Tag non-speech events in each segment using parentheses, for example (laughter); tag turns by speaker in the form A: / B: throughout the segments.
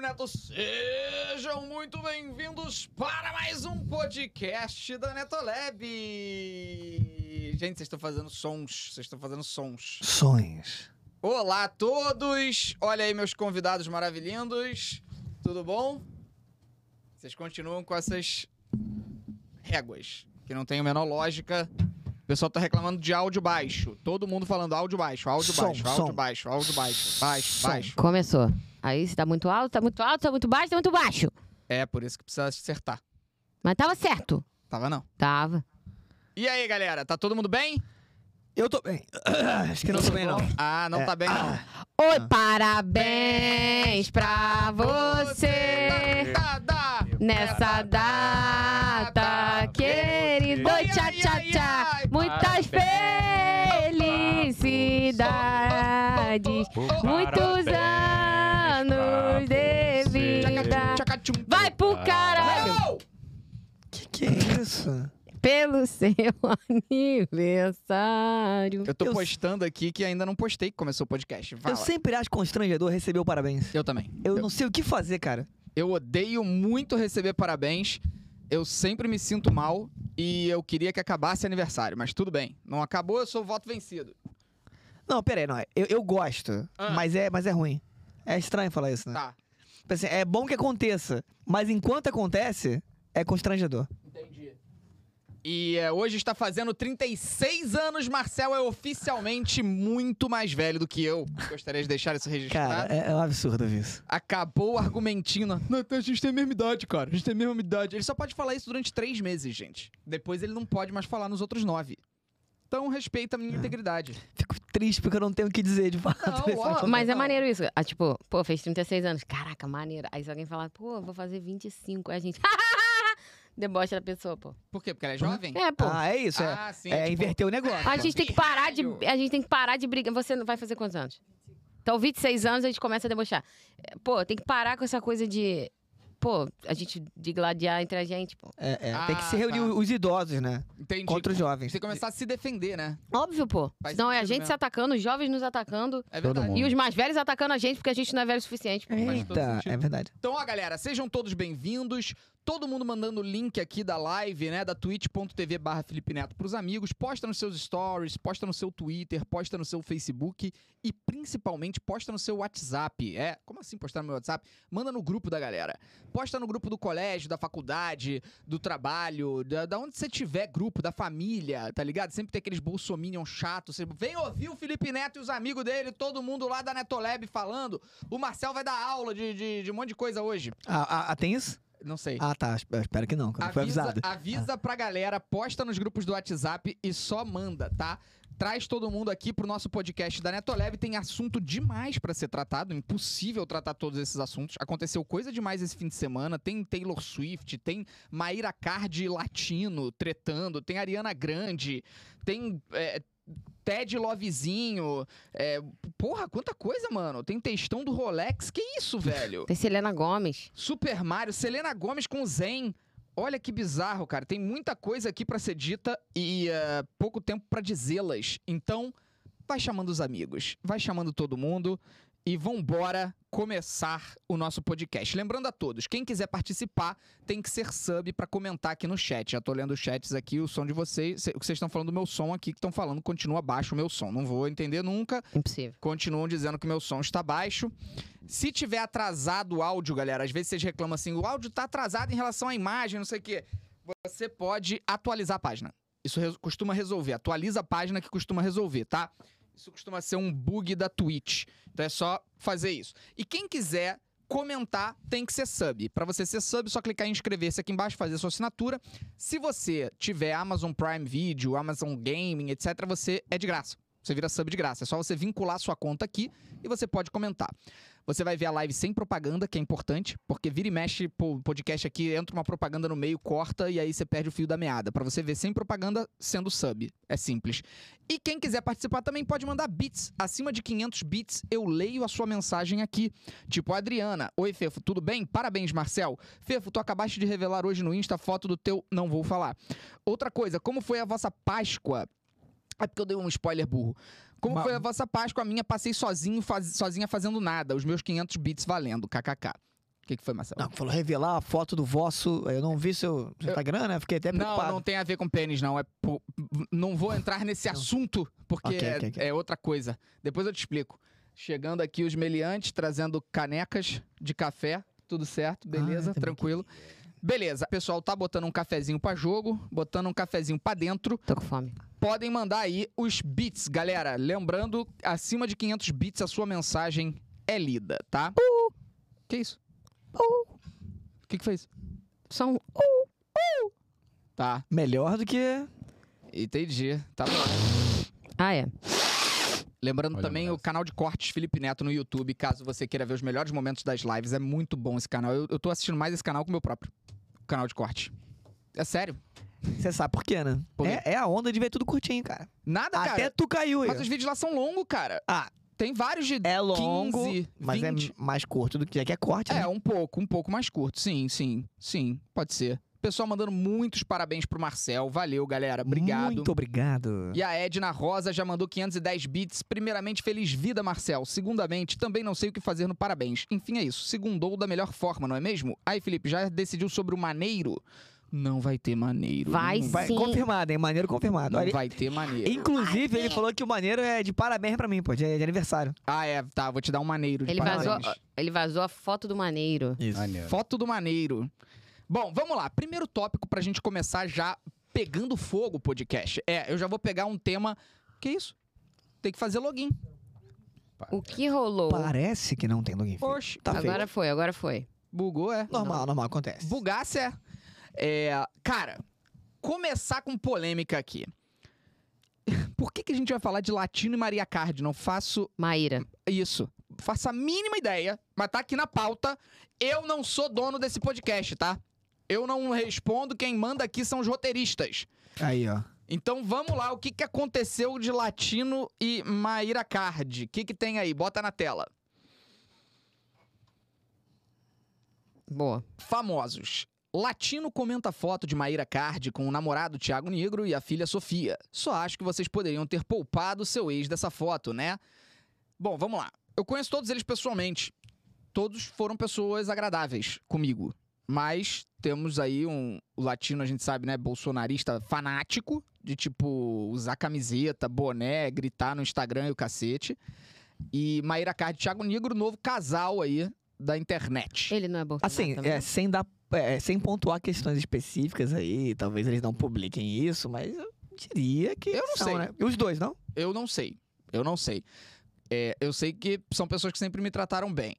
A: Neto, sejam muito bem-vindos para mais um podcast da Netolab. Gente, vocês estão fazendo sons, vocês estão fazendo sons.
B: Sonhos.
A: Olá a todos, olha aí meus convidados maravilhindos, tudo bom? Vocês continuam com essas réguas, que não tem a menor lógica. O pessoal tá reclamando de áudio baixo, todo mundo falando áudio baixo, áudio
B: Som,
A: baixo, áudio
B: som.
A: baixo, áudio baixo, baixo,
B: Som.
A: baixo.
C: Começou. Aí se tá muito alto, tá muito alto, tá muito baixo, tá muito baixo.
A: É, por isso que precisa acertar.
C: Mas tava certo.
A: Tava não.
C: Tava.
A: E aí, galera, tá todo mundo bem?
B: Eu tô bem. (coughs) Acho que não tô bem, não.
A: Ah, não
B: É.
A: tá bem não.
C: Oi,
A: Ah.
C: parabéns pra você
A: Tá, tá.
C: nessa data, querido.
A: Ai, ai,
C: Tchá, tchá,
A: ai, ai,
C: tchá. Muitas felicidades. Muitos anos de vida.
A: Tchacatchum.
C: Vai pro caralho.
A: Não!
B: Que que é isso?
C: Pelo seu (laughs) aniversário.
A: Eu tô
B: Eu-
A: postando aqui que ainda não postei que começou o podcast. Fala.
B: Eu sempre acho constrangedor receber o parabéns.
A: Eu também.
B: Eu não sei o que fazer, cara.
A: Eu odeio muito receber parabéns. Eu sempre me sinto mal e eu queria que acabasse aniversário, mas tudo bem. Não acabou, eu sou voto vencido.
B: Não, pera aí, não. Eu, eu gosto,
A: Ah.
B: mas, é, mas é ruim. É estranho falar isso, né?
A: Tá.
B: Tipo assim, é bom que aconteça, mas enquanto acontece, é constrangedor.
A: Entendi. E é, hoje está fazendo 36 anos. Marcel é oficialmente muito mais velho do que eu. Gostaria de deixar isso registrado.
B: Cara, é, é um absurdo ouvir isso.
A: Acabou o argumentinho. né? Não, então a gente tem a mesma idade, cara. A gente tem a mesma idade. Ele só pode falar isso durante três meses, gente. Depois ele não pode mais falar nos outros nove. Então respeita a minha
B: É.
A: integridade.
B: Fico triste porque eu não tenho o que dizer de fato.
A: Não, ó,
B: nesse (laughs) momento.
C: Mas é
A: Não.
C: maneiro isso. Ah, tipo, pô, fez 36 anos. Caraca, maneiro. Aí se alguém falar, pô, eu vou fazer 25. Aí a gente. (laughs) Debocha da pessoa, pô.
A: Por quê? Porque ela é jovem?
C: É, pô.
B: Ah, é isso. É,
A: Ah, sim.
B: é
A: tipo,
B: inverter o negócio.
C: a gente tem que parar de. A gente tem que parar de brigar. Você não vai fazer quantos anos? Então, 26 anos, a gente começa a debochar. É, Pô, tem que parar com essa coisa de. Pô, a gente de gladiar entre a gente, pô.
B: É, é, tem que se
A: Ah,
B: reunir
A: tá.
B: os idosos, né?
A: Entendi.
B: Contra os jovens.
A: Você tem que começar a se defender, né?
C: Óbvio, pô.
A: Faz
C: Senão é a
A: sentido
C: gente
A: mesmo.
C: se atacando, os jovens nos atacando
A: É
D: Todo
A: verdade.
D: mundo.
C: e os mais velhos atacando a gente porque a gente não é velho o suficiente. pô.
A: Faz todo
B: Eita,
A: sentido.
B: é verdade.
A: Então, ó, galera, sejam todos bem-vindos. Todo mundo mandando o link aqui da live, né? Da twitch.tv barra Felipe Neto pros amigos. Posta nos seus stories, posta no seu Twitter, posta no seu Facebook e principalmente posta no seu WhatsApp. É, como assim postar no meu WhatsApp? Manda no grupo da galera. Posta no grupo do colégio, da faculdade, do trabalho, da, da onde você tiver grupo, da família, tá ligado? Sempre tem aqueles bolsominion chatos. Você vem ouvir o Felipe Neto e os amigos dele, todo mundo lá da Netolab falando. O Marcel vai dar aula de, de, de um monte de coisa hoje.
B: Ah, ah, ah, tem isso?
A: Não sei.
B: Ah, tá. Eu espero que não. que eu não fui
A: avisa
B: avisado.
A: avisa pra galera, posta nos grupos do WhatsApp e só manda, tá? Traz todo mundo aqui pro nosso podcast da Netolab. Tem assunto demais pra ser tratado. Impossível tratar todos esses assuntos. Aconteceu coisa demais esse fim de semana. Tem Taylor Swift, tem Maíra Cardi latino tretando, tem Ariana Grande, tem é, Ted Lovezinho. é, porra, quanta coisa, mano. Tem textão do Rolex. Que isso, velho?
C: Tem Selena Gomes.
A: Super Mario, Selena Gomes com Zen. Olha que bizarro, cara. Tem muita coisa aqui pra ser dita e eh, pouco tempo pra dizê-las. Então, vai chamando os amigos, vai chamando todo mundo e vambora começar o nosso podcast. Lembrando a todos, quem quiser participar tem que ser sub pra comentar aqui no chat. Já tô lendo os chats aqui, o som de vocês, o que vocês estão falando do meu som aqui, que estão falando continua baixo o meu som. Não vou entender nunca,
C: Impossível.
A: Continuam dizendo que meu som está baixo. Se tiver atrasado o áudio, galera, às vezes vocês reclamam assim: o áudio está atrasado em relação à imagem, não sei o quê. Você pode atualizar a página. Isso res- costuma resolver. Atualiza a página que costuma resolver, tá? Isso costuma ser um bug da Twitch. Então é só fazer isso. E quem quiser comentar, tem que ser sub. Para você ser sub, é só clicar em inscrever-se aqui embaixo, fazer sua assinatura. Se você tiver Amazon Prime Video, Amazon Gaming, etc., você é de graça. Você vira sub de graça. É só você vincular sua conta aqui e você pode comentar. Você vai ver a live sem propaganda, que é importante, porque vira e mexe pô, o podcast aqui, entra uma propaganda no meio, corta e aí você perde o fio da meada. Pra você ver sem propaganda sendo sub. É simples. E quem quiser participar também pode mandar bits. Acima de 500 bits, eu leio a sua mensagem aqui. Tipo, Adriana. Oi, Fefo, tudo bem? Parabéns, Marcel. Fefo, tu acabaste de revelar hoje no Insta a foto do teu. Não vou falar. Outra coisa, como foi a vossa Páscoa? É porque eu dei um spoiler burro. Como
B: Ma-
A: foi a vossa Páscoa? A minha passei sozinho, faz- sozinha fazendo nada. Os meus 500 bits valendo, kkk. que, que foi, Marcelo?
B: Ah. Não, falou revelar a foto do vosso. Eu não vi seu seu
A: Eu-
B: Instagram, né? Fiquei até
A: Não,
B: preocupado. Tá.
A: não tem a ver com pênis, não. É po- Não vou entrar nesse assunto, porque
B: Ok,
A: é,
B: ok, ok.
A: é outra coisa. Depois eu te explico. Chegando aqui os meliantes, trazendo canecas de café. Tudo certo, beleza,
B: Ah, tá bem.
A: tranquilo. Beleza, o pessoal tá botando um cafezinho pra jogo, botando um cafezinho pra dentro.
C: Tô com fome.
A: Podem mandar aí os bits, galera. Lembrando, acima de 500 bits a sua mensagem é lida, tá?
B: Uh!
A: Que isso? O que que foi isso?
C: Só um.
A: Tá,
B: Melhor do que.
A: entendi. Tá bom.
C: Ah, é.
A: Lembrando
D: Olha,
A: também o
D: abraço.
A: canal de cortes Felipe Neto no YouTube, caso você queira ver os melhores momentos das lives. É muito bom esse canal. Eu, eu tô assistindo mais esse canal que o meu próprio canal de corte. É sério.
B: Você sabe por quê, né?
A: Por quê?
B: É, é a onda de ver tudo curtinho, cara.
A: Nada,
B: Até
A: cara.
B: tu caiu aí.
A: Mas os vídeos lá são longos, cara.
B: Ah.
A: Tem vários de
B: É longo,
A: 15,
B: mas
A: 20.
B: é mais curto do que. É que é corte, né?
A: É, um pouco, um pouco mais curto. Sim, sim, sim. Pode ser. Pessoal mandando muitos parabéns pro Marcel. Valeu, galera. Obrigado.
B: Muito obrigado.
A: E a Edna Rosa já mandou 510 bits. Primeiramente, feliz vida, Marcel. Segundamente, também não sei o que fazer no parabéns. Enfim, é isso. Segundou da melhor forma, não é mesmo? Aí, Felipe, já decidiu sobre o maneiro? Não vai ter maneiro.
C: Vai
A: não
B: Vai,
C: Sim.
B: confirmado, hein? Maneiro confirmado.
A: assim, Não
B: Olha,
A: vai ter maneiro.
B: Inclusive, ele falou que o maneiro é de parabéns pra mim, pô, de, de aniversário.
A: Ah, é, tá. Vou te dar um maneiro. de
C: Ele vazou,
A: parabéns.
C: ele vazou a foto do maneiro.
B: Isso.
D: Maneiro.
A: Foto do maneiro. Bom, vamos lá. Primeiro tópico pra gente começar já pegando fogo o podcast. É, eu já vou pegar um tema. Que isso? Tem que fazer login.
C: O que rolou?
B: Parece que não tem login. feito.
A: Oxe, é
B: Tá feio.
C: agora foi, agora foi.
A: bugou, é?
B: Normal, normal, acontece.
A: Bugasse é. é. Cara, começar com polêmica aqui. (laughs) Por que, que a gente vai falar de Latino e Maria Cardi? Não faço
C: Maíra.
A: isso. Faço a mínima ideia, mas tá aqui na pauta. Eu não sou dono desse podcast, tá? Eu não respondo, quem manda aqui são os roteiristas.
B: Aí, ó.
A: Então vamos lá, o que, que aconteceu de Latino e Maíra Cardi? O que, que tem aí? Bota na tela.
C: Boa.
A: Famosos. Latino comenta foto de Maíra Cardi com o namorado Thiago Negro e a filha Sofia. Só acho que vocês poderiam ter poupado seu ex dessa foto, né? Bom, vamos lá. Eu conheço todos eles pessoalmente. Todos foram pessoas agradáveis comigo. Mas temos aí um o latino, a gente sabe, né? Bolsonarista fanático, de tipo usar camiseta, boné, gritar no Instagram e o cacete. E Maíra Cardi e Thiago Negro, novo casal aí da internet.
C: Ele não é Bolsonaro
B: Assim,
C: também?
B: é, sem dar. é, sem pontuar questões específicas aí, talvez eles não publiquem isso, mas eu diria que.
A: Eu não
B: são,
A: sei.
B: Né? E Os dois, não?
A: Eu não sei. Eu não sei. É, eu sei que são pessoas que sempre me trataram bem.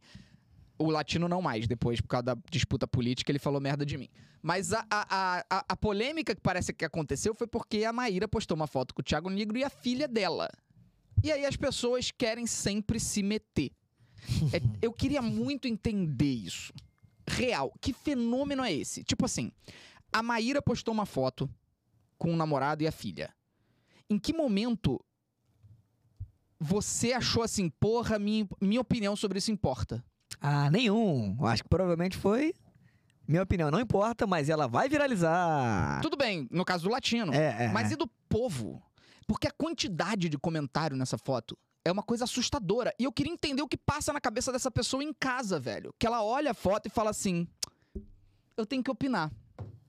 A: O latino não mais, depois, por causa da disputa política, ele falou merda de mim. Mas a, a, a, a polêmica que parece que aconteceu foi porque a Maíra postou uma foto com o Thiago Negro e a filha dela. E aí as pessoas querem sempre se meter. É, eu queria muito entender isso. Real, que fenômeno é esse? Tipo assim, a Maíra postou uma foto com o namorado e a filha. Em que momento você achou assim, porra, minha, minha opinião sobre isso importa.
B: Ah, nenhum. Eu Acho que provavelmente foi. Minha opinião não importa, mas ela vai viralizar.
A: Tudo bem, no caso do latino.
B: É, é.
A: Mas e do povo? Porque a quantidade de comentário nessa foto é uma coisa assustadora. E eu queria entender o que passa na cabeça dessa pessoa em casa, velho. Que ela olha a foto e fala assim: eu tenho que opinar.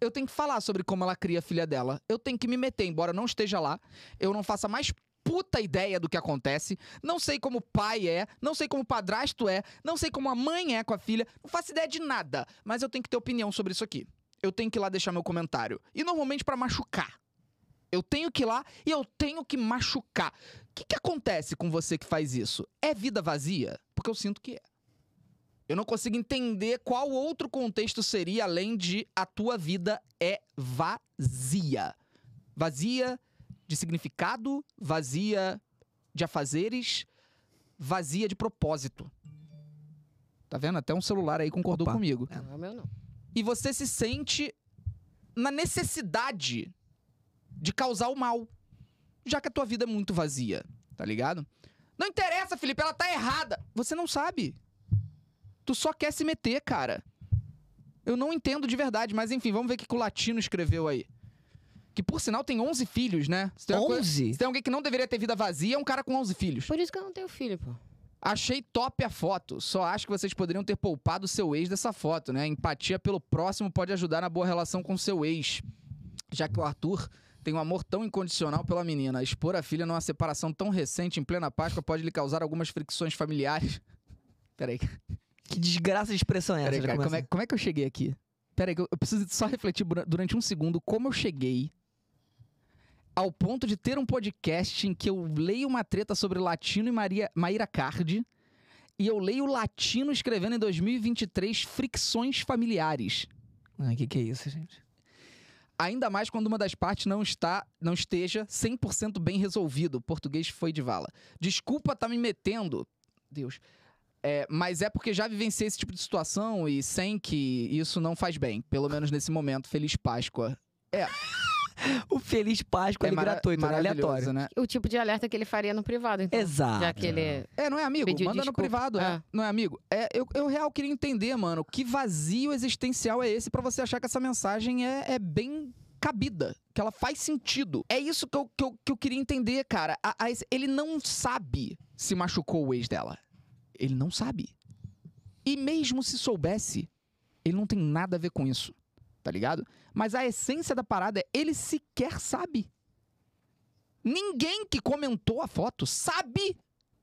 A: Eu tenho que falar sobre como ela cria a filha dela. Eu tenho que me meter, embora eu não esteja lá. Eu não faça mais puta ideia do que acontece. Não sei como o pai é, não sei como o padrasto é, não sei como a mãe é com a filha. Não faço ideia de nada, mas eu tenho que ter opinião sobre isso aqui. Eu tenho que ir lá deixar meu comentário. E normalmente pra machucar. Eu tenho que ir lá e eu tenho que machucar. O que, que acontece com você que faz isso? É vida vazia? Porque eu sinto que é. Eu não consigo entender qual outro contexto seria além de a tua vida é vazia. Vazia de significado, vazia de afazeres, vazia de propósito. Tá vendo? Até um celular aí concordou
B: Opa.
A: comigo
C: Não é o meu, não.
A: e você se sente na necessidade de causar o mal, já que a tua vida é muito vazia, tá ligado? Não interessa, Felipe, ela tá errada. Você não sabe. Tu só quer se meter, cara. Eu não entendo de verdade, mas enfim, vamos ver o que que o latino escreveu aí. Que por sinal tem 11 filhos, né? Se tem, uma coisa-
B: 11?
A: se tem alguém que não deveria ter vida vazia, é um cara com 11 filhos.
C: Por isso que eu não tenho filho, pô.
A: Achei top a foto. Só acho que vocês poderiam ter poupado seu ex dessa foto, né? Empatia pelo próximo pode ajudar na boa relação com seu ex. Já que o Arthur tem um amor tão incondicional pela menina. Expor a filha numa separação tão recente, em plena Páscoa, pode lhe causar algumas fricções familiares. (laughs) Peraí,
B: Que desgraça de expressão é essa?
A: peraí,
B: Já
A: cara. Como é,
B: começa.
A: como é que eu cheguei aqui? Peraí, que eu, eu preciso só refletir bura- durante um segundo como eu cheguei ao ponto de ter um podcast em que eu leio uma treta sobre latino e Maria, Maíra Cardi e eu leio latino escrevendo em 2023 fricções familiares.
B: Ah, que que é isso, gente?
A: Ainda mais quando uma das partes não está, não esteja 100% bem resolvido. O português foi de vala. Desculpa tá me metendo. Deus. É, mas é porque já vivenciei esse tipo de situação e sem que isso não faz bem. Pelo menos nesse momento. Feliz Páscoa.
B: O Feliz Páscoa é,
A: mara-
B: gratuito, era
A: maravilhoso,
B: aleatório.
A: né?
C: O tipo de alerta que ele faria no privado, então.
B: Exato.
C: Já que ele.
A: É, não é amigo?
C: Pediu
A: Manda no
C: desculpa.
A: privado, é.
C: Ah.
A: Não é amigo? É, eu, eu real queria entender, mano, que vazio existencial é esse pra você achar que essa mensagem é, é bem cabida, que ela faz sentido. É isso que eu, que eu, que eu queria entender, cara. A- a- ele não sabe se machucou o ex dela. Ele não sabe. E mesmo se soubesse, ele não tem nada a ver com isso, tá ligado? Mas a essência da parada é ele sequer sabe. Ninguém que comentou a foto sabe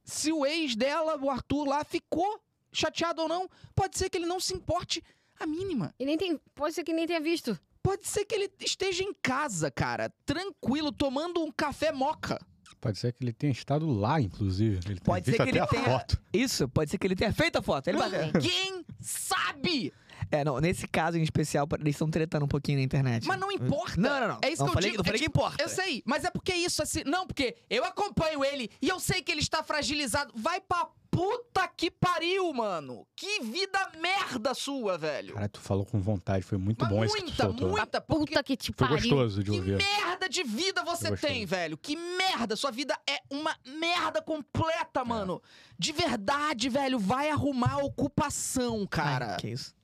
A: se o ex dela, o Arthur lá, ficou chateado ou não. Pode ser que ele não se importe a mínima.
C: E nem tem. Pode ser que nem tenha visto.
A: Pode ser que ele esteja em casa, cara, tranquilo, tomando um café
B: (laughs)
A: moca.
D: Pode ser que ele tenha estado lá, inclusive. Ele tenha
B: Pode ser
D: visto
B: que ele
D: até
B: tenha-
D: a foto.
B: Isso, pode ser que ele tenha feito a foto. Ele vai-
A: Ninguém sabe!
B: É, não, nesse caso em especial, eles estão tretando um pouquinho na internet.
A: Mas não importa.
B: Não, não, não.
A: É isso
B: não
A: que eu
B: falei,
A: digo.
B: Não
A: É
B: falei que importa.
A: Eu sei, mas é porque isso, assim. Não, porque eu acompanho ele e eu sei que ele está fragilizado. Vai pra puta que pariu, mano! Que vida merda sua, velho!
D: Cara, tu falou com vontade, foi muito
A: Mas
D: bom esse que tu
A: muita,
B: né?
D: soltou.
A: muita, porque
C: Puta que te
D: Foi
C: pariu.
D: gostoso de
A: Que
D: ouvir.
A: merda de vida você
D: Eu gostei.
A: tem, velho? Que merda! Sua vida é uma merda completa, mano. De verdade, velho, vai arrumar a ocupação, cara.
B: Ai, que isso?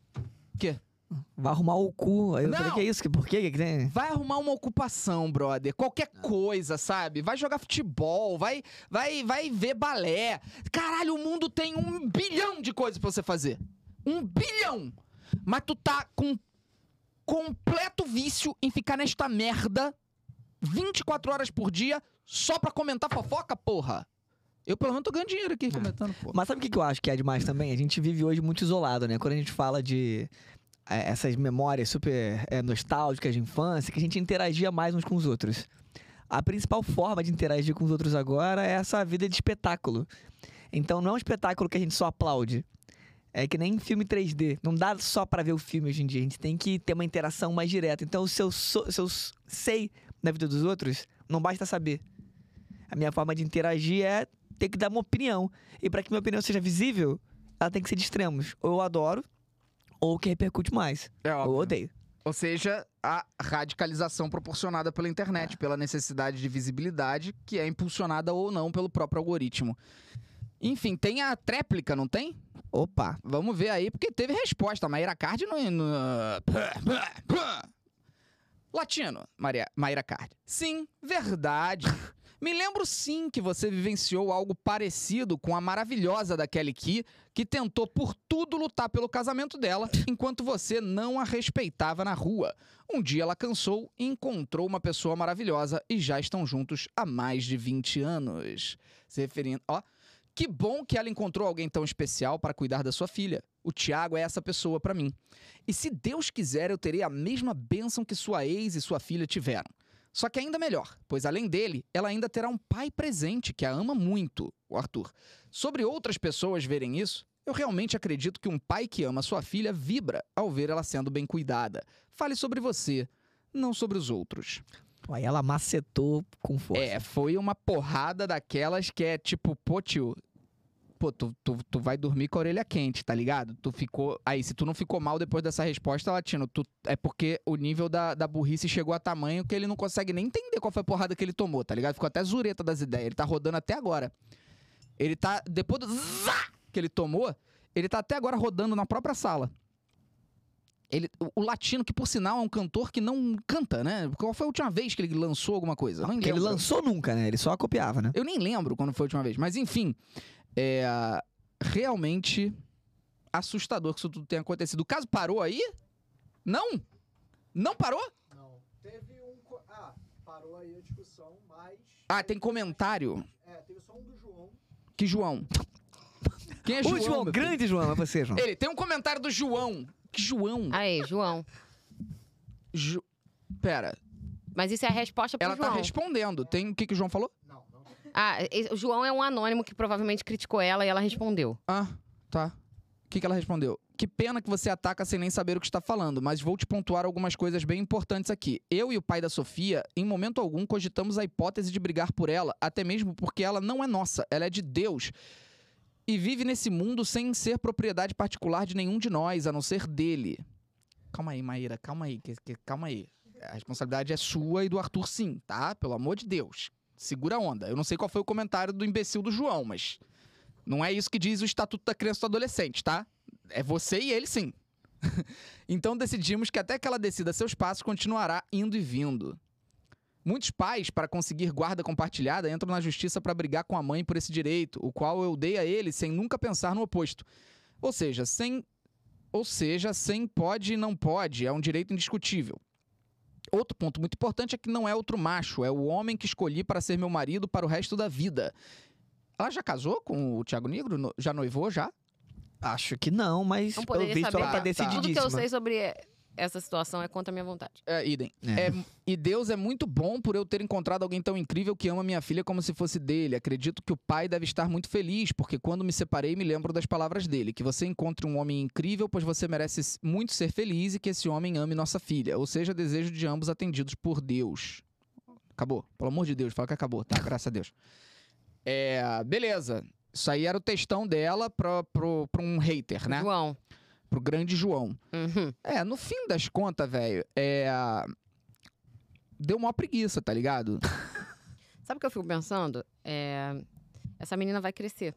A: Quê?
B: Vai arrumar o cu. Aí eu
A: Não.
B: falei, que é isso? Que por quê? Que que tem?
A: Vai arrumar uma ocupação, brother. Qualquer coisa, sabe? Vai jogar futebol, vai, vai, vai ver balé. Caralho, o mundo tem um bilhão de coisas pra você fazer. Um bilhão! Mas tu tá com completo vício em ficar nesta merda 24 horas por dia só pra comentar fofoca, porra. Eu pelo menos tô ganhando dinheiro aqui comentando, porra.
B: Mas sabe o que que eu acho que é demais também? A gente vive hoje muito isolado, né? Quando a gente fala de é, essas memórias super é, nostálgicas de infância, que a gente interagia mais uns com os outros. A principal forma de interagir com os outros agora é essa vida de espetáculo. Então não é um espetáculo que a gente só aplaude. É que nem filme 3D. Não dá só pra ver o filme hoje em dia. A gente tem que ter uma interação mais direta. Então, se eu, sou- se eu sei da vida dos outros, não basta saber. A minha forma de interagir é ter que dar uma opinião. E para que minha opinião seja visível, ela tem que ser de extremos. Ou eu adoro, ou o que repercute mais.
A: É
B: Ou eu odeio.
A: Ou seja, a radicalização proporcionada pela internet, pela necessidade de visibilidade, que é impulsionada ou não pelo próprio algoritmo. Enfim, tem a tréplica, não tem?
B: Opa.
A: Vamos ver aí, porque teve resposta. Maíra Card não. não- Latino, Maria, Maíra Card. Sim, verdade. Me lembro sim que você vivenciou algo parecido com a maravilhosa da Kelly Key, que tentou por tudo lutar pelo casamento dela, enquanto você não a respeitava na rua. Um dia ela cansou e encontrou uma pessoa maravilhosa e já estão juntos há mais de 20 anos. Se referindo. Ó, que bom que ela encontrou alguém tão especial para cuidar da sua filha. O Tiago é essa pessoa para mim. E se Deus quiser, eu terei a mesma bênção que sua ex e sua filha tiveram. Só que ainda melhor, pois além dele, ela ainda terá um pai presente que a ama muito, o Arthur. Sobre outras pessoas verem isso, eu realmente acredito que um pai que ama sua filha vibra ao ver ela sendo bem cuidada. Fale sobre você, não sobre os outros.
B: Pô, Aí ela macetou com força.
A: É, foi uma porrada daquelas que é tipo, pô, tio. Pô, tu, tu, tu vai dormir com a orelha quente, tá ligado? Tu ficou. Aí, se tu não ficou mal depois dessa resposta, Latino, tu... é porque o nível da, da burrice chegou a tamanho que ele não consegue nem entender qual foi a porrada que ele tomou, tá ligado? Ficou até zureta das ideias. Ele tá rodando até agora. Ele tá. Depois do zá que ele tomou, ele tá até agora rodando na própria sala. Ele, o- o Latino, que por sinal é um cantor que não canta, né? Qual foi a última vez que ele lançou alguma coisa? Eu nem
B: Porque ele
A: lembro.
B: lançou nunca, né? Ele só copiava, né?
A: Eu nem lembro quando foi a última vez, mas enfim. é realmente assustador que isso tudo tenha acontecido. O caso parou aí? Não? Não parou?
E: Não. Teve um. co- Ah, parou aí a discussão, mas.
A: Ah, tem comentário.
E: É, teve só um do João.
A: Que João? Quem é
B: Ô, João,
A: meu filho?
B: grande João, é
A: (laughs)
B: você, João.
A: Ele tem um comentário do João. Que João?
B: Ah.
C: Aí, João.
A: Ju- Pera,
C: Mas isso é a resposta pro
A: ela
C: João.
A: tá respondendo. Tem o que, que o João falou?
E: Não, não.
C: Ah, e- o João é um anônimo que provavelmente criticou ela e ela respondeu.
A: Ah, tá. O que, que ela respondeu? Que pena que você ataca sem nem saber o que está falando, mas vou te pontuar algumas coisas bem importantes aqui. Eu e o pai da Sofia, em momento algum, cogitamos a hipótese de brigar por ela, até mesmo porque ela não é nossa, ela é de Deus. E vive nesse mundo sem ser propriedade particular de nenhum de nós, a não ser dele. Calma aí, Maíra, calma aí, que- que- calma aí. A responsabilidade é sua e do Arthur, sim, tá? Pelo amor de Deus. Segura a onda. Eu não sei qual foi o comentário do imbecil do João, mas. Não é isso que diz o Estatuto da Criança e do Adolescente, tá? É você e ele sim. (laughs) então decidimos que até que ela decida seus passos, continuará indo e vindo. Muitos pais, para conseguir guarda compartilhada, entram na justiça para brigar com a mãe por esse direito, o qual eu dei a ele sem nunca pensar no oposto. Ou seja, sem. Ou seja, sem pode e não pode, é um direito indiscutível. Outro ponto muito importante é que não é outro macho, é o homem que escolhi para ser meu marido para o resto da vida. Ela já casou com o Thiago Negro? No- Já noivou já?
B: Acho que não, mas
C: Não
B: pelo
C: poderia
B: visto
C: saber.
B: ela tá
A: Tá, tá.
C: Tudo que eu
B: decididíssima.
C: sei sobre essa situação é contra a minha vontade.
A: É, idem.
B: É.
A: É, e Deus é muito bom por eu ter encontrado alguém tão incrível que ama minha filha como se fosse dele. Acredito que o pai deve estar muito feliz, porque quando me separei, me lembro das palavras dele: que você encontre um homem incrível, pois você merece s- muito ser feliz e que esse homem ame nossa filha. Ou seja, desejo de ambos atendidos por Deus. Acabou. Pelo amor de Deus, fala que acabou, tá? Graças a Deus. É, beleza. Isso aí era o textão dela pra, pro, pra um hater, né?
C: João.
A: Pro grande João.
C: Uhum.
A: É, no fim das contas, velho, é. Deu uma preguiça, tá ligado?
C: Sabe o que eu fico pensando? É, Essa menina vai crescer.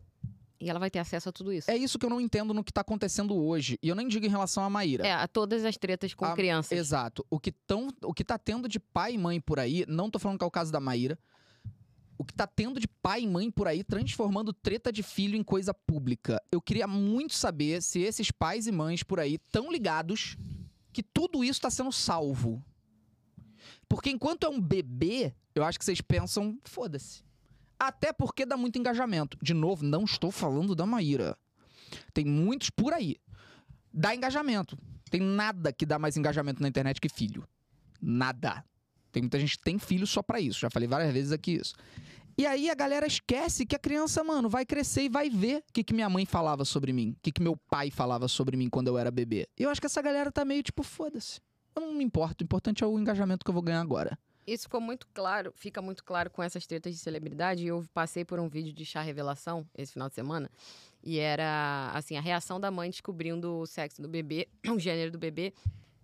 C: E ela vai ter acesso a tudo isso.
A: É isso que eu não entendo no que tá acontecendo hoje. E eu nem digo em relação à Maíra.
C: É, a todas as tretas com
A: Ah,
C: crianças.
A: Exato. O que, tão, o que tá tendo de pai e mãe por aí, não tô falando que é o caso da Maíra. O que tá tendo de pai e mãe por aí transformando treta de filho em coisa pública. Eu queria muito saber se esses pais e mães por aí tão ligados que tudo isso tá sendo salvo. Porque enquanto é um bebê, eu acho que vocês pensam, foda-se. Até porque dá muito engajamento. De novo, não estou falando da Maíra. Tem muitos por aí. Dá engajamento. Tem nada que dá mais engajamento na internet que filho. Nada. Tem muita gente que tem filho só pra isso. Já falei várias vezes aqui isso. E aí a galera esquece que a criança, mano, vai crescer e vai ver o que, que minha mãe falava sobre mim, o que, que meu pai falava sobre mim quando eu era bebê. E eu acho que essa galera tá meio tipo, foda-se. Eu não me importo. O importante é o engajamento que eu vou ganhar agora.
C: Isso ficou muito claro, fica muito claro com essas tretas de celebridade. E eu passei por um vídeo de chá revelação esse final de semana. E era, assim, a reação da mãe descobrindo o sexo do bebê, (clears throat) o gênero do bebê.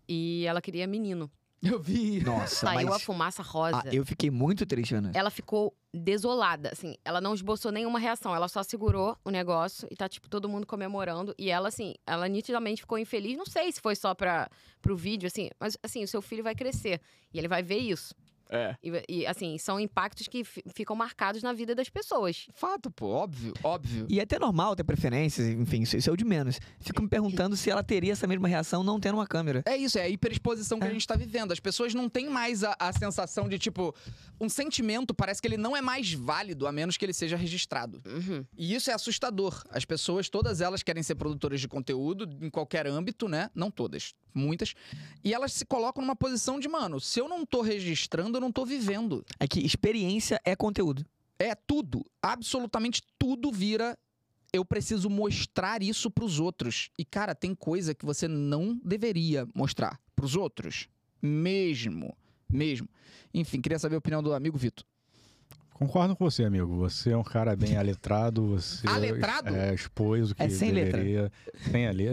C: E ela queria menino.
A: Eu vi.
B: (laughs) Nossa,
C: Saiu a
B: mas...
C: fumaça rosa.
B: Ah, eu fiquei muito triste,
A: É.
B: Ana.
C: Ela ficou desolada, assim. Ela não esboçou nenhuma reação. Ela só segurou o negócio e tá, tipo, todo mundo comemorando. E ela, assim, ela nitidamente ficou infeliz. Não sei se foi só pra, pro vídeo, assim. Mas, assim, o seu filho vai crescer. E ele vai ver isso.
A: É.
C: E, e, assim, são impactos que fi- ficam marcados na vida das pessoas.
A: Fato, pô. Óbvio. Óbvio.
B: E é até normal ter preferências, enfim, isso, isso é o de menos. Fico me perguntando se ela teria essa mesma reação não tendo uma câmera.
A: É isso, é a hiperexposição que a gente tá vivendo. As pessoas não têm mais a, a sensação de, tipo, um sentimento parece que ele não é mais válido, a menos que ele seja registrado.
C: Uhum.
A: E isso é assustador. As pessoas, todas elas querem ser produtoras de conteúdo em qualquer âmbito, né? Não todas, muitas. E elas se colocam numa posição de, mano, se eu não tô registrando, eu não tô vivendo.
B: É que experiência é conteúdo.
A: É tudo, absolutamente tudo vira. Eu preciso mostrar isso pros outros. E cara, tem coisa que você não deveria mostrar pros outros, mesmo, mesmo. Enfim, queria saber a opinião do amigo Vitor.
D: Concordo com você, amigo. Você é um cara (laughs) bem aletrado, você
A: Aletrado?
D: É, expôs o que
B: É sem letra.
D: deveria. Sem a letra,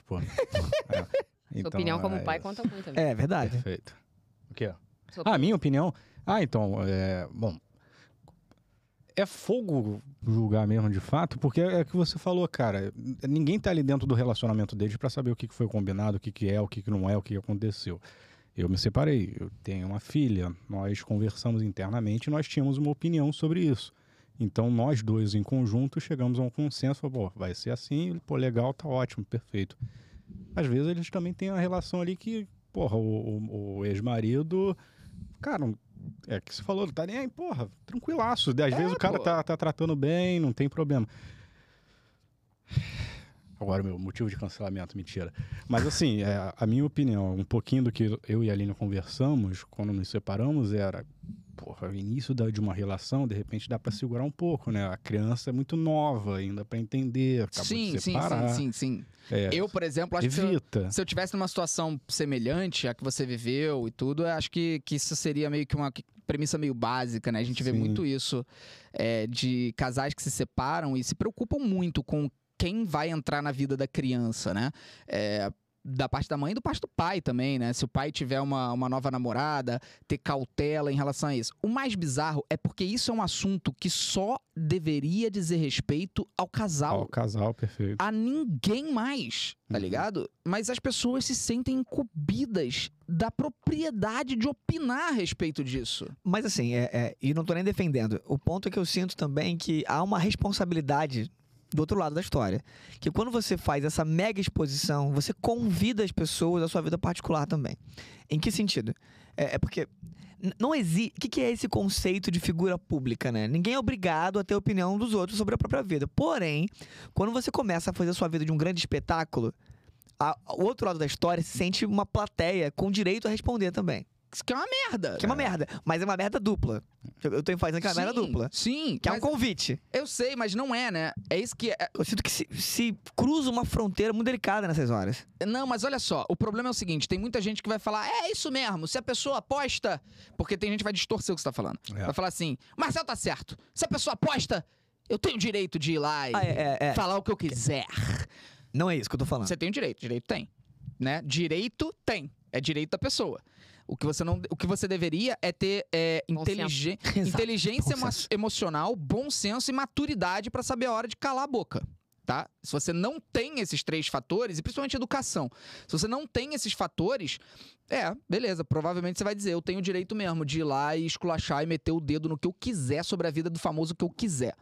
B: (laughs)
D: pô. É.
C: Sua
D: Então,
C: opinião como
D: é
C: pai
D: isso.
C: conta muito. amigo.
B: É verdade.
D: Perfeito. O quê?
C: Sua
D: Ah, minha opinião? Ah, então, é... Bom... É fogo julgar mesmo, de fato, porque é o que você falou, cara. Ninguém tá ali dentro do relacionamento deles pra saber o que que foi combinado, o que que é, o que que não é, o que que aconteceu. Eu me separei, eu tenho uma filha, nós conversamos internamente, nós tínhamos uma opinião sobre isso. Então nós dois em conjunto chegamos a um consenso, falou, pô, vai ser assim, pô, legal, tá ótimo, perfeito. Às vezes eles também têm a relação ali que, porra, o, o- o ex-marido, cara, é que você falou, não tá nem aí, porra, tranquilaço. Às vezes o cara
A: pô.
D: tá, tá tratando bem, não tem problema. Agora, meu motivo de cancelamento, mentira. Mas assim, é, a minha opinião, um pouquinho do que eu e a Aline conversamos quando nos separamos era, porra, o início da- de uma relação, de repente dá pra segurar um pouco, né? A criança é muito nova ainda pra entender, acabou
A: Sim,
D: de
A: sim,
D: separar.
A: sim, sim, sim.
D: É,
A: Eu, por exemplo, acho que se eu,
D: evita.
A: se eu tivesse numa situação semelhante à que você viveu e tudo, eu acho que, que isso seria meio que uma premissa meio básica, né? A gente vê
D: Sim.
A: muito isso é, de casais que se separam e se preocupam muito com quem vai entrar na vida da criança, né? É, da parte da mãe e do parte do pai também, né? Se o pai tiver uma, uma nova namorada, ter cautela em relação a isso. O mais bizarro é porque isso é um assunto que só deveria dizer respeito ao casal
D: Ao casal, perfeito.
A: a ninguém mais, tá
D: Uhum.
A: ligado? Mas as pessoas se sentem incumbidas da propriedade de opinar a respeito disso.
B: Mas assim, é, é, e não tô nem defendendo. O ponto é que eu sinto também que há uma responsabilidade do outro lado da história. Que quando você faz essa mega exposição, você convida as pessoas à sua vida particular também. Em que sentido? É, é porque n- não existe. O que, que é esse conceito de figura pública, né? Ninguém é obrigado a ter a opinião dos outros sobre a própria vida. Porém, quando você começa a fazer a sua vida de um grande espetáculo, a- o outro lado da história se sente uma plateia com direito a responder também.
A: Isso que é uma merda. né?
B: Que é uma merda, mas é uma merda dupla. Eu- Eu tô fazendo que é uma merda
A: Sim,
B: dupla.
A: Sim,
B: Que é um
A: mas
B: convite.
A: eu sei, mas não é, né? É isso que é-
B: Eu sinto que se, se cruza uma fronteira muito delicada nessas horas.
A: é, Não, mas olha só, o problema é o seguinte, tem muita gente que vai falar, é isso mesmo, se a pessoa aposta, porque tem gente que vai distorcer o que você tá falando.
D: É.
A: Vai falar assim, Marcelo tá certo, se a pessoa aposta, eu tenho o direito de ir lá e
B: Ah, é, é, é.
A: falar o que eu quiser.
B: Não é isso que eu tô falando.
A: Você tem o direito, direito tem, né? Direito tem, é direito da pessoa. O que você não, o que você deveria é ter é,
C: Bom
A: inteligen-
B: (laughs) Exato,
A: inteligência
B: bom
A: emo-
B: senso.
A: emocional, bom senso e maturidade pra saber a hora de calar a boca. Tá? Se você não tem esses três fatores, e principalmente educação, se você não tem esses fatores, é, beleza, provavelmente você vai dizer, eu tenho o direito mesmo de ir lá e esculachar e meter o dedo no que eu quiser sobre a vida do famoso que eu quiser.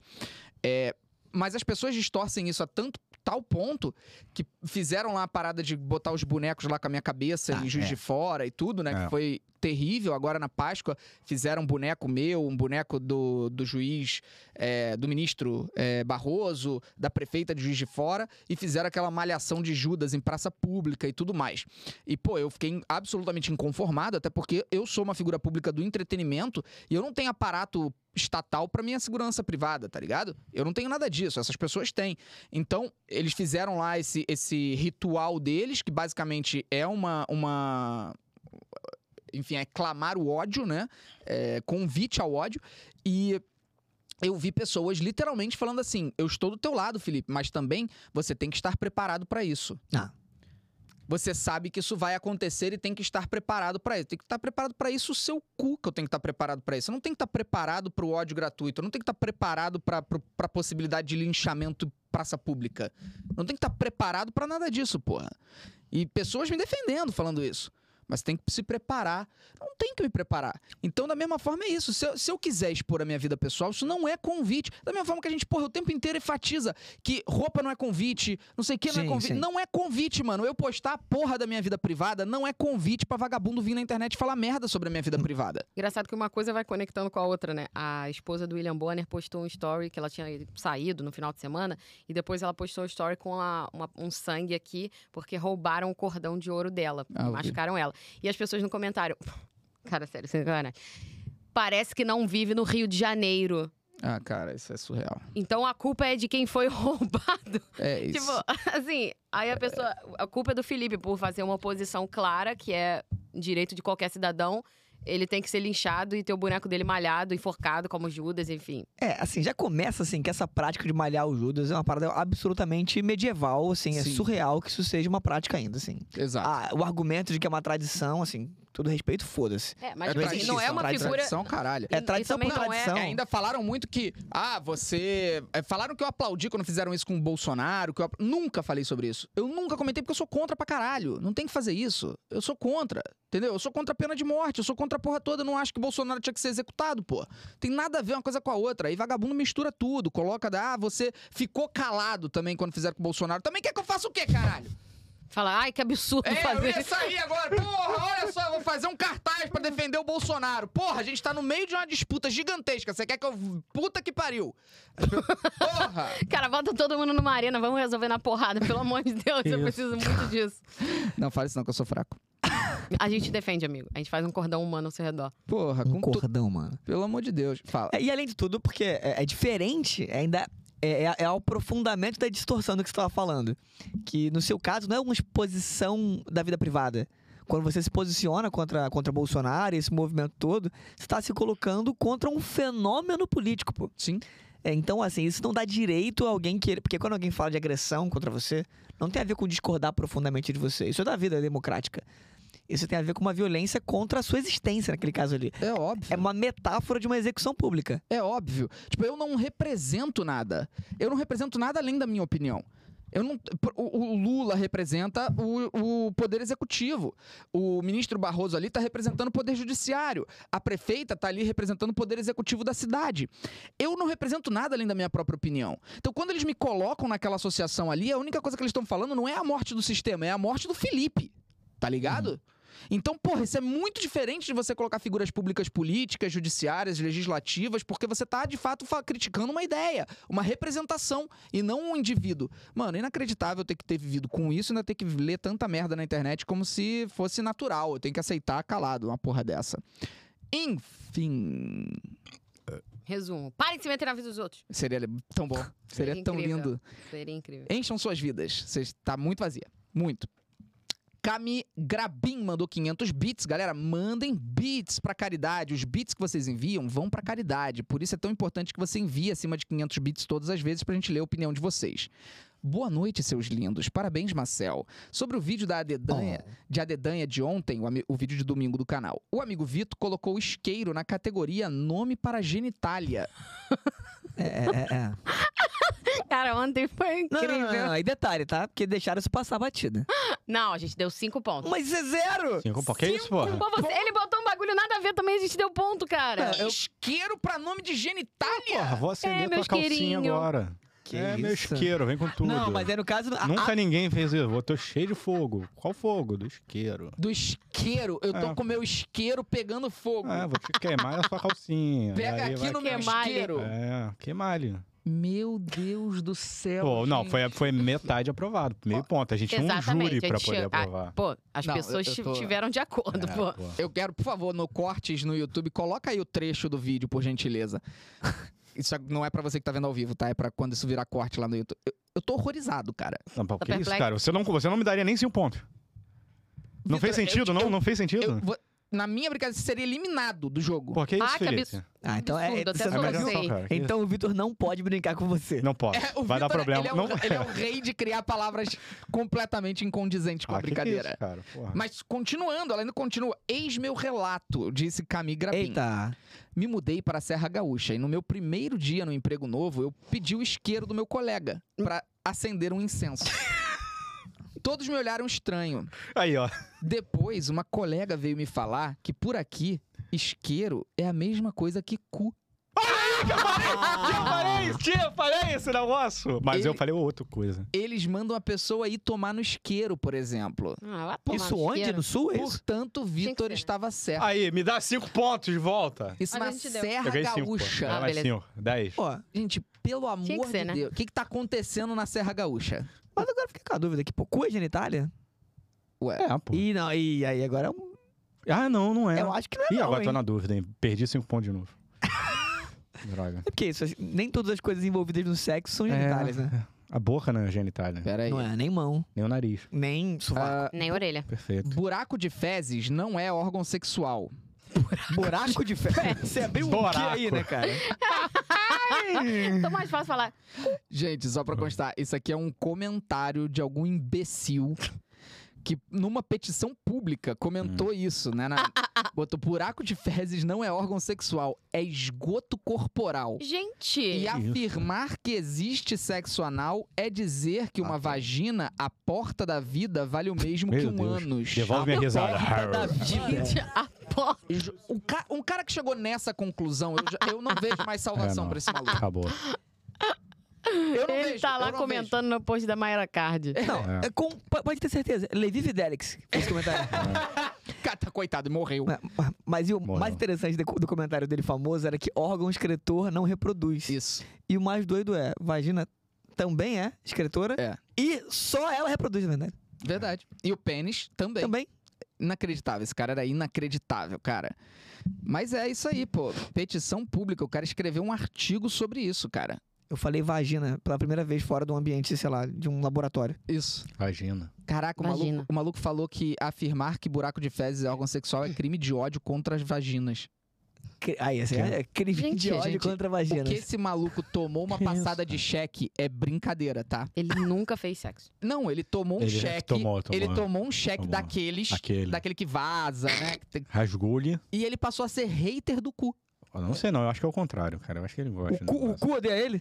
A: É, mas as pessoas distorcem isso a tanto tal ponto que fizeram lá a parada de botar os bonecos lá com a minha cabeça
B: Ah,
A: em Juiz
D: é.
A: de Fora e tudo, né?
D: É.
A: Que foi terrível. Agora na Páscoa fizeram um boneco meu, um boneco do, do juiz, é, do ministro é, Barroso, da prefeita de Juiz de Fora e fizeram aquela malhação de Judas em praça pública e tudo mais. E, pô, eu fiquei absolutamente inconformado, até porque eu sou uma figura pública do entretenimento e eu não tenho aparato estatal pra minha segurança privada, tá ligado? Eu não tenho nada disso, essas pessoas têm. Então, eles fizeram lá esse, esse ritual deles, que basicamente é uma. uma enfim, é clamar o ódio, né? É, convite ao ódio. E eu vi pessoas literalmente falando assim: eu estou do teu lado, Felipe, mas também você tem que estar preparado pra isso.
B: Ah.
A: Você sabe que isso vai acontecer e tem que estar preparado pra isso. Tem que estar preparado pra isso o seu cu que eu tenho que estar preparado pra isso. Eu não tenho que estar preparado pro ódio gratuito. Eu não tenho que estar preparado pra para possibilidade de linchamento em praça pública. Eu não tenho que estar preparado pra nada disso, porra. E pessoas me defendendo falando isso. Mas tem que se preparar. Eu Não tem que me preparar. Então, da mesma forma, é isso. Se eu, se eu quiser expor a minha vida pessoal, isso não é convite. Da mesma forma que a gente, porra, o tempo inteiro enfatiza que roupa não é convite, não sei o que não é
B: Sim,
A: convite.
B: sim.
A: Não é convite, mano. Eu postar a porra da minha vida privada não é convite pra vagabundo vir na internet falar merda sobre a minha vida privada.
C: Engraçado que uma coisa vai conectando com a outra, né? A esposa do William Bonner postou um story que ela tinha saído no final de semana e depois ela postou um story com a- uma- um sangue aqui porque roubaram o cordão de ouro dela,
A: Ah, eu vi.
C: machucaram ela. E as pessoas no comentário, (laughs) cara, sério, sem sacanagem. né? Parece que não vive no Rio de Janeiro.
A: Ah, cara, isso é surreal.
C: Então a culpa é de quem foi (laughs) roubado.
A: É isso.
C: Tipo, (laughs) assim, aí a pessoa. A culpa é do Felipe por fazer uma oposição clara, que é direito de qualquer cidadão. Ele tem que ser linchado e ter o boneco dele malhado, enforcado, como Judas, enfim.
B: É, assim, já começa assim que essa prática de malhar o Judas é uma parada absolutamente medieval, assim, é
A: Sim.
B: surreal que isso seja uma prática ainda, assim.
A: Exato.
B: Ah, o argumento de que é uma tradição, assim, todo respeito, foda-se.
C: É, mas
A: É
C: tipo assim,
A: tradição,
C: não é uma
B: tradição.
C: figura.
A: Tradição, caralho.
C: E-
B: É
C: e
B: tradição
C: também
B: por
C: não é-
B: tradição.
A: É, ainda falaram muito que, ah, você. é, falaram que eu aplaudi quando fizeram isso com o Bolsonaro. Que eu apl- Nunca falei sobre isso. Eu nunca comentei porque eu sou contra pra caralho. Não tem que fazer isso. Eu sou contra. Entendeu? Eu sou contra a pena de morte. Eu sou contra contra a porra toda. Eu não acho que Bolsonaro tinha que ser executado, pô. Tem nada a ver uma coisa com a outra. Aí vagabundo mistura tudo. Coloca, da- ah, você ficou calado também quando fizeram com o Bolsonaro. Também quer que eu faça o quê, caralho?
C: Fala, ai, que absurdo
A: É, eu
C: fazer
A: ia
C: isso.
A: sair agora. Porra, olha só, eu vou fazer um cartaz pra defender o Bolsonaro. Porra, a gente tá no meio de uma disputa gigantesca. Você quer que eu. Puta que pariu. Porra!
C: Cara, bota todo mundo numa arena, vamos resolver na porrada, pelo amor de Deus,
D: Isso.
C: eu preciso muito disso.
A: Não, fala isso não, que eu sou fraco.
C: A gente defende, amigo. A gente faz um cordão humano ao seu redor.
A: Porra,
B: Um
A: com tu...
B: cordão, mano.
A: Pelo amor de Deus. Fala.
B: É, E além de tudo, porque é, é diferente, ainda é, é, é o aprofundamento da distorção do que você estava falando. Que no seu caso não é uma exposição da vida privada. Quando você se posiciona contra, contra Bolsonaro e esse movimento todo, você está se colocando contra um fenômeno político, pô.
A: Sim.
B: É, então, assim, isso não dá direito a alguém querer. Porque quando alguém fala de agressão contra você, não tem a ver com discordar profundamente de você. Isso é da vida democrática. Isso tem a ver com uma violência contra a sua existência, naquele caso ali.
A: É óbvio.
B: É uma metáfora de uma execução pública.
A: É óbvio. Tipo, eu não represento nada. Eu não represento nada além da minha opinião. Eu não, o, o Lula representa o, o Poder Executivo. O ministro Barroso ali está representando o Poder Judiciário. A prefeita está ali representando o Poder Executivo da cidade. Eu não represento nada além da minha própria opinião. Então, quando eles me colocam naquela associação ali, a única coisa que eles estão falando não é a morte do sistema, é a morte do Felipe. Tá ligado? Então, porra, isso é muito diferente de você colocar figuras públicas políticas, judiciárias, legislativas, porque você tá, de fato, fa- criticando uma ideia, uma representação, e não um indivíduo. Mano, inacreditável ter que ter vivido com isso e ainda ter que ler tanta merda na internet como se fosse natural. Eu tenho que aceitar calado uma porra dessa. Enfim.
C: Resumo. Parem de se meter na vida dos outros.
A: Seria tão bom. Seria tão
C: Incrível.
A: lindo.
C: Seria incrível.
A: Encham suas vidas. Você está muito vazia. Muito. Cami Grabin mandou 500 bits. Galera, mandem bits pra caridade. Os bits que vocês enviam vão pra caridade. Por isso é tão importante que você envie acima de 500 bits todas as vezes pra gente ler a opinião de vocês. Boa noite, seus lindos. Parabéns, Marcel. Sobre o vídeo da Adedanha, de Adedanha de ontem, o, ami- o vídeo de domingo do canal. O amigo Vitor colocou o isqueiro na categoria nome para genitália.
B: É, é, é, é.
C: Cara, ontem
B: (laughs)
C: foi
B: Não,
C: incrível.
B: não, não, não, não. E detalhe, tá? Porque deixaram isso passar batida.
C: Não, a gente deu cinco pontos.
B: Mas isso é zero!
D: Cinco, pô, que isso, porra?
C: Pô, você- ele botou um bagulho nada a ver também, a gente deu ponto, cara.
A: Isqueiro pra nome de genitália?
D: Porra, vou acender
C: É, meu
D: tua calcinha
C: isqueirinho.
D: agora.
B: Que
D: é, meu
B: isso?
D: isqueiro,
A: Ah,
D: vem com tudo.
B: Não, mas é no caso. a-
D: Nunca ninguém fez isso. Eu tô cheio de fogo. Qual fogo? Do isqueiro.
A: Do isqueiro. Eu tô
D: É.
A: com meu isqueiro pegando fogo.
D: Ah, vou te queimar a sua calcinha. E
A: Pega
D: aí
A: aqui
D: vai-
A: no meu
C: queimar ele.
A: isqueiro.
D: É, queimar ali.
A: Meu Deus do céu.
D: Pô, não,
A: gente.
D: foi, foi metade aprovado. Meio ponto. A gente tinha um júri
C: a
D: pra
C: gente
D: poder
C: chama- Ah,
A: (laughs)
D: aprovar.
C: pô, as
A: Não, eu-
C: pessoas
A: eu
C: ti-
A: tô-
C: tiveram de acordo,
D: É,
C: pô.
D: pô.
A: Eu quero, por favor, no cortes no YouTube, coloca aí o trecho do vídeo, por gentileza. (laughs) Isso não é pra você que tá vendo ao vivo, tá? É pra quando isso virar corte lá no YouTube. Eu, eu tô horrorizado, cara.
D: Não, pô, que
C: Tá
D: isso,
C: perplexo?
D: cara? Você não, você não me daria nem cinco pontos. Não
A: Vitor,
D: fez
A: eu-
D: sentido, não? Não fez
A: Eu
D: sentido?
A: vou- na minha brincadeira, você seria eliminado do jogo.
D: Pô, que isso,
C: Ah, que
D: Felipe?
C: absurdo.
B: Ah, então é.
C: Absurdo, até
B: você
D: É
B: não
C: sou
D: melhor
B: viu?
C: vocês.
D: não, cara. que isso.
B: Então o Vitor não pode brincar com você.
D: Não posso.
A: (laughs) É, o
D: Vai Ah, dar
A: Vitor,
D: problema.
A: Ele é, o, (laughs)
D: não... (laughs)
A: ele é o rei de criar palavras completamente incondizentes com
D: Ah,
A: a
D: que que é
A: brincadeira.
D: isso, cara? Porra.
A: Mas continuando, ela ainda continua. Eis meu relato, disse Camille Grabin.
B: Eita.
A: Me mudei para a Serra Gaúcha e no meu primeiro dia no emprego novo, eu pedi o isqueiro do meu colega para acender um
C: (laughs)
A: incenso. Todos me olharam estranho.
D: Aí, ó.
A: Depois, uma colega veio me falar que por aqui, isqueiro é a mesma coisa que cu.
B: Ah. (laughs)
D: Eu falei isso, tia, eu falei esse negócio. Mas eu
A: Ah. Ele-
D: falei outra coisa.
A: Eles mandam a pessoa ir tomar no isqueiro, por exemplo.
C: Ah, vai tomar
B: isso
C: no
B: onde?
C: isqueiro.
B: No sul? É isso?
A: Portanto, Vitor
C: ser, né?
A: estava certo.
D: Aí, me dá cinco pontos de volta.
A: Isso
C: A
A: na
C: gente deu.
A: Serra
D: Eu ganhei cinco. né? pô.
A: Gaúcha.
D: Vai
C: Ah,
D: mais
C: beleza.
D: cinco. Dez.
B: Ó,
A: Gente, pelo amor
C: Tinha que ser,
A: de
C: né?
A: Deus. O que, que tá acontecendo na Serra Gaúcha?
B: mas agora fica com a dúvida aqui, pô. Cu é genitália?
A: Ué.
D: É, pô.
B: Ih, não, e aí agora é um-
D: Ah, não, não é.
B: eu acho que não é.
D: Ih,
B: não,
D: agora tô
B: hein?
D: na dúvida, hein? Perdi cinco pontos
B: (laughs)
D: de novo. Droga.
B: É porque isso, assim, nem todas as coisas envolvidas no sexo
D: É.
B: são genitálias, né?
D: A boca não é genitália,
A: Peraí.
B: Não é nem mão,
D: nem o nariz.
B: nem
D: Ah.
B: sovaco.
C: Nem orelha.
D: Perfeito.
A: Buraco de fezes não é órgão sexual.
B: Buraco de
D: (laughs)
B: ferro. Você abriu um que aí,
D: Buraco.
B: né, cara?
C: Então mais fácil falar.
A: Gente, só
D: Ah.
A: pra constar, isso aqui é um comentário de algum imbecil que, numa petição pública,
D: Hum.
A: comentou isso, né? (laughs) na- botou buraco de fezes não é órgão sexual, é esgoto corporal. E
C: (laughs) Gente,
D: isso?
A: afirmar que existe sexo anal é dizer que uma
B: Ah, tá.
A: vagina, a porta da vida, vale o mesmo
D: Meu
A: que um
D: Deus.
A: ânus.
D: Devolve minha risada. É,
B: Porta da vida.
C: gente, a porta.
A: E ju- o ca- um cara que chegou nessa conclusão, eu, já- eu não vejo mais salvação
D: É, não.
A: pra esse maluco.
D: Acabou.
A: Eu não
C: Ele
A: vejo,
C: tá
A: eu
C: lá
A: não
C: comentando no post da Mayra Card.
B: Não,
D: É.
B: é com- po- pode ter certeza. Levi Fidelix fez esse comentário.
A: vejo. Cara, tá coitado, morreu.
B: Mas- Mas e o
D: Moral.
B: mais interessante do do comentário dele famoso era que órgão escritor não
D: É.
B: reproduz.
A: Isso.
B: E o mais doido é, vagina também é escritora.
A: É.
B: E só ela reproduz, na verdade.
A: Verdade. E o pênis também.
B: Também.
A: Inacreditável. Esse cara era inacreditável, cara. Mas é isso aí, pô. Petição pública. O cara escreveu um artigo sobre isso, cara.
B: Eu falei vagina pela primeira vez fora de um ambiente, sei lá, de um laboratório.
A: Isso.
D: Imagina.
A: Caraca, o maluco,
C: Vagina.
A: o maluco falou que afirmar que buraco de fezes é órgão sexual é crime de ódio contra as vaginas.
B: Cri- Aí, assim, é crime
C: Gente,
B: de ódio
A: gente,
B: contra
A: Porque
B: vaginas.
A: esse maluco tomou
D: (laughs)
A: uma
B: Que isso,
A: passada de cheque é brincadeira, tá? (laughs)
C: Ele nunca fez sexo.
A: Não, ele tomou um
D: Ele
A: cheque.
D: tomou, tomou.
A: Ele tomou um cheque
D: Tomou.
A: daqueles.
D: Aquele.
A: Daquele que vaza, né? Que tem-
D: Rasgou-lhe.
A: E ele passou a ser hater do cu.
D: Eu Não sei, não. Eu acho que é o contrário, cara. Eu acho que ele
B: O
D: gosta. né?
B: cu, o cu odeia ele?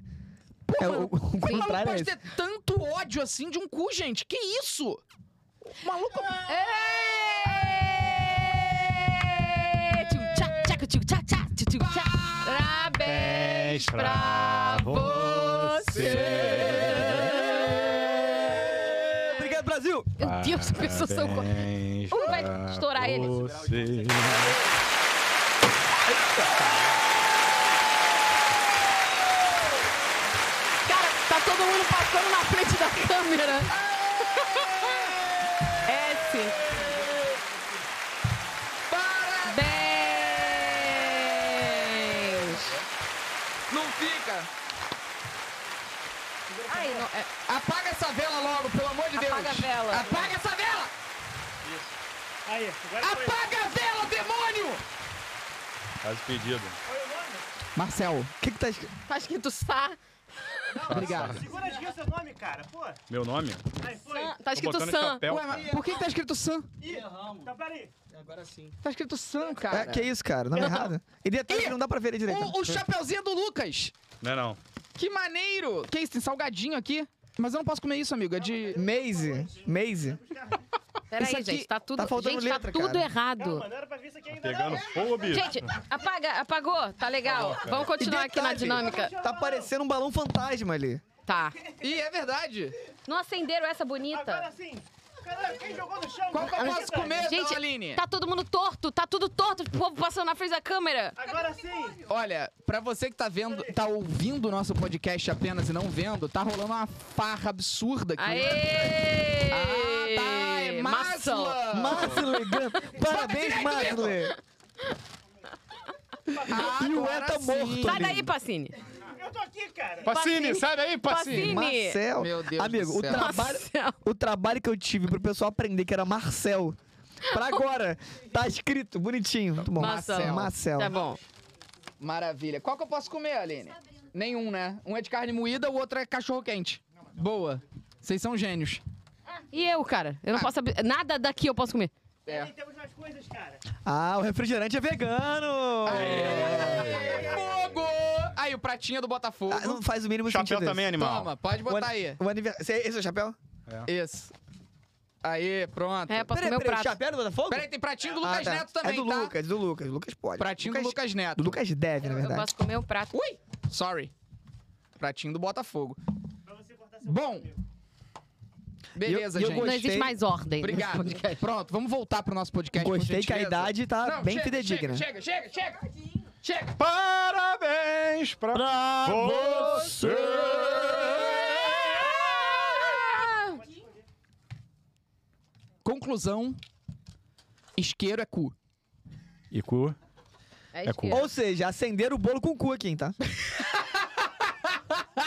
B: É, o, o
A: Como não
B: contrário é
A: pode
B: esse.
A: ter tanto ódio assim de um cu, gente? Que isso? O maluco.
C: Ê! Tchum, tchá, tchaca, tchum, tchá, tchá, tchum, tchum, tchá. Parabéns pra você!
B: Obrigado, Brasil!
C: Meu Deus, que pessoa são...
D: Parabéns
C: Uh, vai
D: pra
C: estourar ele.
D: você.
C: Cara, tá todo mundo passando na frente da câmera. É S. Parabéns!
A: Não fica!
C: Ai, não, é,
A: Apaga essa vela logo, pelo amor de Deus!
C: Apaga a vela.
A: Apaga essa vela!
F: Aí, agora foi.
A: Apaga a vela, demônio!
G: Faz o pedido.
F: Foi o nome.
A: Marcel,
B: O que que tá escrito?
C: tá escrito Sá.
A: obrigado.
F: Segura aqui o seu nome, cara. Pô.
G: Meu nome?
F: Aí foi.
C: Tá escrito
G: botando
C: Sam.
G: chapéu.
A: Ué, mas por que, que tá escrito Sam?
F: Tá, peraí.
E: Agora sim.
A: Tá escrito Sam, cara.
B: É, que isso, cara? Nome errado. Ele é triste, não dá pra ver ele direito.
A: Um, O, o chapeuzinho do Lucas!
G: Não é não.
A: Que maneiro! Que isso, tem salgadinho aqui? Mas eu não posso comer isso, amigo. É de.
B: Maze. Maze.
A: Isso
C: Peraí,
A: aqui
C: gente, tá tudo,
A: tá faltando
C: gente,
A: letra,
C: tá tudo
A: cara.
C: errado.
F: Calma, não era pra ver isso aqui ainda.
G: Pegando
F: não.
G: fogo, bicho.
C: Gente, apaga, apagou, tá legal. Vamos continuar aqui na
B: detalhe,
C: dinâmica.
B: Tá parecendo um balão fantasma ali.
C: Tá.
A: Ih, é verdade!
C: Não acenderam essa
F: Agora
C: bonita.
F: sim. Caralho, quem jogou no chão?
A: Qual que eu posso comer,
C: Gente,
A: dona Aline?
C: Tá todo mundo torto, tá tudo torto, o povo passando na frente da câmera.
F: Agora sim.
A: Olha, pra você que tá vendo, tá ouvindo o nosso podcast apenas e não vendo, tá rolando uma farra absurda aqui.
C: Aê!
A: Ah, tá, é
C: Maçã.
A: Masla!
B: Masley Gun- Parabéns, Masley. E o
A: Ah, Agora
B: Eta
A: sim.
B: morto.
C: Sai daí, Pacini.
F: Eu tô aqui, cara.
G: Pacini, sai daí, Pacini.
C: Pacini.
B: Marcel.
A: Meu Deus do
B: Amigo, o
A: céu.
B: trabalho,
C: Marcel.
B: o trabalho que eu tive pro pessoal aprender que era Marcel. Pra agora. Tá escrito, bonitinho. Muito bom.
C: Marcel.
B: Marcel.
C: Tá bom.
A: Maravilha. Qual que eu posso comer, Aline? Nenhum, né? Um é de carne moída, o outro é cachorro quente. Boa. Vocês são gênios.
C: E eu, cara? Eu não
A: Ah.
C: posso abrir. Nada daqui eu posso comer.
A: É.
F: E temos mais coisas, cara.
B: Ah, o refrigerante é vegano.
A: Fogo! Aí, o pratinho é do Botafogo.
B: Ah, não faz o mínimo
G: Chapéu
B: sentido.
G: também,
B: esse.
G: animal.
A: Toma, pode
B: O
A: botar
B: an-
A: né? aí.
B: O anivers... Esse é esse é o chapéu?
A: Isso. Aí, pronto.
C: É, posso comer o
B: o
C: prato.
B: chapéu do Botafogo?
A: Peraí, tem pratinho do
B: Ah,
A: Lucas
B: tá.
A: Neto também,
B: É do
A: tá?
B: Lucas, do Lucas. Lucas pode.
A: Pratinho do Lucas Neto.
B: Do Lucas deve, na
C: Eu
B: verdade.
C: posso comer o prato.
A: Ui! Sorry. Pratinho do Botafogo.
F: Pra você cortar seu
A: Bom.
F: cabelo.
A: Beleza,
B: E eu- e
A: gente.
B: eu
C: Não
B: gostei.
C: existe mais ordem. nesse
A: Obrigado.
C: podcast.
A: Pronto, vamos voltar pro nosso podcast. por
B: Gostei que a
A: gentileza.
B: idade tá
A: Não,
B: bem
A: chega,
B: fidedigna.
A: Chega, chega, chega, chega. Chega.
G: Parabéns pra, você.
A: Conclusão. Isqueiro é cu.
D: E cu?
C: É
D: É
C: isso.
D: com-
B: Ou seja, acenderam o bolo com o cu aqui, hein, tá?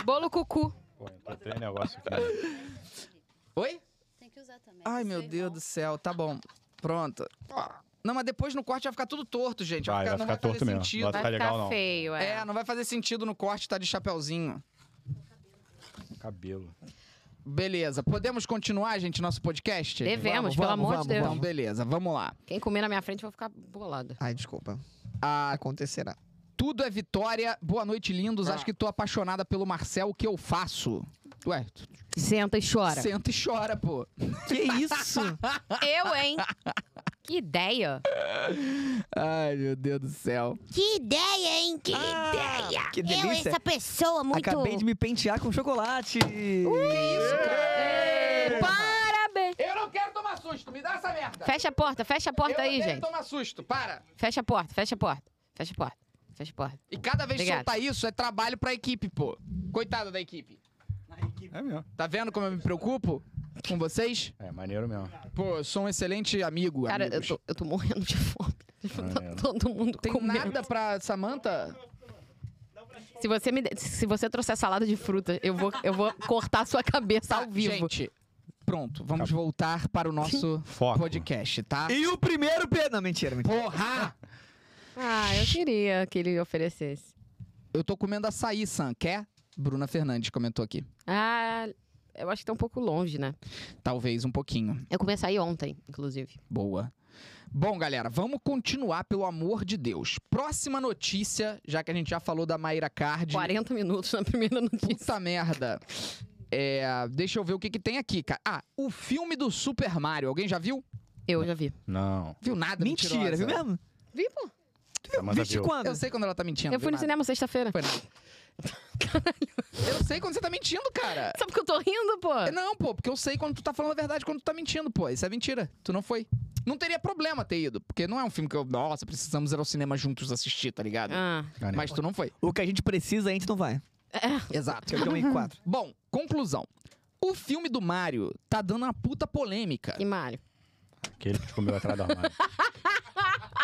C: Bolo cucu.
G: Pô, encontrei um negócio aqui.
A: Oi?
H: Tem que usar também.
A: Ai, meu Deus do céu. Tá bom. Pronto. Não, mas depois no corte vai ficar tudo torto, gente.
G: Vai, vai
A: não
G: ficar
A: vai fazer
G: torto mesmo.
A: sentido.
G: Vai
C: Vai
G: Tá legal,
C: ficar
G: não.
C: feio, é.
A: É, não vai fazer sentido no corte tá de chapeuzinho.
G: Cabelo.
A: Beleza. Podemos continuar, gente, nosso podcast?
C: Devemos,
B: Vamos,
C: pelo
B: vamos,
C: amor
B: vamos,
C: de Deus.
A: Então, beleza. Vamos lá.
C: Quem comer na minha frente, eu vou ficar bolada.
B: Ai, desculpa.
A: A
B: Acontecerá.
A: Ah, Tudo é vitória. Boa noite,
C: Tá.
A: lindos. Acho que tô apaixonada pelo Marcel. O que eu faço? Ué, tu
C: Senta e chora.
A: senta e chora, pô.
B: Que isso?
C: Eu, hein? Que ideia!
A: Ai, meu Deus do céu.
H: Que ideia, hein? (laughs) Que ideia!
B: Ah, que
H: Eu,
B: delícia.
H: essa pessoa muito. Uh!
B: Acabei de me pentear com chocolate.
C: Parabéns!
A: Eu não quero tomar susto, me dá essa merda.
C: Fecha a porta, fecha a porta aí, gente.
A: tomar susto, para.
C: Fecha a porta, fecha a porta. Fecha a porta. Fecha a porta.
A: E cada vez que
C: Obrigada.
A: soltar isso é trabalho pra equipe, pô. Coitada da equipe.
D: É mesmo.
A: Tá vendo como eu me preocupo com vocês?
D: É maneiro mesmo.
A: Pô, eu sou um excelente amigo,
C: Cara, eu
A: amigos. Ah, é.
C: tô, eu tô morrendo de fome. (laughs) Tá
D: Maneiro.
C: todo mundo
A: Tem
C: comendo.
A: nada pra Samantha?
C: Se você, me, de- se você trouxer salada de fruta, eu vou, eu vou (laughs) cortar sua cabeça ao Tá vivo.
A: Tá, Gente, pronto, vamos voltar para o
D: (laughs)
A: nosso
D: Foco.
A: podcast, tá?
B: E o primeiro pe... Não, mentira, mentira.
A: Porra!
C: Ah, eu queria que ele oferecesse.
A: Eu tô comendo açaí, Sam. Quer? Bruna Fernandes comentou aqui.
C: Ah, eu acho que tá um pouco longe, né?
A: Talvez um pouquinho.
C: Eu comecei aí ontem, inclusive.
A: Boa. Bom, galera, vamos continuar, pelo amor de Deus. Próxima notícia, já que a gente já falou da Mayra Card.
C: 40 minutos na primeira notícia.
A: Puta merda. É, deixa eu ver o que, que tem aqui, cara. Ah, o filme do Super Mario. Alguém já viu?
C: Eu já vi.
D: Não.
A: Viu nada,
B: Mentira,
A: mentirosa.
B: viu mesmo?
C: Vi, pô.
G: Samantha
B: Viste
G: viu.
B: quando?
A: Eu sei quando ela tá mentindo.
C: Eu fui no
A: viu nada.
C: cinema sexta-feira.
A: Foi nada. Eu sei quando você tá mentindo, cara.
C: Sabe que eu tô rindo, pô?
A: Não, pô, porque eu sei quando tu tá falando a verdade, quando tu tá mentindo, pô. Isso é mentira. Tu não foi. Não teria problema ter ido, porque não é um filme que eu. Nossa, precisamos ir ao cinema juntos assistir, tá ligado?
C: Ah,
D: Maneiro.
A: Mas tu não foi.
B: O que a gente precisa, a
H: (laughs)
B: gente não vai.
A: Exato.
B: Que eu tenho em quatro.
A: Bom, conclusão. O filme do Mario tá dando uma puta polêmica.
C: que Mário.
G: Aquele que te comeu atrás do armário. (laughs)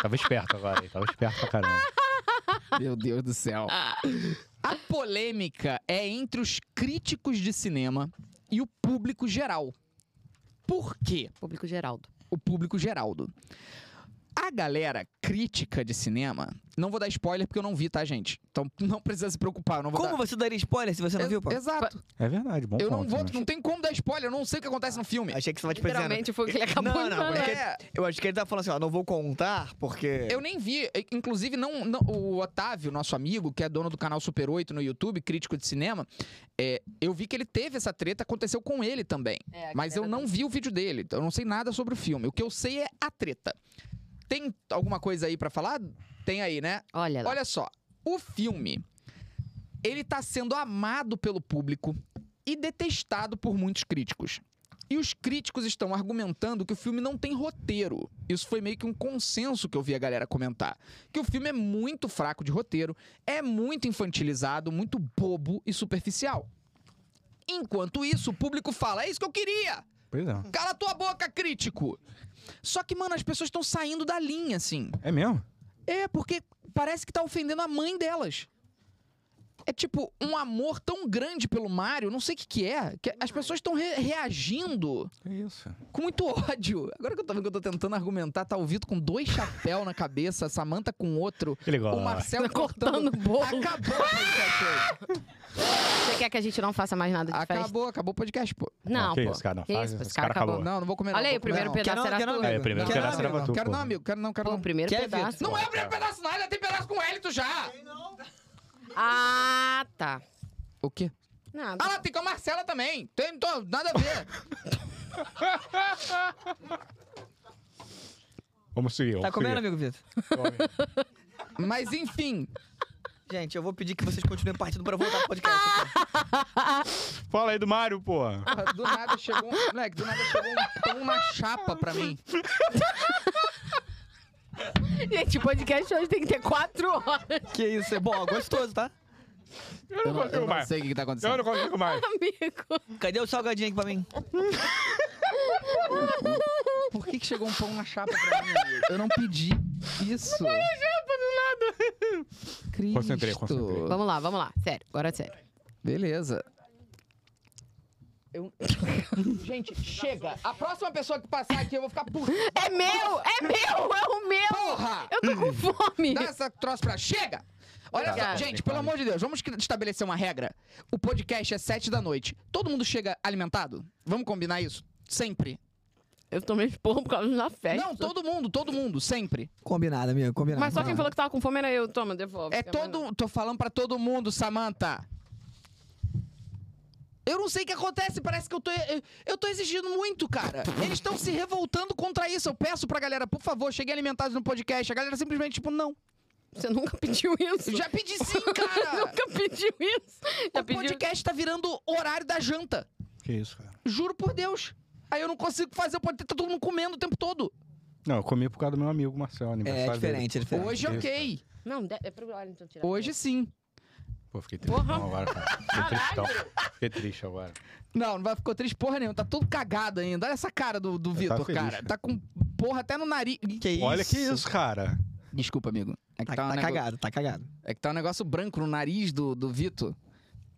G: tava esperto agora aí. Tava esperto pra caramba.
A: (laughs) Meu Deus do céu. A polêmica é entre os críticos de cinema e o público geral. Por quê?
C: Público Geraldo.
A: o público geraldo. A galera crítica de cinema, não vou dar spoiler porque eu não vi, tá, gente? Então (laughs) não precisa se preocupar, eu não vou dar.
B: Como você daria spoiler se você não viu,
A: Ex-
B: pô?
A: Exato.
D: É verdade, bom
A: Eu não
D: ponto.
A: vou,
D: né?
A: não tem como dar spoiler, eu não sei o que acontece no filme.
B: Achei que você tava tipo dizendo...
C: Literalmente foi o que ele acabou
B: Não,
C: de
B: não,
C: falar.
B: porque-
A: né? É,
B: Eu acho que ele tava falando assim, ó, não vou contar,
H: (laughs)
B: porque...
A: eu nem vi. E, Inclusive, não, não- o Otávio, nosso amigo, que é dono do canal Super 8 no YouTube, crítico de cinema, é, eu vi que ele teve essa treta, aconteceu com ele também.
C: É, a
A: Mas eu
C: galera
A: não vi o vídeo dele, então eu não sei nada sobre o filme. O que eu sei é a treta. Tem alguma coisa aí pra falar? Tem aí, né?
C: tá- Olha lá.
A: Olha só, o filme ele tá sendo amado pelo público e detestado por muitos críticos. E os críticos estão argumentando que o filme não tem roteiro. Isso foi meio que um consenso que eu vi a galera comentar. Que o filme é muito fraco de roteiro, é muito infantilizado, muito bobo e superficial. Enquanto isso, o público fala: é isso que eu queria!
D: Pois é.
A: Cala tua boca, crítico! Só que, mano, as pessoas estão saindo da linha, assim.
D: É mesmo?
A: É, porque parece que tá ofendendo a mãe delas. É tipo, um amor tão grande pelo Mario, não sei o que que é, que as pessoas estão reagindo
D: É isso.
A: com muito ódio. Agora que eu tô vendo que eu tô tentando argumentar, tá o Vitor com dois chapéu na cabeça, a Samanta com outro,
G: Ele
A: o
G: gosta.
A: Marcelo
C: (laughs) Cortando
A: cortando...
C: o bolo.
A: Acabou o
B: Tá
A: podcast. hoje.
C: Você quer que a gente não faça mais nada de festa?
A: Acabou, acabou o podcast, pô.
C: Não,
G: que
C: pô.
G: isso, cara, não
C: Que
G: faz
C: isso,
G: isso,
C: esse
G: esse
C: cara
G: cara
C: acabou.
G: acabou.
A: Não, não vou comer não,
C: Olha aí,
A: vou
C: o
A: comer
C: primeiro
A: não.
B: Quer
C: pedaço
B: não,
C: era
B: quer não,
C: tudo.
G: É,
B: amigo.
G: primeiro
B: Quer não,
G: pedaço
B: amigo?
G: era tu.
A: Quero
G: pô.
A: não, amigo, quero não, quero
C: Pô, o
A: não.
C: primeiro
B: Quer,
C: pedaço.
A: Não é o primeiro pedaço, não, já tem pedaço com hélito já.
C: Ah, tá.
A: O quê?
C: Nada.
A: Ah, lá, tem com a Marcela também. Tem, tô, nada a ver.
G: Vamos seguir.
B: Tá
G: vamos
B: comendo,
G: seguir.
B: amigo Vitor?
A: Mas enfim,
B: Gente, eu vou pedir que vocês continuem partindo pra voltar pro podcast.
G: Fala aí do Mário, pô.
A: do nada chegou um. Moleque, do nada chegou um pão na chapa pra mim.
C: Gente, o podcast hoje tem que ter quatro horas,
B: que isso, é bom, gostoso, tá?
G: Eu não consigo mais.
A: sei o que, que tá
G: Eu não
A: acontecendo.
G: consigo mais.
C: amigo.
B: Cadê o salgadinho aqui pra mim?
A: Por que, que chegou um pão na chapa pra mim? amigo? Eu não pedi isso. Pão na chapa do nada. Cristo.
D: Concentrei, concentrei.
C: Vamos lá, vamos lá. Sério, agora é sério.
A: Beleza. Eu- Gente, chega. A próxima pessoa que passar aqui, eu vou ficar puto.
C: É meu! É meu! É o meu!
A: Porra!
C: Eu tô com fome!
A: Dá essa troça pra. Chega! Olha
C: Obrigada.
A: só, gente, pelo amor de Deus, vamos que- estabelecer uma regra. O podcast é sete da noite. Todo mundo chega alimentado? Vamos combinar isso? Sempre. É
C: Eu tomei esporro por causa da festa.
A: Não, todo mundo, todo mundo, sempre.
B: Combinado, amigo, combinado.
C: Mas só quem
B: combinado.
C: falou que tava com fome era eu. Toma, devolve.
A: É
C: Quer mais
A: todo. Tô falando pra todo mundo, Samantha. Eu não sei o que acontece, parece que eu tô. eu- Eu tô exigindo muito, cara. Eles estão se revoltando contra isso. Eu peço pra galera, por favor, cheguem alimentados no podcast. A galera simplesmente, tipo, não.
C: Você nunca pediu isso?
A: Eu já pedi (laughs) sim, cara!
C: nunca pediu isso? Já
A: o
C: pediu?
A: podcast tá virando horário da janta.
D: Que isso, cara.
A: Juro por Deus. Aí eu não consigo fazer, pode ter tá todo mundo comendo o tempo todo.
D: Não, eu comi por causa do meu amigo Marcelo.
B: É
D: aniversário dele.
B: diferente, é diferente.
A: Hoje,
D: isso,
A: ok.
C: Não, de- é pro Olha, então tirar.
A: Hoje sim.
G: Pô, fiquei tristão
C: Porra.
G: agora, cara. Fiquei tristão. Fiquei triste agora.
A: Não, não vai ficar triste porra nenhuma. Tá todo cagado ainda. Olha essa cara do, do
D: Ele tá
A: Vitor,
D: feliz,
A: cara.
D: né?
A: Tá com porra até no nariz.
B: Que
G: Olha que isso, cara.
A: Desculpa, amigo. É que
B: Tá,
A: tá, um
B: tá
A: nego-
B: cagado, tá cagado.
A: É que tá um negócio branco no nariz do, do Vitor.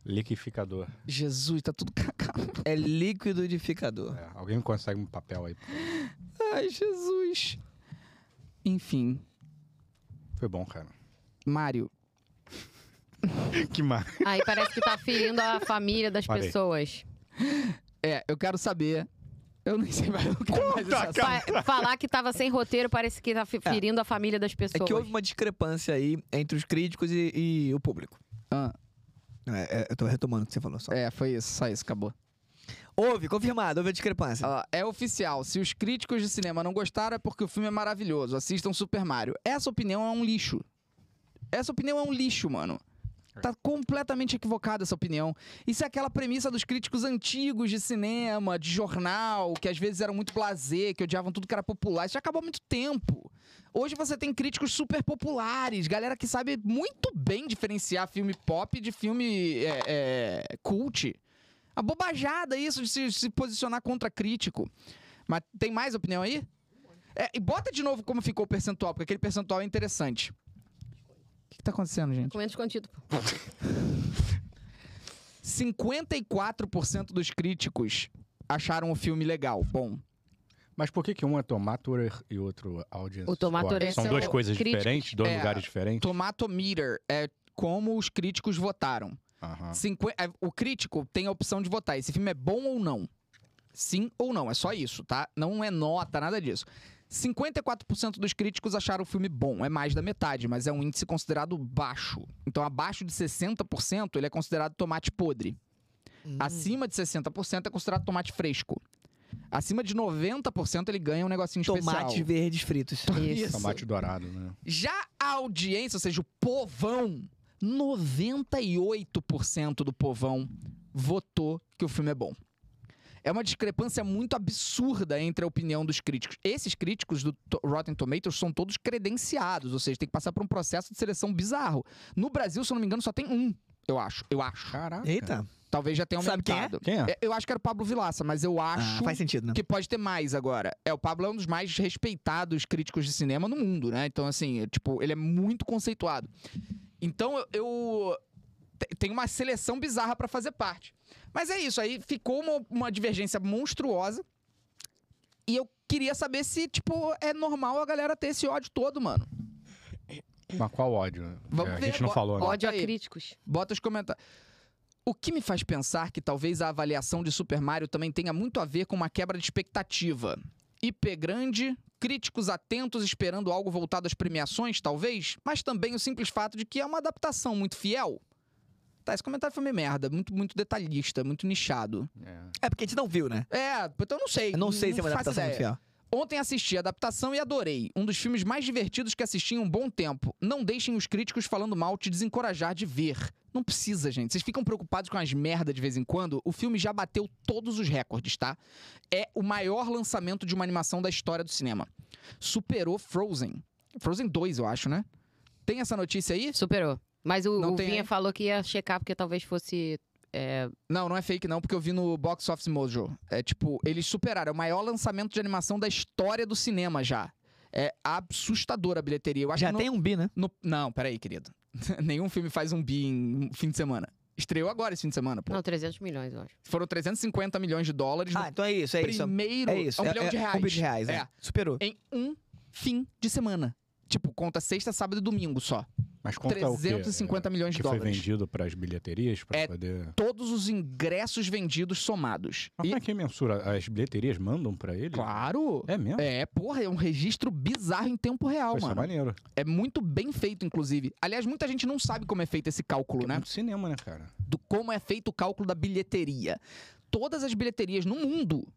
G: Liquidificador.
A: Jesus, tá tudo (laughs) cagado.
B: É liquidificador.
G: É, alguém consegue um papel aí. por favor?
A: Ai, Jesus. Enfim,
G: Foi bom, cara.
A: Mário.
G: (laughs) que mar...
C: Aí parece que tá ferindo a família das
G: Parei.
C: pessoas.
A: É, eu quero saber. Eu não sei mais o que mais esse assunto.
C: Fa- falar que tava sem roteiro parece que tá fe- ferindo a família das
B: É
C: pessoas.
B: que houve uma discrepância aí entre os críticos e, e o público.
A: Ah,
B: É, é, eu tô retomando o que você falou só.
A: é, foi isso, só isso, acabou.
B: Houve, confirmado, houve a discrepância.
A: Ó, é oficial. Se os críticos de cinema não gostaram, é porque o filme é maravilhoso. Assistam Super Mario. Essa opinião é um lixo. Essa opinião é um lixo, mano. Tá completamente equivocada essa opinião. Isso é aquela premissa dos críticos antigos de cinema, de jornal, que às vezes eram muito blazer, que odiavam tudo que era popular. Isso já acabou há muito tempo. Hoje você tem críticos super populares, galera que sabe muito bem diferenciar filme pop de filme é, é, cult. A bobajada isso de se, se posicionar contra crítico. Mas tem mais opinião aí? É, e bota de novo como ficou o percentual, porque aquele percentual é interessante. O que, que tá acontecendo, gente?
C: Comendo escondido. pô.
A: 54% dos críticos acharam o filme legal. Bom,
G: Mas por que, que um é Tomatorer e outro Audience?
C: O Tomatorer
G: Score? São
A: é
G: duas
A: o
G: coisas
C: crítico.
G: diferentes, dois
A: É.
G: lugares diferentes.
A: Tomatometer é como os críticos votaram.
G: Aham.
A: Cinquen- é, O crítico tem a opção de votar. Esse filme é bom ou não? Sim ou não. É só isso, tá? Não é nota, nada disso. 54% dos críticos acharam o filme bom. É mais da metade, mas é um índice considerado baixo. Então, abaixo de 60%, ele é considerado tomate podre. Acima de 60% é considerado tomate fresco. Acima de 90% ele ganha um negocinho especial. Tá.
B: Tomates verdes fritos.
C: Isso.
G: Tomate dourado, né?
A: Já a audiência, ou seja, o povão, 98% do povão votou que o filme é bom. É uma discrepância muito absurda entre a opinião dos críticos. Esses críticos do To- Rotten Tomatoes são todos credenciados, ou seja, tem que passar por um processo de seleção bizarro. No Brasil, se eu não me engano, só tem um, eu acho. Eu acho.
G: Caraca.
B: Eita.
A: Talvez já tenha
B: Sabe quem é?
A: aumentado.
G: Quem é?
A: É, Eu acho que era o Pablo Vilaça, mas eu acho
B: Ah, faz sentido, né?
A: que pode ter mais agora. É, o Pablo é um dos mais respeitados críticos de cinema no mundo, né? Então, assim, é, tipo, ele é muito conceituado. Então, eu. eu te- tem uma seleção bizarra pra fazer parte. Mas é isso, aí ficou uma, uma divergência monstruosa. E eu queria saber se, tipo, é normal a galera ter esse ódio todo, mano.
G: Mas qual ódio?
A: É. Vamos
G: É, a
A: ver
G: gente não
A: agora.
G: falou, né?
C: Ódio a
A: Aí.
C: críticos.
A: Bota os comentários. O que me faz pensar que talvez a avaliação de Super Mario também tenha muito a ver com uma quebra de expectativa. IP grande, críticos atentos esperando algo voltado às premiações, talvez, mas também o simples fato de que é uma adaptação muito fiel. Tá, esse comentário foi meio merda, muito, muito detalhista, muito nichado.
G: É.
B: É porque a gente não viu, né?
A: É, então eu não sei.
B: Eu não sei se é uma
A: faço
B: adaptação
A: ideia.
B: muito fiel.
A: Ontem assisti a adaptação e adorei. Um dos filmes mais divertidos que assisti em um bom tempo. Não deixem os críticos falando mal te desencorajar de ver. Não precisa, gente. Vocês ficam preocupados com as merdas de vez em quando? O filme já bateu todos os recordes, tá? É o maior lançamento de uma animação da história do cinema. Superou Frozen. Frozen 2, eu acho, né? Tem essa notícia aí?
C: Superou. Mas o,
A: Não
C: o
A: tem
C: Vinha
A: aí?
C: falou que ia checar porque talvez fosse. é,
A: Não, não é fake não, porque eu vi no Box Office Mojo. É tipo, eles superaram. É o maior lançamento de animação da história do cinema já. É assustadora a bilheteria. Eu acho
B: Já
A: que no-
B: tem um bi, né?
A: No- Não, peraí, querido. (laughs) Nenhum filme faz um bi em um fim de semana. Estreou agora esse fim de semana, pô.
C: não, 300 milhões, eu acho.
A: Foram 350 milhões de dólares no
B: Ah, então é isso, é isso.
A: primeiro.
B: É isso.
A: É um
B: é,
A: bilhão
B: é,
A: de reais.
B: Um bilhão de reais, é.
A: É.
B: Superou.
A: Em um fim de semana. Tipo, conta sexta, sábado e domingo só.
G: Mas conta o
A: 350 milhões
G: quê?
A: de
G: Que foi
A: dólares.
G: vendido pras bilheterias pra
A: É,
G: poder...
A: Todos os ingressos vendidos somados.
G: Mas
A: E-
G: como é que mensura? As bilheterias mandam pra ele?
A: claro!
G: É mesmo?
A: É, porra, é um registro bizarro em tempo real,
G: Pô, isso é
A: mano.
G: maneiro.
A: É muito bem feito, inclusive. Aliás, muita gente não sabe como é feito esse cálculo,
G: Porque é
A: né?
G: muito cinema, né, cara?
A: Do como é feito o cálculo da bilheteria. Todas as bilheterias no mundo,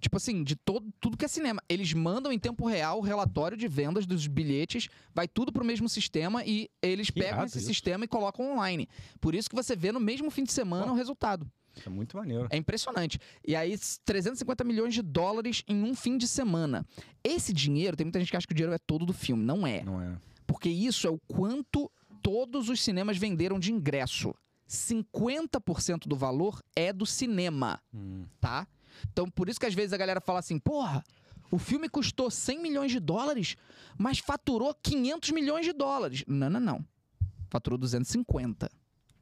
A: tipo assim, de todo, tudo que é cinema, eles mandam em tempo real o relatório de vendas dos bilhetes, vai tudo pro mesmo sistema e eles
G: Que
A: pegam
G: irado
A: esse
G: isso.
A: sistema e colocam online. Por isso que você vê no mesmo fim de semana
G: Pô.
A: o resultado.
G: Isso é muito maneiro.
A: É impressionante. E aí, s- 350 milhões de dólares em um fim de semana. Esse dinheiro, tem muita gente que acha que o dinheiro é todo do filme. Não é.
G: Não é?
A: Porque isso é o quanto todos os cinemas venderam de ingresso. 50% do valor é do cinema,
G: Hum.
A: tá? Então, por isso que às vezes a galera fala assim: porra, o filme custou 100 milhões de dólares, mas faturou 500 milhões de dólares. Não, não, não. Faturou 250.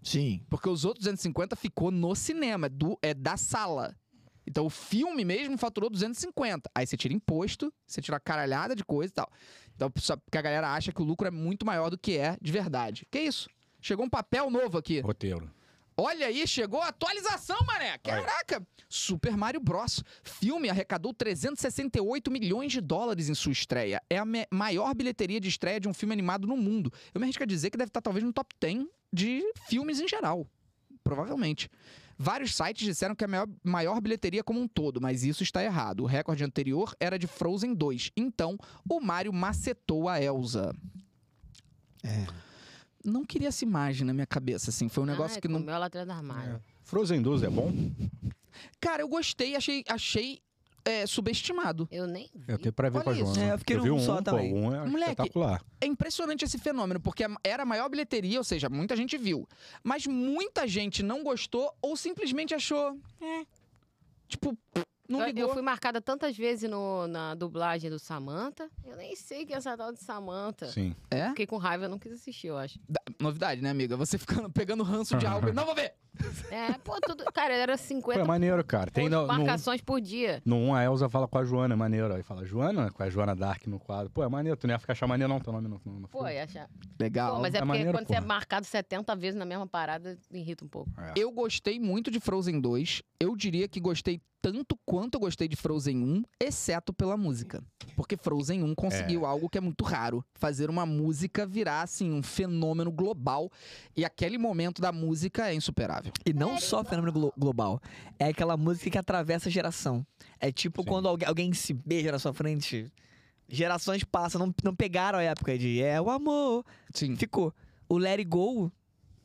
B: Sim.
A: Porque os outros 250 ficou no cinema, é, do, é da sala. Então o filme mesmo faturou 250. Aí você tira imposto, você tira uma caralhada de coisa e tal. Então, só porque a galera acha que o lucro é muito maior do que é de verdade. Que isso? Chegou um papel novo aqui.
G: Roteiro.
A: Olha aí, chegou a atualização, mané. Caraca! Super Mario Bros. Filme arrecadou 368 milhões de dólares em sua estreia. É a me- maior bilheteria de estreia de um filme animado no mundo. Eu me arrisco a dizer que deve estar talvez no top 10 de filmes em geral. Provavelmente. Vários sites disseram que é a maior, maior bilheteria como um todo, mas isso está errado. O recorde anterior era de Frozen 2. Então, o Mario macetou a Elsa.
B: É.
A: Não queria essa imagem na minha cabeça, assim. Foi um negócio
C: Ai,
A: que não
C: Ah, comeu ela atrás do armário.
G: Frozen 12 é bom?
A: Cara, eu gostei, achei, achei é, subestimado.
C: Eu nem vi.
G: Eu tenho pra ver
A: Olha
G: com a
A: isso.
G: Joana.
B: É, eu fiquei
G: vi
B: num
G: um
B: só
G: pô,
B: também.
G: Um é
A: Moleque.
G: espetacular.
A: É impressionante esse fenômeno, porque era a maior bilheteria, ou seja, muita gente viu. Mas muita gente não gostou ou simplesmente achou. "É". Tipo, não
C: Eu-
A: ligou.
C: Eu fui marcada tantas vezes no- na dublagem do Samantha. Eu nem sei quem é essa tal de
B: tá.
C: Samantha.
G: Sim.
A: É?
C: Fiquei com raiva, eu não quis assistir, eu acho.
A: Novidade, né, amiga? Você (laughs) ficando pegando ranço de algo. Não vou ver!
C: É, pô, tudo. Cara,
G: Pô,
C: era 50
G: é maneiro, cara. Tem no, no,
C: marcações por dia.
G: no um, a Elsa fala com a Joana, é maneiro. Aí fala, Joana, com a Joana Dark no quadro. Pô, é maneiro. Tu não ia ficar achando maneiro não, teu nome não. não, não
C: Pô,
B: é.
C: ia achar.
A: Legal. tá
C: Pô, mas é
G: é
C: porque
G: maneiro,
C: quando você é
G: porra.
C: marcado 70 vezes na mesma parada, irrita um pouco.
G: É.
A: Eu gostei muito de Frozen 2. Eu diria que gostei tanto quanto eu gostei de Frozen 1, exceto pela música. Porque Frozen 1 conseguiu algo que é muito raro. Fazer uma música virar, assim, um fenômeno global. E aquele momento da música é insuperável.
B: E não só fenômeno glo- global. É aquela música que atravessa a geração. É tipo
G: Sim.
B: quando algu- alguém se beija na sua frente. Gerações passam, não, não pegaram a época de é o amor.
A: Sim.
B: Ficou. O Let It Go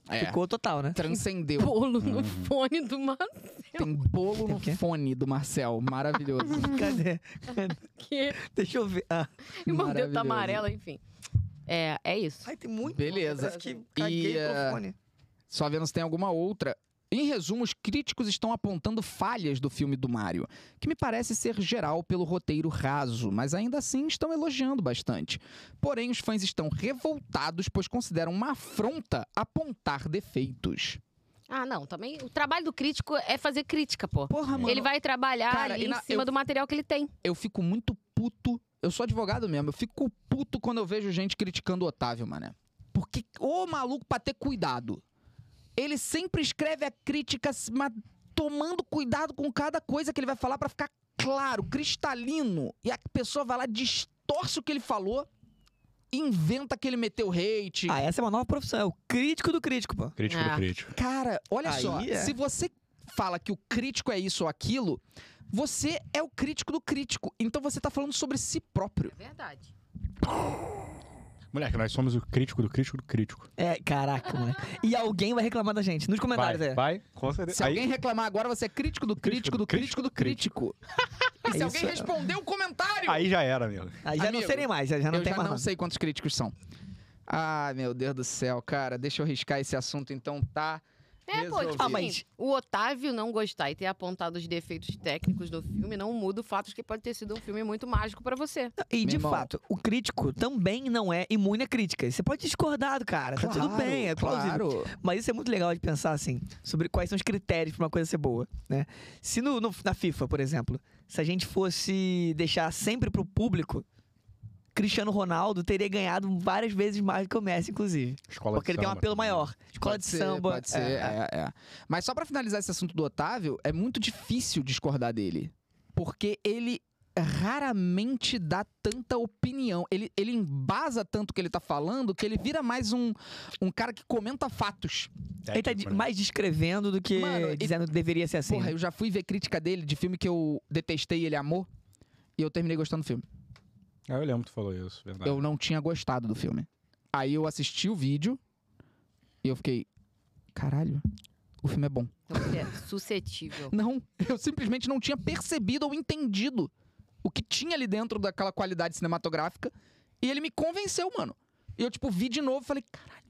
A: Hum. É.
B: ficou total,
A: (laughs)
B: né?
A: Transcendeu.
C: Bolo
A: Hum.
C: no
G: Uhum.
C: fone do Marquê.
A: Tem bolo
B: Tem
A: no
B: o quê?
A: fone do Marcel. Maravilhoso.
B: Cadê? Deixa eu ver. Ah,
C: E o meu dedo
A: Maravilhoso.
C: tá amarelo, enfim. É, é isso.
B: ai, tem muito.
A: Beleza.
B: Parece que caguei
A: E,
B: pro
A: eh,
B: fone.
A: Só vendo se tem alguma outra. Em resumo, os críticos estão apontando falhas do filme do Mario, que me parece ser geral pelo roteiro raso, mas ainda assim estão elogiando bastante. Porém, os fãs estão revoltados, pois consideram uma afronta apontar defeitos.
C: Ah, não, também. O trabalho do crítico é fazer crítica, pô.
A: Porra, mano,
C: ele vai trabalhar
A: Cara,
C: ali
A: e na-
C: em cima
A: eu-
C: do material que ele tem.
A: eu fico muito puto. Eu sou advogado mesmo, eu fico puto quando eu vejo gente criticando o Otávio, mané. Porque, ô maluco, pra ter cuidado. Ele sempre escreve a crítica, mas tomando cuidado com cada coisa que ele vai falar pra ficar claro, cristalino. E a pessoa vai lá, distorce o que ele falou, e inventa que ele meteu hate.
B: Ah, essa é uma nova profissão. É o crítico do crítico, pô.
G: Crítico
C: Ah.
G: do crítico.
A: Cara, olha
B: Aí
A: só,
B: é.
A: se você fala que o crítico é isso ou aquilo, você é o crítico do crítico. Então você tá falando sobre si próprio.
C: É verdade.
G: Moleque, nós somos o crítico do crítico do crítico.
B: É, caraca, moleque. E alguém vai reclamar da gente. Nos
G: Vai,
B: comentários aí.
G: vai. Com certeza.
A: Se
G: Aí-
A: alguém reclamar agora, você é crítico do crítico do crítico do crítico.
B: (laughs)
A: E se
B: Isso
A: alguém
B: é-
A: responder o comentário,
G: Aí já era, amigo.
B: Aí Ah, já
A: Amigo,
B: não sei nem mais, já, já não
A: eu
B: tem
A: já
B: mais
A: não
B: nada.
A: sei quantos críticos são. Ai, meu Deus do céu, cara, deixa eu riscar esse assunto então, tá?
C: É, pô, tipo
A: Resolvido.
B: Ah, mas-
C: assim, o Otávio não gostar e ter apontado os defeitos técnicos do filme não muda o fato de que pode ter sido um filme muito mágico pra você.
B: E de
A: Meu irmão.
B: fato, o crítico também não é imune a críticas. Você pode discordar do cara, tá tudo bem, é plausível.
A: claro.
B: Mas isso é muito legal de pensar assim, sobre quais são os critérios pra uma coisa ser boa, né? Se no, no- na FIFA, por exemplo, se a gente fosse deixar sempre pro público Cristiano Ronaldo teria ganhado várias vezes mais do que o Messi, inclusive.
G: Escola de
B: Porque ele tem um
G: samba
B: apelo
G: também.
B: maior. Escola de
A: ser,
B: samba.
A: Pode ser,
B: é, é.
A: é, é. Mas só pra finalizar esse assunto do Otávio, é muito difícil discordar dele. Porque ele raramente dá tanta opinião. Ele, ele embasa tanto o que ele tá falando que ele vira mais um, um cara que comenta fatos.
B: Ele tá de-
G: Técnico, né?
B: mais descrevendo do que
A: Mano, e-
B: dizendo que deveria ser assim.
A: Porra, eu já fui ver crítica dele de filme que eu detestei e ele amou. E eu terminei gostando do filme.
D: Ah, eu lembro que tu falou isso, verdade.
A: Eu não tinha gostado do filme. Aí eu assisti o vídeo e eu fiquei. Caralho, o filme é bom.
C: Então você é suscetível.
A: Não, (laughs) eu simplesmente não tinha percebido ou entendido o que tinha ali dentro daquela qualidade cinematográfica. E ele me convenceu, mano. E eu, tipo, vi de novo e falei, caralho.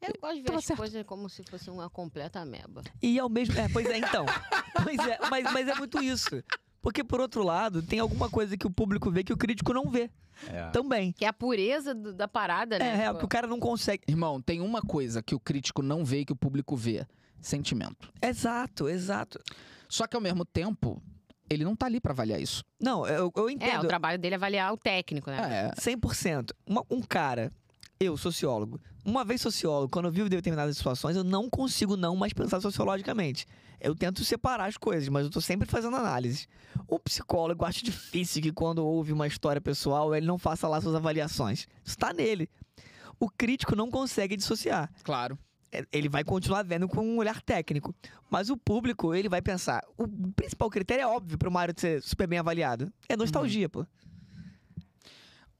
C: Eu gosto de ver
A: Tava
C: as
A: certo.
C: coisas como se fosse uma completa meba.
B: E ao mesmo. É, pois é, então. (laughs) pois é, mas, mas é muito isso. Porque, por outro lado, tem alguma coisa que o público vê que o crítico não vê
G: É.
B: também.
C: Que é a pureza do- da parada,
B: É,
C: né?
B: é,
C: Pô.
B: que o cara não consegue.
A: Irmão, tem uma coisa que o crítico não vê e que o público vê: sentimento.
B: Exato, exato.
A: Só que ao mesmo tempo, ele não tá ali pra avaliar isso.
B: Não, eu, eu
C: É, o
B: entendo.
C: trabalho dele é avaliar o técnico, né?
A: É.
B: 100%. Uma- um cara, eu, sociólogo, uma vez sociólogo, quando eu vivo determinadas situações, eu não consigo não mais pensar sociologicamente. Eu tento separar as coisas, mas eu tô sempre fazendo análise. O psicólogo acha difícil que quando ouve uma história pessoal, ele não faça lá suas avaliações. Isso tá nele. O crítico não consegue dissociar.
A: Claro.
B: É, Ele vai continuar vendo com um olhar técnico. Mas o público, ele vai pensar. O principal critério é óbvio pro Mario ser super bem avaliado. É nostalgia, pô.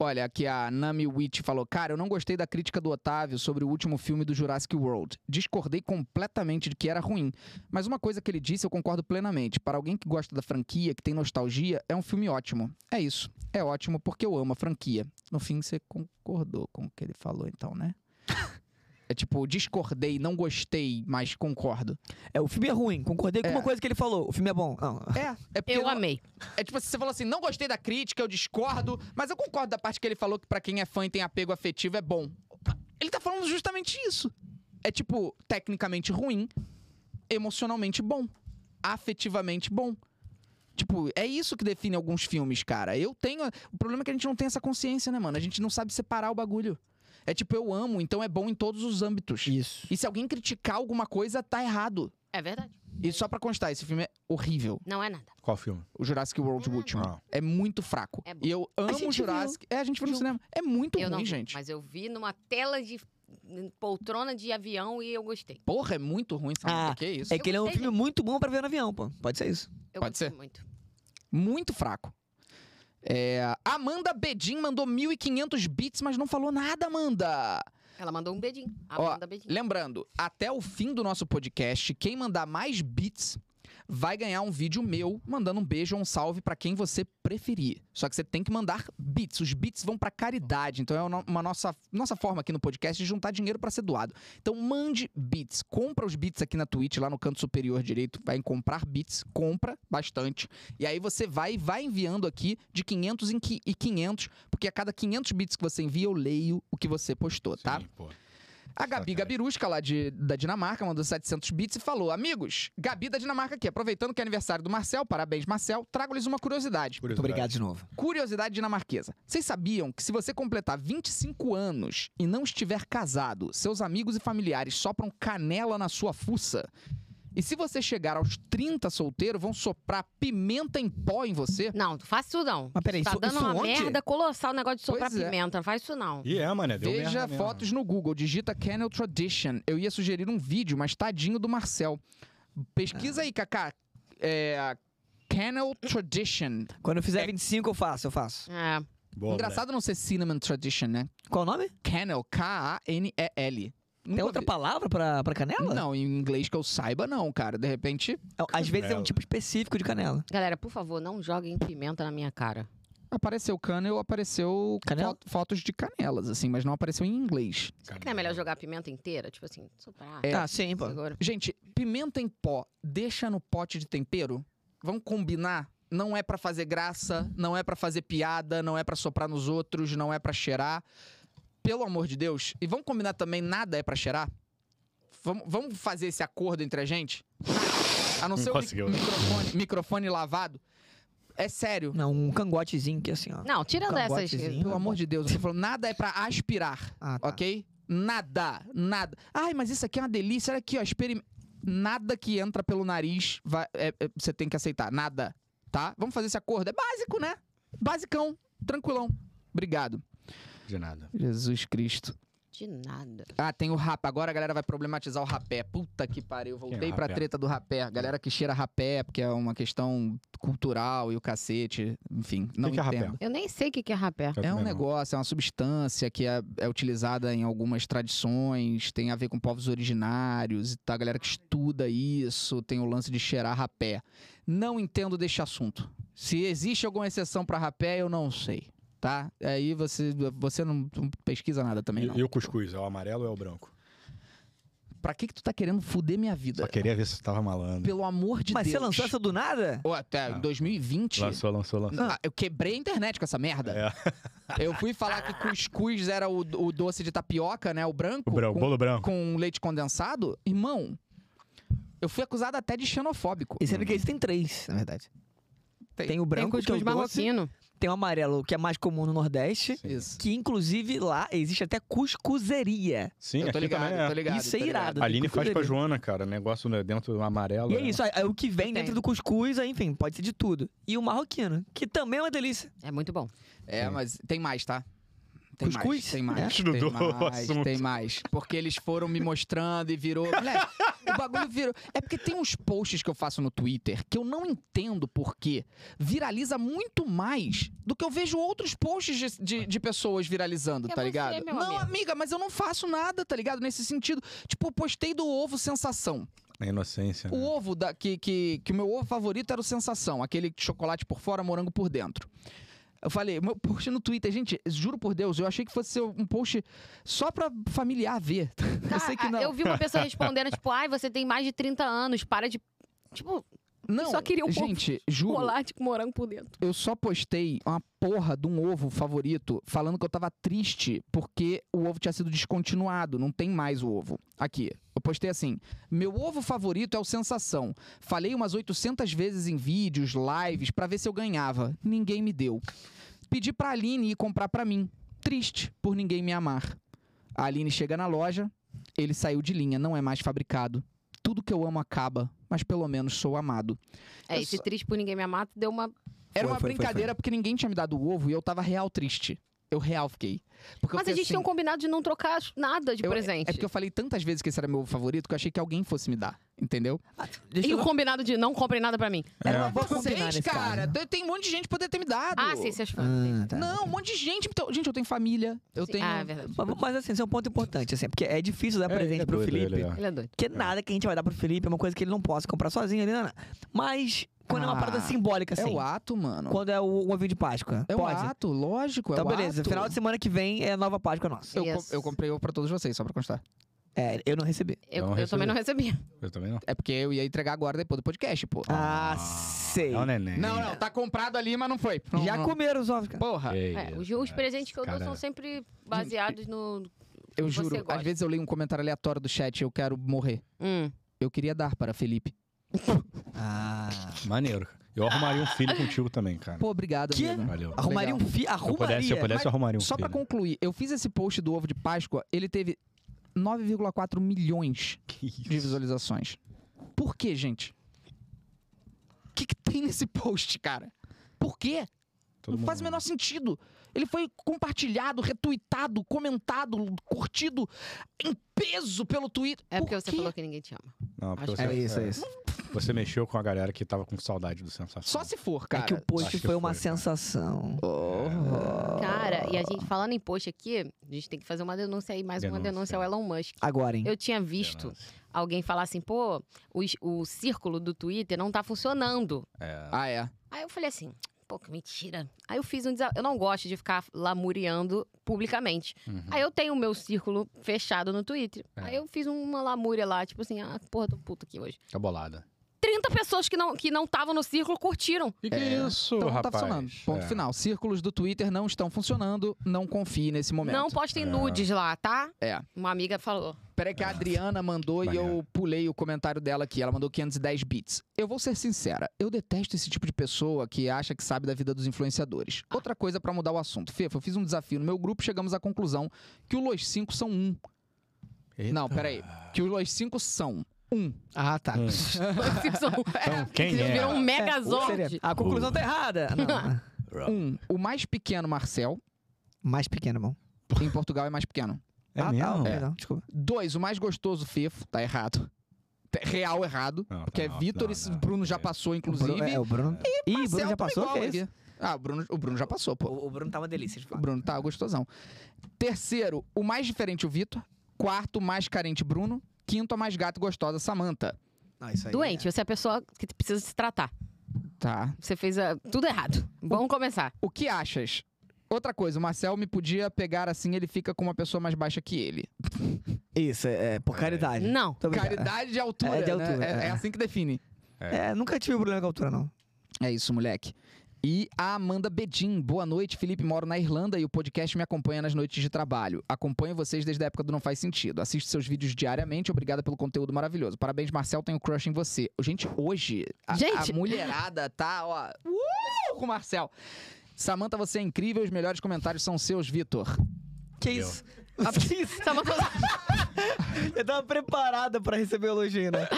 A: Olha, aqui a Nami Witt falou: Cara, eu não gostei da crítica do Otávio sobre o último filme do Jurassic World. Discordei completamente de que era ruim. Mas uma coisa que ele disse eu concordo plenamente. Para alguém que gosta da franquia, que tem nostalgia, é um filme ótimo. É isso. É ótimo porque eu amo a franquia. No fim, você concordou com o que ele falou, então, né? É tipo, discordei, não gostei, mas concordo.
B: É, o filme é ruim, concordei com
A: É.
B: uma coisa que ele falou. O filme é bom. Não,
A: É, é porque.
C: Eu
A: não-
C: amei.
A: É tipo, você falou assim, não gostei da crítica, eu discordo, mas eu concordo da parte que ele falou que pra quem é fã e tem apego afetivo é bom. Ele tá falando justamente isso. É tipo, tecnicamente ruim, emocionalmente bom, afetivamente bom. Tipo, é isso que define alguns filmes, cara. Eu tenho. O problema é que a gente não tem essa consciência, né, mano? A gente não sabe separar o bagulho. É tipo, eu amo, então é bom em todos os âmbitos.
B: Isso.
A: E se alguém criticar alguma coisa, tá errado.
C: É verdade.
A: E só pra constar, esse filme é horrível.
C: Não é nada.
D: Qual filme?
A: O Jurassic World, o último.
D: Ah.
A: É muito fraco.
C: É bom.
A: e eu amo
B: gente
A: o Jurassic. É, a gente viu no
C: Junto.
A: cinema. É muito
C: eu
A: ruim,
C: não vi,
A: gente.
C: Mas eu vi numa tela de poltrona de avião e eu gostei.
A: Porra, é muito ruim, sabe?
B: Ah,
A: que isso?
B: É que ele é um
C: gostei,
B: filme muito bom pra ver no avião, pô. Pode ser isso.
C: Eu
A: Pode
C: gostei
A: ser.
C: muito.
A: Muito fraco. É, Amanda Bedin mandou 1.500 bits, mas não falou nada, Amanda.
C: Ela mandou um beijinho. A
A: Ó,
C: Amanda beijinho.
A: Lembrando, até o fim do nosso podcast, quem mandar mais bits vai ganhar um vídeo meu mandando um beijo ou um salve pra quem você preferir. Só que você tem que mandar bits. Os bits vão pra caridade, então é uma uma nossa, nossa forma aqui no podcast de juntar dinheiro pra ser doado. Então mande bits, compra os bits aqui na Twitch, lá no canto superior direito, vai em comprar bits, compra bastante. E aí você vai e vai enviando aqui de 500 em qui- e 500, porque a cada 500 bits que você envia eu leio o que você postou, tá?
G: Sim, pô.
A: A Gabi
G: Sacanagem.
A: Gabirusca, lá de, da Dinamarca, mandou 700 bits e falou: Amigos, Gabi da Dinamarca aqui, aproveitando que é aniversário do Marcel, parabéns, Marcel, trago-lhes uma curiosidade.
B: Muito obrigado de novo.
A: Curiosidade dinamarquesa. Vocês sabiam que se você completar 25 anos e não estiver casado, seus amigos e familiares sopram canela na sua fuça? E se você chegar aos 30 solteiro, vão soprar pimenta em pó em você?
C: Não, não faz isso não.
B: Mas peraí,
C: tá
B: isso-
C: dando
B: isso
C: uma
B: onde?
C: merda colossal o negócio de soprar
A: Pois é.
C: pimenta. Não faz isso não.
G: E é, mané. Deu
A: Veja
G: merda mesmo.
A: fotos no Google, digita Kennel Tradition. Eu ia sugerir um vídeo, mas tadinho do Marcel. Pesquisa aí, Kaká. É, Kennel Tradition.
B: Quando eu fizer 25, eu faço, eu faço.
C: É.
G: Boa,
A: Engraçado não ser Cinnamon Tradition, né?
B: Qual o nome?
A: Kennel, K-A-N-E-L.
B: Tem
A: Nunca
B: outra
A: vi.
B: palavra pra, pra canela?
A: Não, em inglês que eu saiba, não, cara. De repente.
B: Às vezes é um
G: Canela.
B: tipo específico de canela.
C: Galera, por favor, não joguem pimenta na minha cara.
A: Apareceu Kennel, apareceu
B: Canela?
A: fo- fotos de canelas, assim, mas não apareceu em inglês.
C: Será que não é melhor jogar a pimenta inteira? Tipo assim, soprar.
B: Ah, sim, pô.
C: Segura.
A: Gente, pimenta em pó, deixa no pote de tempero? Vamos combinar? Não é pra fazer graça, não é pra fazer piada, não é pra soprar nos outros, não é pra cheirar. Pelo amor de Deus. E vamos combinar também, nada é pra cheirar? Vamos, vamos fazer esse acordo entre a gente? A
G: Não
A: não ser o mi-
G: conseguiu. né?
A: microfone, microfone lavado. É sério.
B: Não, um cangotezinho que assim, ó.
C: Não, tirando essas.
B: Cagotezinho.
A: Pelo amor de Deus, eu tô falando, nada é pra aspirar,
B: Ah, tá.
A: ok? Nada, nada. Ai, mas isso aqui é uma delícia. Olha aqui, ó, experim... Nada que entra pelo nariz vai- é- é- você tem que aceitar. Nada, tá? Vamos fazer esse acordo. É básico, né? Basicão, tranquilão. Obrigado.
G: De nada.
A: Jesus Cristo.
C: De nada.
A: Ah, tem o rapé. Agora a galera vai problematizar o rapé. Puta que pariu. Voltei
G: o
A: pra
G: rapé?
A: treta do rapé. Galera que cheira rapé, porque é uma questão cultural e o cacete. Enfim, não
D: que é rapé?
A: entendo.
C: Eu nem sei o que que é rapé.
D: Eu
A: É um
D: também não.
A: negócio, é uma substância que é, é utilizada em algumas tradições, tem a ver com povos originários e tal, a galera que estuda isso, tem o lance de cheirar rapé. Não entendo deste assunto. Se existe alguma exceção pra rapé, eu não sei, tá? Aí você, você não, não pesquisa nada também, não.
D: E, e o cuscuz, é o amarelo ou é o branco?
A: Pra que que tu tá querendo fuder minha vida?
D: Só queria ver se você tava malandro.
A: Pelo amor de
B: Mas
A: Deus.
B: você lançou essa do nada?
A: Ou até em 2020...
G: Ah. Lançou, lançou, lançou.
A: Ah, eu quebrei a internet com essa merda.
G: É,
A: Eu fui falar que cuscuz era o, o doce de tapioca, né? O branco.
G: O branco,
A: com,
G: bolo branco.
A: com leite condensado. Irmão, eu fui acusado até de xenofóbico.
B: E sendo que esse tem três, na verdade.
A: Tem-
B: Tem, o branco,
C: Tem
B: que é o
C: cuscuz
B: doce,
C: marroquino.
B: tem o amarelo, que é mais comum no Nordeste,
A: Isso.
B: que inclusive lá existe até cuscuzeria.
D: Sim,
A: eu tô
D: aqui
A: ligado,
D: também é.
A: tô ligado.
B: Isso é
A: tô ligado.
B: irado.
G: A Aline faz pra
B: Cuscuzeria.
G: Joana, cara. Negócio né, dentro do amarelo.
B: E é
G: né?
B: isso, é o que vem
C: Tem.
B: dentro do cuscuz, aí, enfim, pode ser de tudo. E o marroquino, que também é uma delícia.
C: É muito bom.
A: É, mas tem mais, tá? Tem mais,
B: Cuscuz?
A: tem
C: É?
A: mais,
G: Antes do
A: tem
G: do
A: mais,
G: assunto.
A: tem mais. Porque eles foram me mostrando e virou...
C: (laughs)
A: Moleque, o bagulho virou... É porque tem uns posts que eu faço no Twitter que eu não entendo por quê. Viraliza muito mais do que eu vejo outros posts de, de- de pessoas viralizando,
C: É
A: tá
C: você,
A: ligado?
C: meu
A: não,
C: amigo.
A: amiga, mas eu não faço nada, tá ligado? Nesse sentido. Tipo, eu postei do ovo sensação.
G: É
D: A inocência.
A: O ovo da, que, que, que o meu ovo favorito era o Sensação, aquele chocolate por fora, morango por dentro. Eu falei, meu post no Twitter, gente, juro por Deus, eu achei que fosse ser um post só pra familiar ver. (laughs) eu sei que
C: Cara, ah,
A: não.
C: eu vi uma pessoa respondendo, tipo, ai, você tem mais de 30 anos, para de. Tipo,
A: não,
C: só queria um
A: gente, juro,
C: chocolate com morango por dentro.
A: eu só postei uma porra de um ovo favorito falando que eu tava triste porque o ovo tinha sido descontinuado, não tem mais o ovo. Aqui, eu postei assim: meu ovo favorito é o Sensação. Falei umas 800 vezes em vídeos, lives, pra ver se eu ganhava. Ninguém me deu. Pedi pra Aline ir comprar pra mim. Triste por ninguém me amar. A Aline chega na loja, ele saiu de linha, não é mais fabricado. Tudo que eu amo acaba, mas pelo menos sou amado.
C: É,
A: Eu
C: esse
A: só-
C: triste por ninguém me amar deu uma.
A: Era
B: Foi,
A: uma
B: foi, foi,
A: brincadeira porque ninguém tinha me dado o ovo e eu tava real triste. Eu real fiquei. Porque eu
C: Mas a
A: fiquei
C: gente
A: assim,
C: tem um combinado de não trocar nada de
A: eu-
C: presente.
A: É porque eu falei tantas vezes que esse era meu ovo favorito que eu achei que alguém fosse me dar, entendeu?
B: Deixa
C: E
B: eu-
C: o combinado de não comprem nada pra mim.
B: Era uma boa combinar nesse
A: cara,
B: caso.
A: tem- tem um monte de gente que poderia ter me dado.
C: Ah, sim, vocês falam.
B: Ah, tá.
A: Não, um monte de gente. Então, gente, eu tenho família. Eu
C: Sim.
A: tenho.
C: Ah, é verdade.
B: Mas, mas, assim, esse é um ponto importante, assim, porque é difícil dar
G: É,
B: presente
G: ele é
B: pro
G: doido,
B: Felipe.
G: ele é.
C: Ele é doido.
B: Porque nada que a gente vai dar pro Felipe é uma coisa que ele não possa comprar sozinho. Ele, não, não. Mas quando é uma
A: Ah,
B: parada simbólica,
A: É
B: assim.
A: o ato, mano.
B: Quando é o, o ovinho de Páscoa.
A: É o
B: pode.
A: ato, lógico.
B: então,
A: é o
B: beleza.
A: ato.
B: Final de semana que vem é nova Páscoa nossa.
A: eu,
C: Yes.
A: com- eu comprei ovo pra todos vocês, só pra constar.
B: É, eu não recebi.
C: Eu,
G: Não
C: eu também não recebi.
G: Eu também não.
A: É porque eu ia entregar agora depois do podcast, pô.
B: Ah, sei.
D: um
G: É o neném.
A: Não, não, tá comprado ali, mas não foi.
B: Já
A: Não, não.
B: comeram os ovos, cara.
A: Porra.
G: Que
C: É, os,
G: isso,
C: os
G: cara.
C: presentes que eu dou
G: Cara,
C: são sempre baseados no.
A: Eu
C: Você
A: juro, às
C: gosta.
A: vezes eu leio um comentário aleatório do chat e eu quero morrer.
C: Hum.
A: Eu queria dar para Felipe.
B: Ah.
G: Maneiro, cara. Eu arrumaria um filho contigo também, cara.
A: Pô, obrigado,
B: Que?
A: amigo.
G: Valeu.
B: Arrumaria um
A: Legal.
B: fi.
G: Se eu pudesse, se
B: Arrumaria.
G: eu pudesse, eu arrumaria um
A: Só pra
G: filho.
A: concluir, eu fiz esse post do ovo de Páscoa, ele teve 9,4 milhões
G: Que isso.
A: de visualizações. Por quê, gente? O que, que tem nesse post, cara? Por quê?
G: Todo
A: não faz o
G: mundo-
A: menor sentido. Ele foi compartilhado, retuitado, comentado, curtido em peso pelo Twitter.
C: É porque
A: Por
C: você
A: quê?
C: falou que ninguém te ama.
G: Não, porque
C: Acho
G: você,
B: É isso, é isso.
G: Você mexeu com a galera que tava com saudade do sensação.
A: Só se for,
B: É
A: cara.
B: que o post
G: acho que
B: foi uma
G: foi, cara.
B: sensação.
C: Cara, e a gente falando em post aqui, a gente tem que fazer uma denúncia aí, mais uma
G: Denúncia.
C: denúncia ao Elon Musk.
B: Agora, hein?
C: Eu tinha visto alguém falar assim, pô, o, es- o círculo do Twitter não tá funcionando.
G: É.
A: Ah, é.
C: Aí eu falei assim, pô, que mentira. Aí eu fiz um desafio. Eu não gosto de ficar lamuriando publicamente.
G: Uhum.
C: Aí eu tenho o meu círculo fechado no Twitter.
G: É.
C: Aí eu fiz uma lamúria lá, tipo assim, ah, porra, tô puto aqui hoje.
G: Tá bolada.
C: 30 pessoas que não que não estavam no círculo curtiram.
G: Que que é, isso,
A: Então não
G: rapaz?
A: tá funcionando. Ponto
G: É.
A: final. Círculos do Twitter não estão funcionando. Não confie nesse momento.
C: Não postem
G: É.
C: nudes lá, tá?
A: É.
C: Uma amiga falou.
A: Peraí que a Adriana mandou e
D: Maneiro.
A: eu pulei o comentário dela aqui. Ela mandou 510 bits. Eu vou ser sincera, eu detesto esse tipo de pessoa que acha que sabe da vida dos influenciadores. Outra coisa pra mudar o assunto. Fefa, eu fiz um desafio no meu grupo e chegamos à conclusão que o Los 5 são um. Não, peraí. Que os Los 5 são um.
B: Ah, tá.
D: Hum.
C: Então,
G: quem é?
B: (laughs)
C: Virou um
B: Seria-
C: megazord.
B: A conclusão tá errada. Não.
A: Um, o mais pequeno Marcel.
B: mais pequeno, bom.
A: Em Portugal é mais pequeno.
D: É
B: ah,
D: mesmo?
B: Tá, não, desculpa.
A: Dois, o mais gostoso Fefo. Tá errado. Tá Real errado.
G: Não, tá
A: Porque é
G: não,
A: Vitor
G: não,
A: e esse
G: não.
A: Bruno já passou, inclusive.
B: o Bruno, é, o Bruno... Ih, o Bruno
A: Marcel
B: já
A: tá
B: passou?
A: igual
B: Que é
A: aqui.
B: isso?
A: Ah, o Bruno, o Bruno já passou, pô.
B: O, o Bruno tava delícia, de
A: O
B: fato.
A: Bruno tá gostosão. Terceiro, o mais diferente, o Vitor. Quarto, o mais carente, Bruno. Quinto, a mais gata e gostosa, Samanta.
B: Não, isso aí
C: Doente, você é a pessoa que precisa se tratar.
A: Tá.
C: Você fez ah, tudo errado. Vamos começar.
A: O que achas? Outra coisa, o Marcel me podia pegar assim, ele fica com uma pessoa mais baixa que ele.
B: É... Isso, é, é, por caridade.
C: Não.
B: Tô brincando.
A: Caridade de altura.
B: É, de
A: né?
B: altura,
A: É- é
B: é.
A: assim que define.
B: É, nunca tive problema com a altura, não.
A: É isso, moleque. E a Amanda Bedin. Boa noite, Felipe. Moro na Irlanda e o podcast me acompanha nas noites de trabalho. Acompanho vocês desde a época do Não Faz Sentido. Assisto seus vídeos diariamente. Obrigada pelo conteúdo maravilhoso. Parabéns, Marcel. Tenho crush em você. Gente, hoje a,
C: Gente!
A: a mulherada tá, ó, uh, com o Marcel. Samanta, você é incrível. Os melhores comentários são seus, Vitor.
B: Que
G: Meu.
B: isso? Que (laughs) isso?
C: Só uma coisa.
B: Eu tava preparada pra receber elogio, né?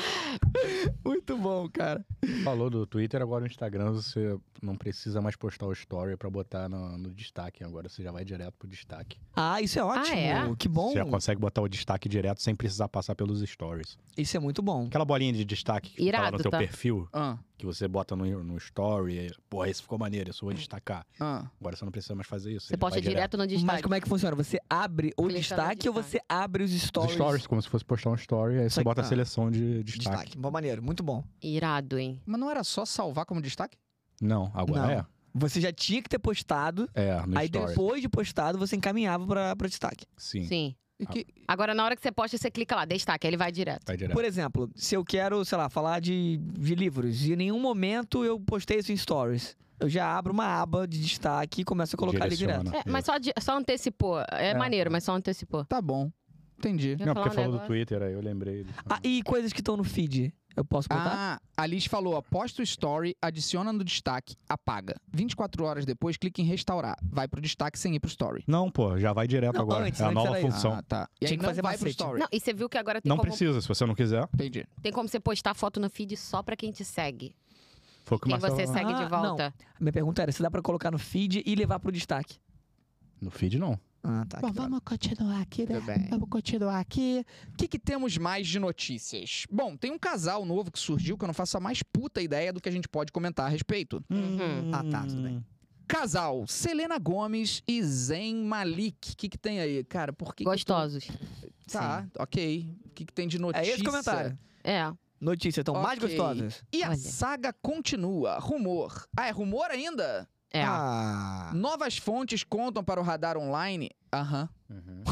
A: Muito bom, cara.
G: Falou do Twitter, agora o Instagram você não precisa mais postar o story pra botar no, no destaque. Agora você já vai direto pro destaque.
B: Ah, isso é ótimo.
C: é?
B: Que bom.
G: Você já consegue botar o destaque direto sem precisar passar pelos stories.
B: Isso é muito bom.
G: Aquela bolinha de destaque que tá lá
C: Irado,
G: no teu
C: tá?
G: perfil,
A: Ah,
G: que você bota no, no story. Pô, esse ficou maneiro, isso eu vou destacar.
A: ah.
G: Agora você não precisa mais fazer isso.
C: Você
G: já
C: posta
G: vai
C: direto no destaque.
B: Mas como é que funciona? Você abre o
C: Clica no
B: destaque ou
C: destaque.
B: você abre os
G: Os
B: stories?
G: stories, como se fosse postar um story, aí
B: Só
G: você
B: que-
G: bota
B: ah.
G: a seleção de destaque.
B: Destaque. Bom, maneiro. Muito bom.
C: Irado, hein?
A: Mas não era só salvar como destaque?
G: Não, agora
B: Você já tinha que ter postado.
G: é. É, no
B: aí
G: story.
B: depois de postado, você encaminhava pra, pra destaque.
G: Sim,
C: Sim.
A: E que-
C: Agora, na hora que você posta, você clica lá, destaque, aí ele vai direto.
G: vai direto.
B: Por exemplo, se eu quero, sei lá, falar de, de livros e em nenhum momento eu postei isso em stories. Eu já abro uma aba de destaque e começo a colocar ali direto.
G: Direciona.
C: É, mas só, adi- só antecipou. É,
G: Tá. É.
C: maneiro, mas só antecipou.
A: Tá bom. Entendi.
C: Eu ia
G: Não,
C: falar
G: porque
C: um
G: falou do
C: negócio.
G: Twitter aí, eu lembrei. do-
B: Ah, e coisas que estão no feed. Eu posso botar?
A: Ah, a Liz falou: aposta o story, adiciona no destaque, apaga. 24 horas depois, clica em restaurar. Vai pro destaque sem ir pro story.
G: Não, pô, já vai direto
B: Não,
G: agora.
B: antes,
G: é a
B: antes
G: nova
B: era isso.
G: função.
A: Ah, tá. E aí
B: um- Tinha que
A: não
B: fazer
A: vai pro
B: macete.
A: story.
C: Não, e você viu que agora tem,
G: Não
C: como,
G: precisa, se você não quiser.
A: Entendi.
C: tem como você postar foto no feed só pra quem te segue.
G: Foi o que o
C: Quem
G: Marcelo
C: você segue
B: Ah,
C: de volta.
B: Minha pergunta era se dá pra colocar no feed e levar pro destaque.
G: No feed, não.
B: Ah, tá. que droga.
A: continuar aqui, né? Vamos continuar aqui. O que, que temos mais de notícias? Bom, tem um casal novo que surgiu que eu não faço a mais puta ideia do que a gente pode comentar a respeito.
C: Uhum.
B: Ah, tá, tudo bem.
A: Casal, Selena Gomes e Zen Malik. O que, que tem aí, cara? Por que que
C: Gostosos.
A: tu- Tá, ok. O que, que tem de
B: É
A: notícia?
B: esse o comentário.
C: É.
B: Notícia, então, mais
A: Ok.
B: gostosas.
A: E a
C: Olha.
A: saga continua. Rumor. Ah, é rumor ainda?
C: É.
B: Ah.
A: Novas fontes contam para o radar online. Aham.
B: Uhum.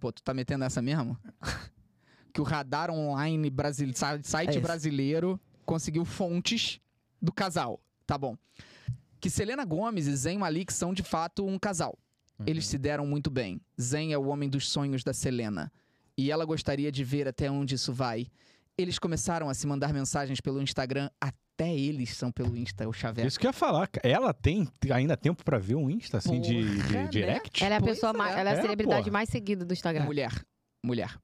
A: Pô, tu tá metendo essa
B: (laughs)
A: mesmo? que o radar online brasileiro,
B: É
A: site
B: isso.
A: brasileiro, conseguiu fontes do casal. Tá bom. Que Selena Gomes e Zen Malik são de fato um casal.
B: Uhum.
A: Eles se deram muito bem. Zen é o homem dos sonhos da Selena. E ela gostaria de ver até onde isso vai. Eles começaram a se mandar mensagens pelo Instagram, até eles são pelo Insta, o Xavier.
G: É. Isso que eu ia falar. cara. Ela tem ainda tempo pra ver um Insta, assim, de,
A: Porra,
G: de
A: né?
G: direct?
C: Ela é a
A: Pois
C: pessoa
A: é.
C: mais. Ela é a
G: É,
C: celebridade
G: porra. É
C: mais seguida do Instagram.
A: Mulher. Mulher.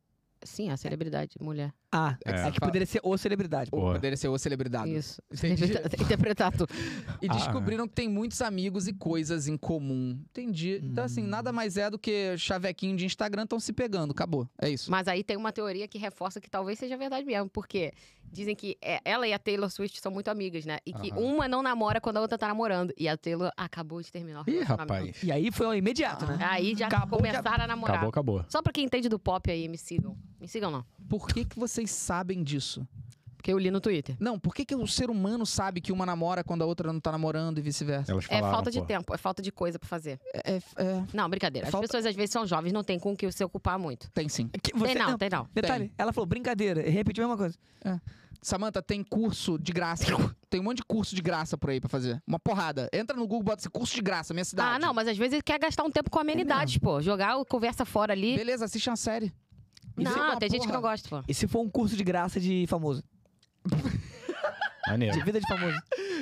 C: Sim, a celebridade, mulher.
B: Ah,
A: É que
B: é,
A: você
B: que
A: fala-
B: poderia ser ou celebridade.
A: Ou
G: Porra.
A: poderia ser o celebridade.
C: Isso. (laughs)
A: Entendi.
C: Interpretar tudo.
A: E
G: Ah,
A: descobriram que tem muitos amigos e coisas em comum. Entendi. Então, assim, nada mais é do que chavequinho de Instagram estão se pegando. Acabou. É isso.
C: Mas aí tem uma teoria que reforça que talvez seja verdade mesmo, porque dizem que é, ela e a Taylor Swift são muito amigas, né? E que
G: Aham.
C: uma não namora quando a outra tá namorando. E a Taylor acabou de terminar o
G: Ih,
C: relacionamento.
G: rapaz.
B: E aí foi ao imediato, né?
C: Aí já
B: Acabou de-
C: começaram a namorar.
G: Acabou, acabou.
C: Só pra quem entende do pop aí, me sigam. Me sigam não,
A: Por que, que vocês sabem disso?
C: porque eu li no Twitter.
A: Não, por que, que o ser humano sabe que uma namora quando a outra não tá namorando e vice-versa?
G: Elas
C: É
G: falaram,
C: falta de
G: pô.
C: tempo, é falta de coisa pra fazer.
A: É, é-
C: Não, brincadeira. As
A: Falta-
C: pessoas às vezes são jovens, não tem com o que se ocupar muito.
A: tem sim.
B: Que você- é
C: tem não, tem não.
B: Detalhe, ela falou brincadeira, e repetiu a mesma coisa.
A: Samantha, tem curso de
C: (laughs)
A: graça. Tem um monte de curso de graça por aí pra fazer. Uma porrada. Entra no Google, bota assim, curso de graça, minha cidade.
C: Ah, não, mas às vezes ele quer gastar um tempo com amenidades, pô. Jogar o conversa fora ali.
A: Beleza, assiste uma série.
B: Isso é
C: Não,
B: uma
C: tem gente que
B: porra.
C: não gosta, pô.
B: E se for um curso de graça de famoso?
G: Maneiro.
B: De vida
A: (laughs)
B: de famoso?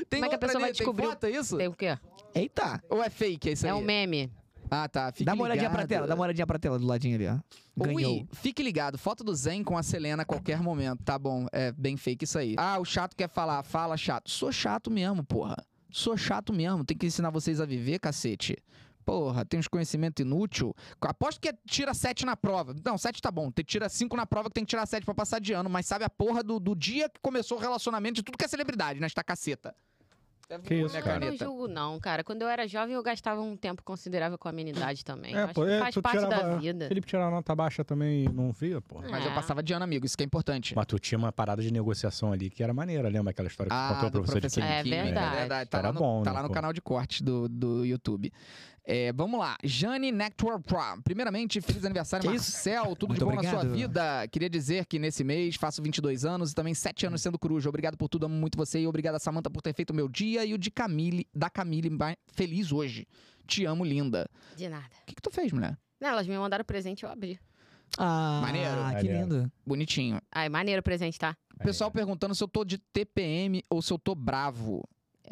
A: Tem
C: Como é que a
A: outra
C: pessoa vai
A: ali? Tem
C: descobrir o-
A: foto, é isso?
C: Tem o quê?
B: Eita!
A: Ou é fake isso aí?
C: É um meme.
A: Ah, tá. Fique
B: dá uma olhadinha pra
A: ligado.
B: tela, dá uma olhadinha pra tela do ladinho ali, ó. Ganhou.
A: Ui, fique ligado. Foto do Zen com a Selena a qualquer momento, tá bom? É bem fake isso aí. Ah, o chato quer falar. Fala, chato. Sou chato mesmo, porra. Sou chato mesmo. Tem que ensinar vocês a viver, cacete. Porra, tem uns conhecimentos inútil. Aposto que é tira 7 na prova. Não, 7 tá bom. Tem- Tira 5 na prova que tem que tirar 7 pra passar de ano. Mas sabe a porra do, do dia que começou o relacionamento de tudo que é celebridade nesta caceta.
G: Que isso,
A: Minha
G: cara.
C: Eu não
A: caneta.
C: julgo, não, cara. Quando eu era jovem, eu gastava um tempo considerável com amenidade também.
G: É,
C: Eu acho
G: pô,
C: que
G: é,
C: faz
G: tu
C: parte da
G: tirava-
C: vida.
G: Felipe tirava nota baixa também e não via, pô.
C: É.
A: Mas eu passava de ano, amigo. Isso que é importante.
G: Mas tu tinha uma parada de negociação ali que era maneira, lembra aquela história que tu
A: Ah,
G: contou
A: do
G: pro professor,
A: professor
G: de
C: É
G: química? né?
A: Química,
C: verdade.
A: Tá,
G: Era
A: lá no,
G: bom,
A: tá
G: né,
A: lá no
G: pô?
A: canal de corte do, do YouTube. É, vamos lá. Jane Network Prime. Primeiramente, feliz aniversário,
B: Que isso?
A: Marcel. Tudo de
B: Muito
A: bom na sua
B: obrigado.
A: vida. Queria dizer que nesse mês faço 22 anos e também 7 anos sendo coruja. Obrigado por tudo, amo muito você. E obrigado a Samanta por ter feito o meu dia e o de Camille, da Camille, mais feliz hoje. Te amo, linda.
C: De nada.
A: O que, que tu fez, mulher?
C: Não, elas me mandaram presente e eu abri.
B: Ah,
A: Maneiro.
B: que
G: Maneiro.
B: lindo.
A: Bonitinho.
C: Ai, maneiro o presente, tá?
G: É.
A: O pessoal perguntando se eu tô de TPM ou se eu tô bravo.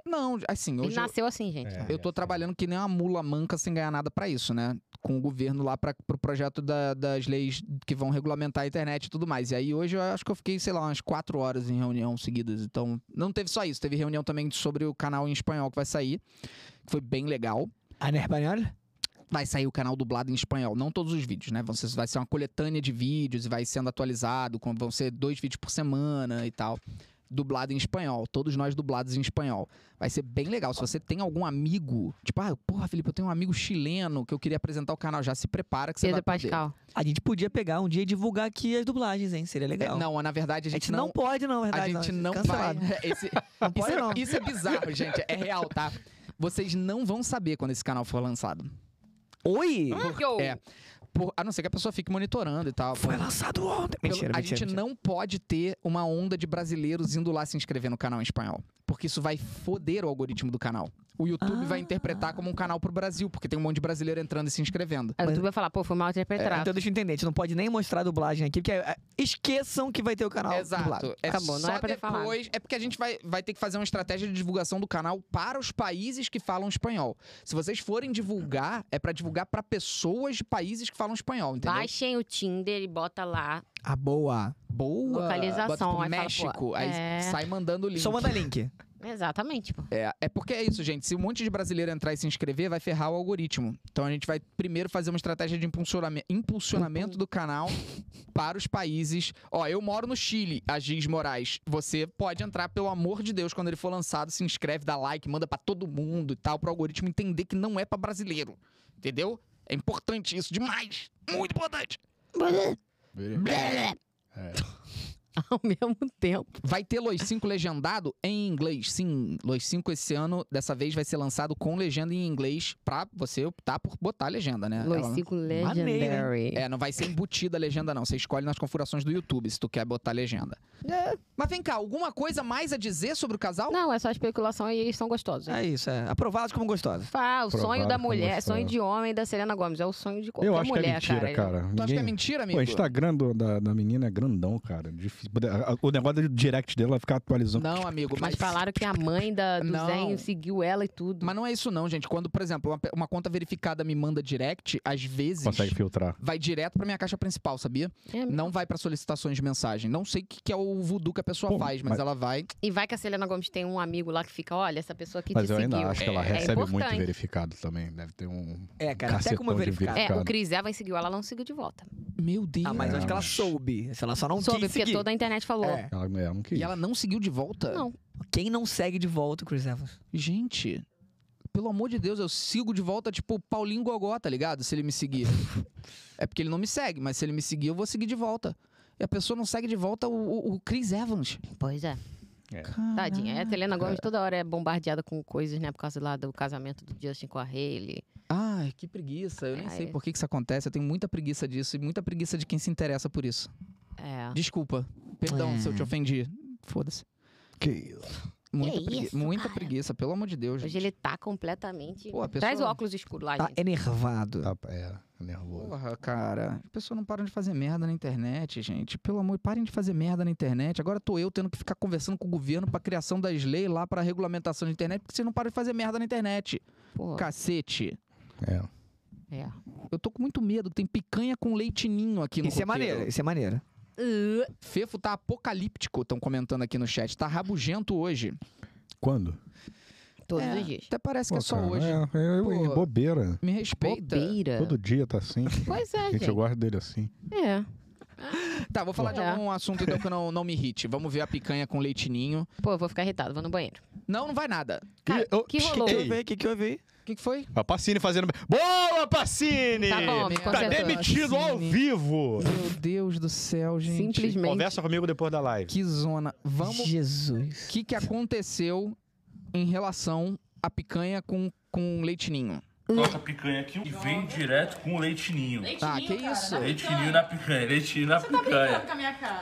A: Não, assim,
C: Ele
A: hoje. eu-
C: nasceu assim, gente.
G: É,
A: Eu tô
G: é,
A: trabalhando que nem uma mula manca sem ganhar nada pra isso, né? Com o governo lá para pro projeto da- das leis que vão regulamentar a internet e tudo mais. E aí hoje eu acho que eu fiquei, sei lá, umas quatro horas em reunião seguidas. Então, não teve só isso, teve reunião também sobre o canal em espanhol que vai sair, que foi bem legal.
B: Ah, né, espanhol?
A: Vai sair o canal dublado em espanhol, não todos os vídeos, né? Vão ser, vai ser uma coletânea de vídeos e vai sendo atualizado, com- vão ser dois vídeos por semana e tal. Dublado em espanhol, todos nós dublados em espanhol. Vai ser bem legal. Se você tem algum amigo, tipo, ah, porra, Felipe, eu tenho um amigo chileno que eu queria apresentar o canal, já se prepara que você
C: Pedro
A: vai poder.
C: Pascal.
B: A gente podia pegar um dia e divulgar aqui as dublagens, hein? Seria
A: É,
B: legal.
A: não, na verdade a
B: a
A: gente,
B: gente não, pode, não, na
A: a
B: verdade.
A: gente não
B: Cancelado.
A: vai. (laughs) Esse-
B: Não
A: isso,
B: pode,
A: é-
B: não.
A: isso é bizarro, gente. É real, tá? Vocês não vão saber quando esse canal for lançado.
B: Oi!
C: Ah,
A: É. Por- a não ser que a pessoa fique monitorando e tal.
B: Foi lançado ontem.
A: Pelo-
B: Mentira,
A: a
B: mentira,
A: gente
B: mentira.
A: não pode ter uma onda de brasileiros indo lá se inscrever no canal em espanhol. Porque isso vai foder o algoritmo do canal. O YouTube vai
B: Ah.
A: interpretar como um canal pro Brasil, porque tem um monte de brasileiro entrando e se inscrevendo.
C: Aí o
B: Mas-
C: YouTube vai falar, pô, foi mal interpretado.
A: É,
B: Então deixa eu entender, a gente não pode nem mostrar a dublagem aqui, porque é, esqueçam que vai ter o canal dublado.
A: É
C: Acabou, não
A: só
C: era pra ter falado.
A: depois. É porque a gente vai, vai ter que fazer uma estratégia de divulgação do canal para os países que falam espanhol. Se vocês forem divulgar, é pra divulgar pra pessoas de países que falam espanhol, entendeu?
C: Baixem o Tinder e bota lá.
B: A Ah, boa.
A: Boa.
C: Localização,
A: Bota, tipo,
C: aí fala, pô,
A: México. aí
C: é.
A: sai mandando o link.
B: Só manda link.
C: Exatamente, pô. (laughs)
A: É, é porque é isso, gente. Se um monte de brasileiro entrar e se inscrever, vai ferrar o algoritmo. Então a gente vai primeiro fazer uma estratégia de impulsioname- impulsionamento do canal para os países. Ó, eu moro no Chile, a Giz Moraes. Você pode entrar, pelo amor de Deus, quando ele for lançado, se inscreve, dá like, manda pra todo mundo e tal, pro algoritmo entender que não é pra brasileiro. Entendeu? É importante isso demais. Muito importante.
G: É.
C: Ao mesmo tempo.
A: Vai ter Los 5 legendado em inglês. Sim, Los 5 esse ano, dessa vez, vai ser lançado com legenda em inglês pra você optar por botar a legenda, né? Ela-
C: Los Cinco Legendary.
A: É, não vai ser embutida a legenda, não. Você escolhe nas configurações do YouTube se tu quer botar legenda. Mas vem cá, alguma coisa mais a dizer sobre o casal?
C: Não, é só especulação e eles são gostosos.
B: É isso, é. Aprovados como gostosos.
C: Ah, o sonho
G: Provável
C: da
G: como
C: mulher,
G: gostosa.
C: sonho de homem da Selena Gomes. É o sonho de qualquer
G: Eu acho que é
C: mulher,
G: mentira, cara.
A: Tu acha que é
G: Ninguém-
A: mentira, amigo?
G: Pô, tá o Instagram do- da, da menina é grandão, cara. Difícil. A- a- O negócio do direct dela vai ficar atualizando.
A: Não, amigo,
C: Mas falaram que a mãe da, do
A: Não.
C: Zen seguiu ela e tudo.
A: Mas não é isso, não, gente. Quando, por exemplo, uma, pe- uma conta verificada me manda direct, às vezes.
G: Consegue filtrar.
A: Vai direto pra minha caixa principal, sabia?
C: É,
A: Não vai pra solicitações de mensagem. Não sei o que, que é o voodoo que a pessoa
G: Pô,
A: faz, mas,
G: mas-
A: ela vai.
C: E vai que a Selena Gomes tem um amigo lá que fica, olha, essa pessoa que
G: Mas
C: te
G: eu ainda
C: seguiu.
G: acho que ela
C: É
G: recebe muito
C: importante.
G: verificado também. Deve ter um.
B: É, cara, até
G: Cacetão
B: como eu
G: de
B: verificar.
G: verde.
C: É,
G: cara.
C: o Chris Evans seguiu, ela não seguiu de volta.
A: Meu Deus.
B: Ah, mas eu acho que ela
G: mas-
B: soube. Se ela só não
C: Soube,
B: quis
C: porque
B: seguir.
C: toda a internet falou.
B: É.
G: Ela, um ela não quis.
A: E ela não seguiu de volta?
C: Não.
B: Quem não segue de volta o Chris Evans?
A: Gente, pelo amor de Deus, eu sigo de volta, tipo, Paulinho Gogó, tá ligado? Se ele me seguir. é porque ele não me segue, mas se ele me seguir, eu vou seguir de volta. E a pessoa não segue de volta o, o, o Chris Evans.
C: Pois é. Tadinha. É, a Selena Gomes toda hora é bombardeada com coisas, né? Por causa lá do casamento do Justin com a Hailey.
A: Ai, que preguiça. Eu nem
C: Ah,
A: sei
C: é.
A: por que que isso acontece. Eu tenho muita preguiça disso e muita preguiça de quem se interessa por isso.
C: É.
A: Desculpa. Perdão
C: É.
A: se eu te ofendi. Foda-se.
G: Que isso.
A: Muita,
H: Que
A: pregui-
H: isso,
A: muita
H: cara?
A: preguiça, pelo amor de Deus.
C: é Hoje
A: gente.
C: ele tá completamente.
A: Pô, a pessoa-
C: Traz o óculos escuro lá,
B: Tá
C: gente.
B: enervado.
G: Tá, é, nervoso.
A: Porra, cara. As pessoas não param de fazer merda na internet, gente. Pelo amor, parem de fazer merda na internet. Agora tô eu tendo que ficar conversando com o governo pra criação das leis lá pra regulamentação de internet, porque vocês não param de fazer merda na internet.
C: Pô,
A: Cacete.
G: É.
C: é.
A: Eu tô com muito medo. Tem picanha com leitinho aqui no
B: Isso é
A: roteiro.
B: maneiro, isso é maneiro.
C: Uh,
A: Fefo tá apocalíptico, estão comentando aqui no chat. Tá rabugento hoje.
G: Quando?
C: todos
A: É,
C: os dias.
A: Até parece que é
G: Pô,
A: só
G: cara,
A: hoje. É.
G: É, é, é,
A: Pô.
G: bobeira.
A: Me respeita.
C: Bobeira.
G: Todo dia tá
A: (laughs)
G: assim.
C: Pois é,
G: Gente,
C: gente.
G: eu gosto dele assim.
C: É.
A: Tá, vou falar de
C: É.
A: algum assunto então que não, não me irrite. Vamos ver a picanha com leitinho.
C: Pô, eu vou ficar irritado, vou no banheiro.
A: Não, não vai nada.
C: Cara,
G: Ih, oh,
C: que rolou?
G: ei,
B: O que, que eu vi?
A: O que, que foi?
G: A Pacini fazendo. Boa, Pacini!
C: Tá bom, me
G: Tá
C: concentrou.
G: demitido ao
A: Pacini.
G: vivo!
A: Meu Deus do céu, gente.
C: Simplesmente.
G: Conversa comigo depois da live.
A: Que zona. Vamos.
B: Jesus.
A: O que, que aconteceu em relação à picanha com, com leitinho?
I: Coloca a picanha aqui e vem direto com o leitinho.
A: Ah, que isso?
I: Leitinho na picanha, leitinho na picanha.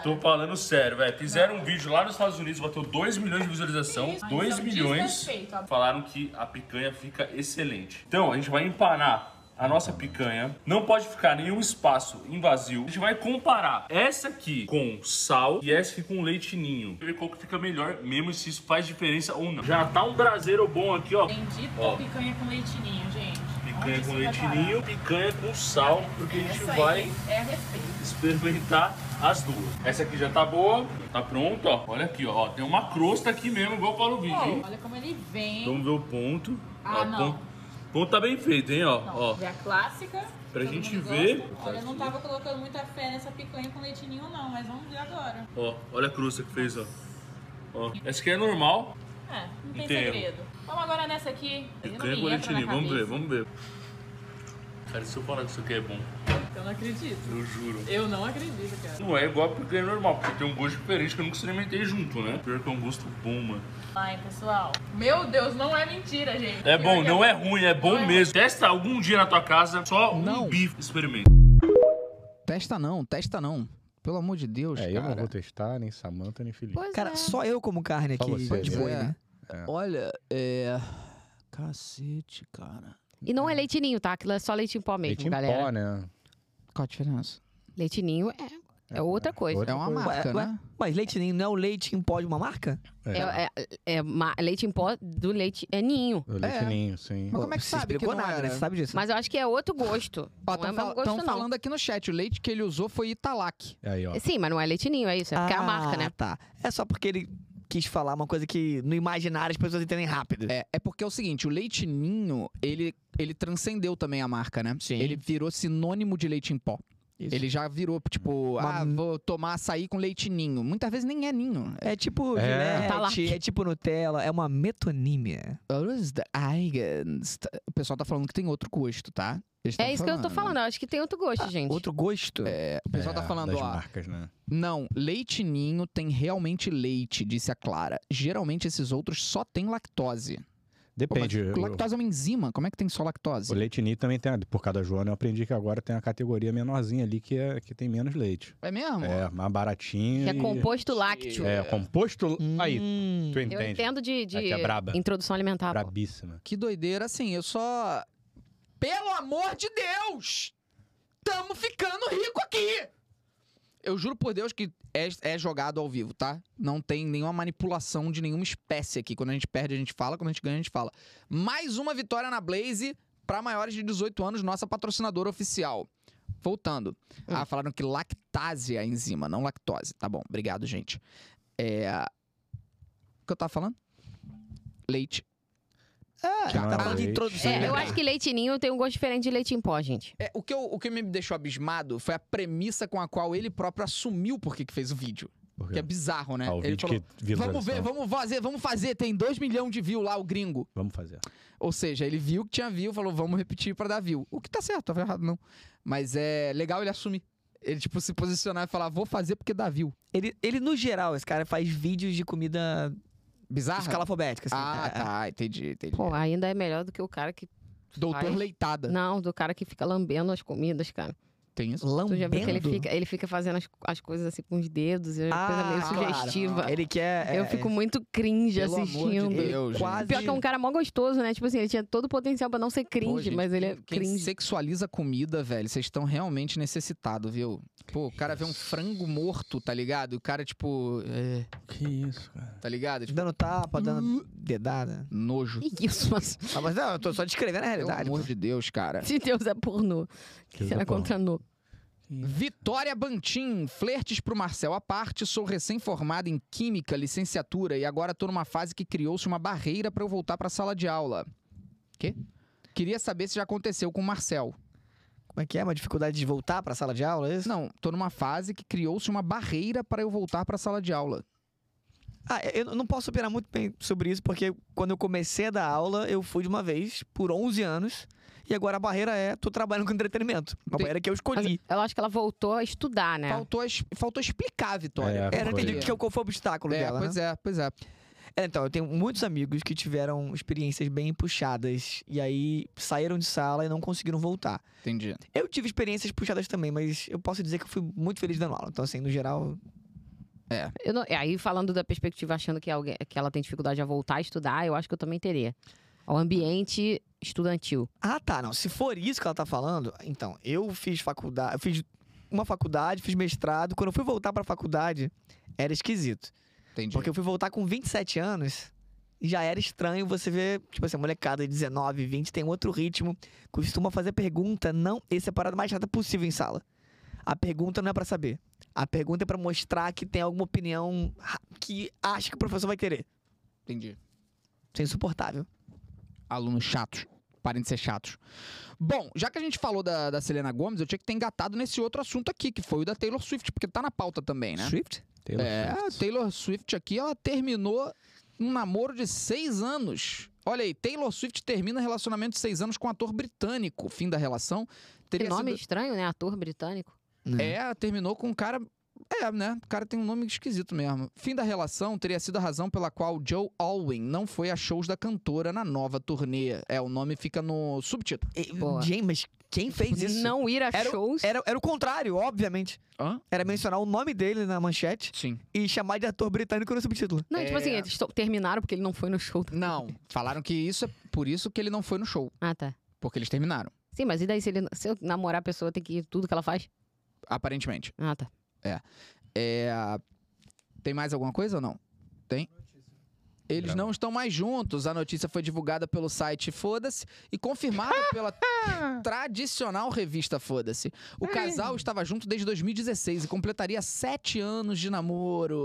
I: Tô falando sério, velho. Fizeram um vídeo lá nos Estados Unidos, bateu 2 milhões de visualização. 2 milhões. Falaram que a picanha fica excelente. Então, a gente vai empanar a nossa picanha. Não pode ficar nenhum espaço em vazio. A gente vai comparar essa aqui com sal e essa aqui com leitinho. Ver qual que fica melhor, mesmo se isso faz diferença ou não. Já tá um braseiro bom aqui, ó.
J: Bendita
I: Ó.
J: picanha com leitinho, gente.
I: Picanha com leitinho, picanha com sal, porque a gente
J: Essa
I: vai
J: aí é respeito.
I: experimentar as duas. Essa aqui já tá boa, tá pronta, ó. Olha aqui, ó. Tem uma crosta aqui mesmo, igual eu falo o vídeo, hein?
J: Olha como ele vem.
I: Vamos ver o ponto.
J: Ah,
I: Ó,
J: não.
I: Ponto, ponto tá bem feito, hein, ó. ó.
J: É a clássica.
I: Pra
J: todo
I: gente
J: mundo
I: ver-
J: gosta. Olha, eu não tava colocando muita fé nessa picanha com leitinho, não, mas vamos ver agora.
I: Ó, olha a crosta que fez, ó. Ó, Essa aqui é normal.
J: É, não tem
I: Entendo.
J: segredo. Vamos agora nessa aqui. Ele
I: Então,
J: não
I: Picanha com
J: me entra na
I: leitinho, vamos ver,
J: cabeça.
I: vamos ver. Cara, se eu falar que isso aqui é bom,
J: Eu não acredito.
I: eu juro.
J: Eu não acredito, cara.
I: Não é igual a picanha normal, porque tem um gosto diferente que eu nunca experimentei junto, né? Pior que é um gosto bom, mano.
J: Ai, pessoal. Meu Deus, não é mentira, gente.
I: É bom,
J: Pior que
I: não é ruim, é bom
J: Não é
I: mesmo. Testa algum dia na tua casa, só
A: Não.
I: um bife experimenta.
A: Testa não, testa não. Pelo amor de Deus,
G: É, eu não
A: cara.
G: vou testar, nem Samantha, nem Felipe.
C: Pois
B: Cara,
C: é.
B: só eu como carne
G: Só
B: aqui
G: você,
B: de
A: né?
B: boi,
A: É.
B: né?
A: Olha, é. Cacete, cara.
C: E não é leitinho, tá? Aquilo é só leite em pó mesmo,
G: Leite em
C: galera.
G: pó, né?
A: Qual a diferença?
C: Leitinho é, é outra coisa.
G: outra
A: É uma
B: Ué,
A: marca,
B: ué,
A: né?
B: Mas leite ninho não é o leite em pó de uma marca?
G: É.
C: É, é- é ma- leite em pó do leite é ninho.
G: O leitinho, sim.
A: Mas como é que
B: Você
A: sabe que
B: explicou
A: não
B: nada,
A: era?
B: né? Você sabe disso.
C: Mas eu acho que é outro gosto.
A: Ó, tão
C: não é o mesmo
A: fal-
C: gosto,
A: tão
C: não.
A: falando aqui no chat, o leite que ele usou foi Italac.
G: Aí, ó.
C: Sim, mas não é leitinho, é isso. É porque é a marca, né?
B: Ah, tá. É só porque ele quis falar uma coisa que no imaginário as pessoas entendem rápido.
A: É, é porque é o seguinte, o leite ninho, ele, ele transcendeu também a marca, né?
B: Sim.
A: Ele virou sinônimo de leite em pó.
B: Isso.
A: Ele já virou, tipo,
B: Uma-
A: ah, vou tomar açaí com leite ninho. Muitas vezes nem é ninho.
B: É tipo
G: É.
B: Gillette,
C: Tá lá.
B: é tipo Nutella, é uma metonímia.
A: é, O pessoal tá falando que tem outro gosto, tá? Eles tão
C: É isso que eu tô falando. Eu acho que tem outro
G: Ah,
C: gosto, gente.
B: Outro gosto.
A: O pessoal tá
G: É,
A: falando,
G: das
A: ó,
G: marcas, né?
A: Não, leite ninho tem realmente leite, disse a Clara. Geralmente esses outros só têm lactose. Pô, mas
G: Depende. o-
A: lactose é uma enzima, como é que tem só
G: O
A: lactose?
G: leite ninho também tem, a- por causa da Joana, eu aprendi que agora tem a categoria menorzinha ali que, é, que tem menos leite.
A: É mesmo?
G: É, mais baratinho.
C: Que é
G: e-
C: composto lácteo.
G: É, composto. Aí,
B: Hum.
G: tu
C: Eu
G: entende.
C: entendo de, de
G: É que é braba.
C: introdução alimentar. pô.
D: né?
G: Brabíssima.
A: Que doideira, assim, eu só... Pelo amor de Deus! Tamo ficando rico aqui! Eu juro por Deus que é, é jogado ao vivo, tá? Não tem nenhuma manipulação de nenhuma espécie aqui. Quando a gente perde, a gente fala. Quando a gente ganha, a gente fala. Mais uma vitória na Blaze para maiores de 18 anos, nossa patrocinadora oficial. Voltando. Ah, falaram que lactase é a enzima, não lactose. Tá bom, obrigado, gente. É... O que eu tava falando? Leite.
B: Ah,
G: Que não é
B: tá falando de
G: leite.
B: introdução.
C: É, eu
B: alimentar.
C: acho que leitinho tem um gosto diferente de leite em pó, gente.
A: É, o, que eu- o que me deixou abismado foi a premissa com a qual ele próprio assumiu por que que fez o vídeo.
G: Porque
A: Que é bizarro, né?
G: ah, o
A: ele
G: vídeo
A: falou,
G: que visualização.
D: né?"
A: vamos ver, vamos fazer, vamos fazer. Tem 2 milhões de views lá, o gringo.
G: Vamos fazer.
A: Ou seja, ele viu que tinha view, falou, vamos repetir pra dar view. O que tá certo, tava errado não. Mas é legal ele assumir. Ele, tipo, se posicionar e falar, vou fazer porque dá view.
B: Ele, ele, no geral, esse cara faz vídeos de comida
A: Bizarro?
B: escalafobética. Assim.
A: Ah,
B: É,
A: tá, entendi, entendi.
C: Pô, ainda é melhor do que o cara que.
A: Doutor
C: faz-
A: Leitada.
C: Não, do cara que fica lambendo as comidas, cara.
A: Tem isso?
B: Lambendo.
C: Tu já viu que ele fica, ele fica fazendo as, as coisas assim com os dedos, é uma coisa meio
B: Ah, claro.
C: sugestiva.
B: Ele quer. é,
C: Eu fico muito cringe
A: Pelo
C: assistindo.
A: amor de Deus,
B: Quase-
A: gente.
C: Pior que é um cara mó gostoso, né? Tipo assim, ele tinha todo o potencial pra não ser cringe,
A: Pô, gente,
C: mas ele é
A: quem- quem
C: cringe.
A: sexualiza comida, velho, vocês estão realmente necessitados, viu? Pô, o cara vê um frango morto, tá ligado? E o cara, tipo, é,
G: Que isso, cara.
A: tá ligado? Tipo,
B: Dando tapa, dando
C: Uhum.
B: dedada.
A: nojo.
C: Que isso, mas (laughs)
B: Ah, mas não, eu tô só descrevendo a
A: Pelo
B: realidade.
A: amor de Deus, cara.
C: se Deus é pornô, que
G: Deus
C: será
G: é pornô.
C: contra nu?
A: Vitória Bantim, flertes pro Marcel à parte, sou recém-formada em Química, licenciatura, e agora tô numa fase que criou-se uma barreira pra eu voltar pra sala de aula. Quê? Queria saber se já aconteceu com o Marcel.
B: Como é que é? Uma dificuldade de voltar pra sala de aula? É isso?
A: Não, tô numa fase que criou-se uma barreira pra eu voltar pra sala de aula.
B: Ah, eu não posso opinar muito bem sobre isso, porque quando eu comecei a dar aula, eu fui de uma vez, por 11 anos, e agora a barreira é, tô trabalhando com entretenimento. Uma
A: Tem-
B: barreira que eu
C: Mas
B: escolhi.
C: eu acho que ela voltou a estudar, né?
A: Faltou, es- faltou explicar a Vitória.
G: É,
B: É, eu não
G: foi.
B: entendi que, qual foi o obstáculo
A: É,
B: dela, né?
A: pois é, pois é.
B: É, então, eu tenho muitos amigos que tiveram experiências bem puxadas e aí saíram de sala e não conseguiram voltar.
A: Entendi.
B: Eu tive experiências puxadas também, mas eu posso dizer que eu fui muito feliz dando aula. Então, assim, no geral.
C: Eu não- e aí, falando da perspectiva, achando que, alguém, que ela tem dificuldade a voltar a estudar, eu acho que eu também teria. O ambiente estudantil.
B: Ah, tá, não. Se for isso que ela tá falando, então, eu fiz faculdade. Eu fiz uma faculdade, fiz mestrado. Quando eu fui voltar pra faculdade, era esquisito.
A: Entendi.
B: Porque eu fui voltar com 27 anos e já era estranho você ver, tipo assim, a molecada de 19, 20 tem um outro ritmo, costuma fazer pergunta, não, esse é a parada mais chata possível em sala. A pergunta não é pra saber. A pergunta é pra mostrar que tem alguma opinião ra- que acha que o professor vai querer.
A: Entendi.
B: Isso é insuportável.
A: Alunos chatos. Parem de ser chatos. Bom, já que a gente falou da, da Selena Gomes, eu tinha que ter engatado nesse outro assunto aqui, que foi o da Taylor Swift, porque tá na pauta também, né?
B: Swift?
G: Taylor
A: é,
G: Swift.
A: a Taylor Swift aqui, ela terminou um namoro de seis anos. Olha aí, Taylor Swift termina relacionamento de seis anos com um ator britânico. Fim da relação.
C: Que
A: Teria
C: nome
A: sido-
C: estranho, né? Ator britânico.
A: É, terminou com um cara. É, né? O cara tem um nome esquisito mesmo. Fim da relação teria sido a razão pela qual Joe Alwyn não foi a shows da cantora na nova turnê. É, o nome fica no subtítulo.
B: E-
C: Boa. Tipo,
B: Gente, mas quem fez isso?
C: Não ir a
B: Era o-
C: shows.
B: Era, era o contrário, obviamente.
A: Hã?
B: Era mencionar o nome dele na manchete
A: Sim.
B: e chamar de ator britânico no subtítulo.
C: Não, tipo
A: É.
C: assim, eles to- terminaram porque ele não foi no show.
A: Não, falaram que isso é por isso que ele não foi no show,
C: Ah, tá.
A: porque eles terminaram,
C: Sim, mas e daí se, ele, se eu namorar a pessoa, tem que ir tudo que ela faz?
A: aparentemente.
C: Ah, tá.
A: É, tem mais alguma coisa ou não? Tem? Eles não estão mais juntos. A notícia foi divulgada pelo site Foda-se e confirmada pela tradicional revista Foda-se. O casal estava junto desde 2016 e completaria sete anos de namoro.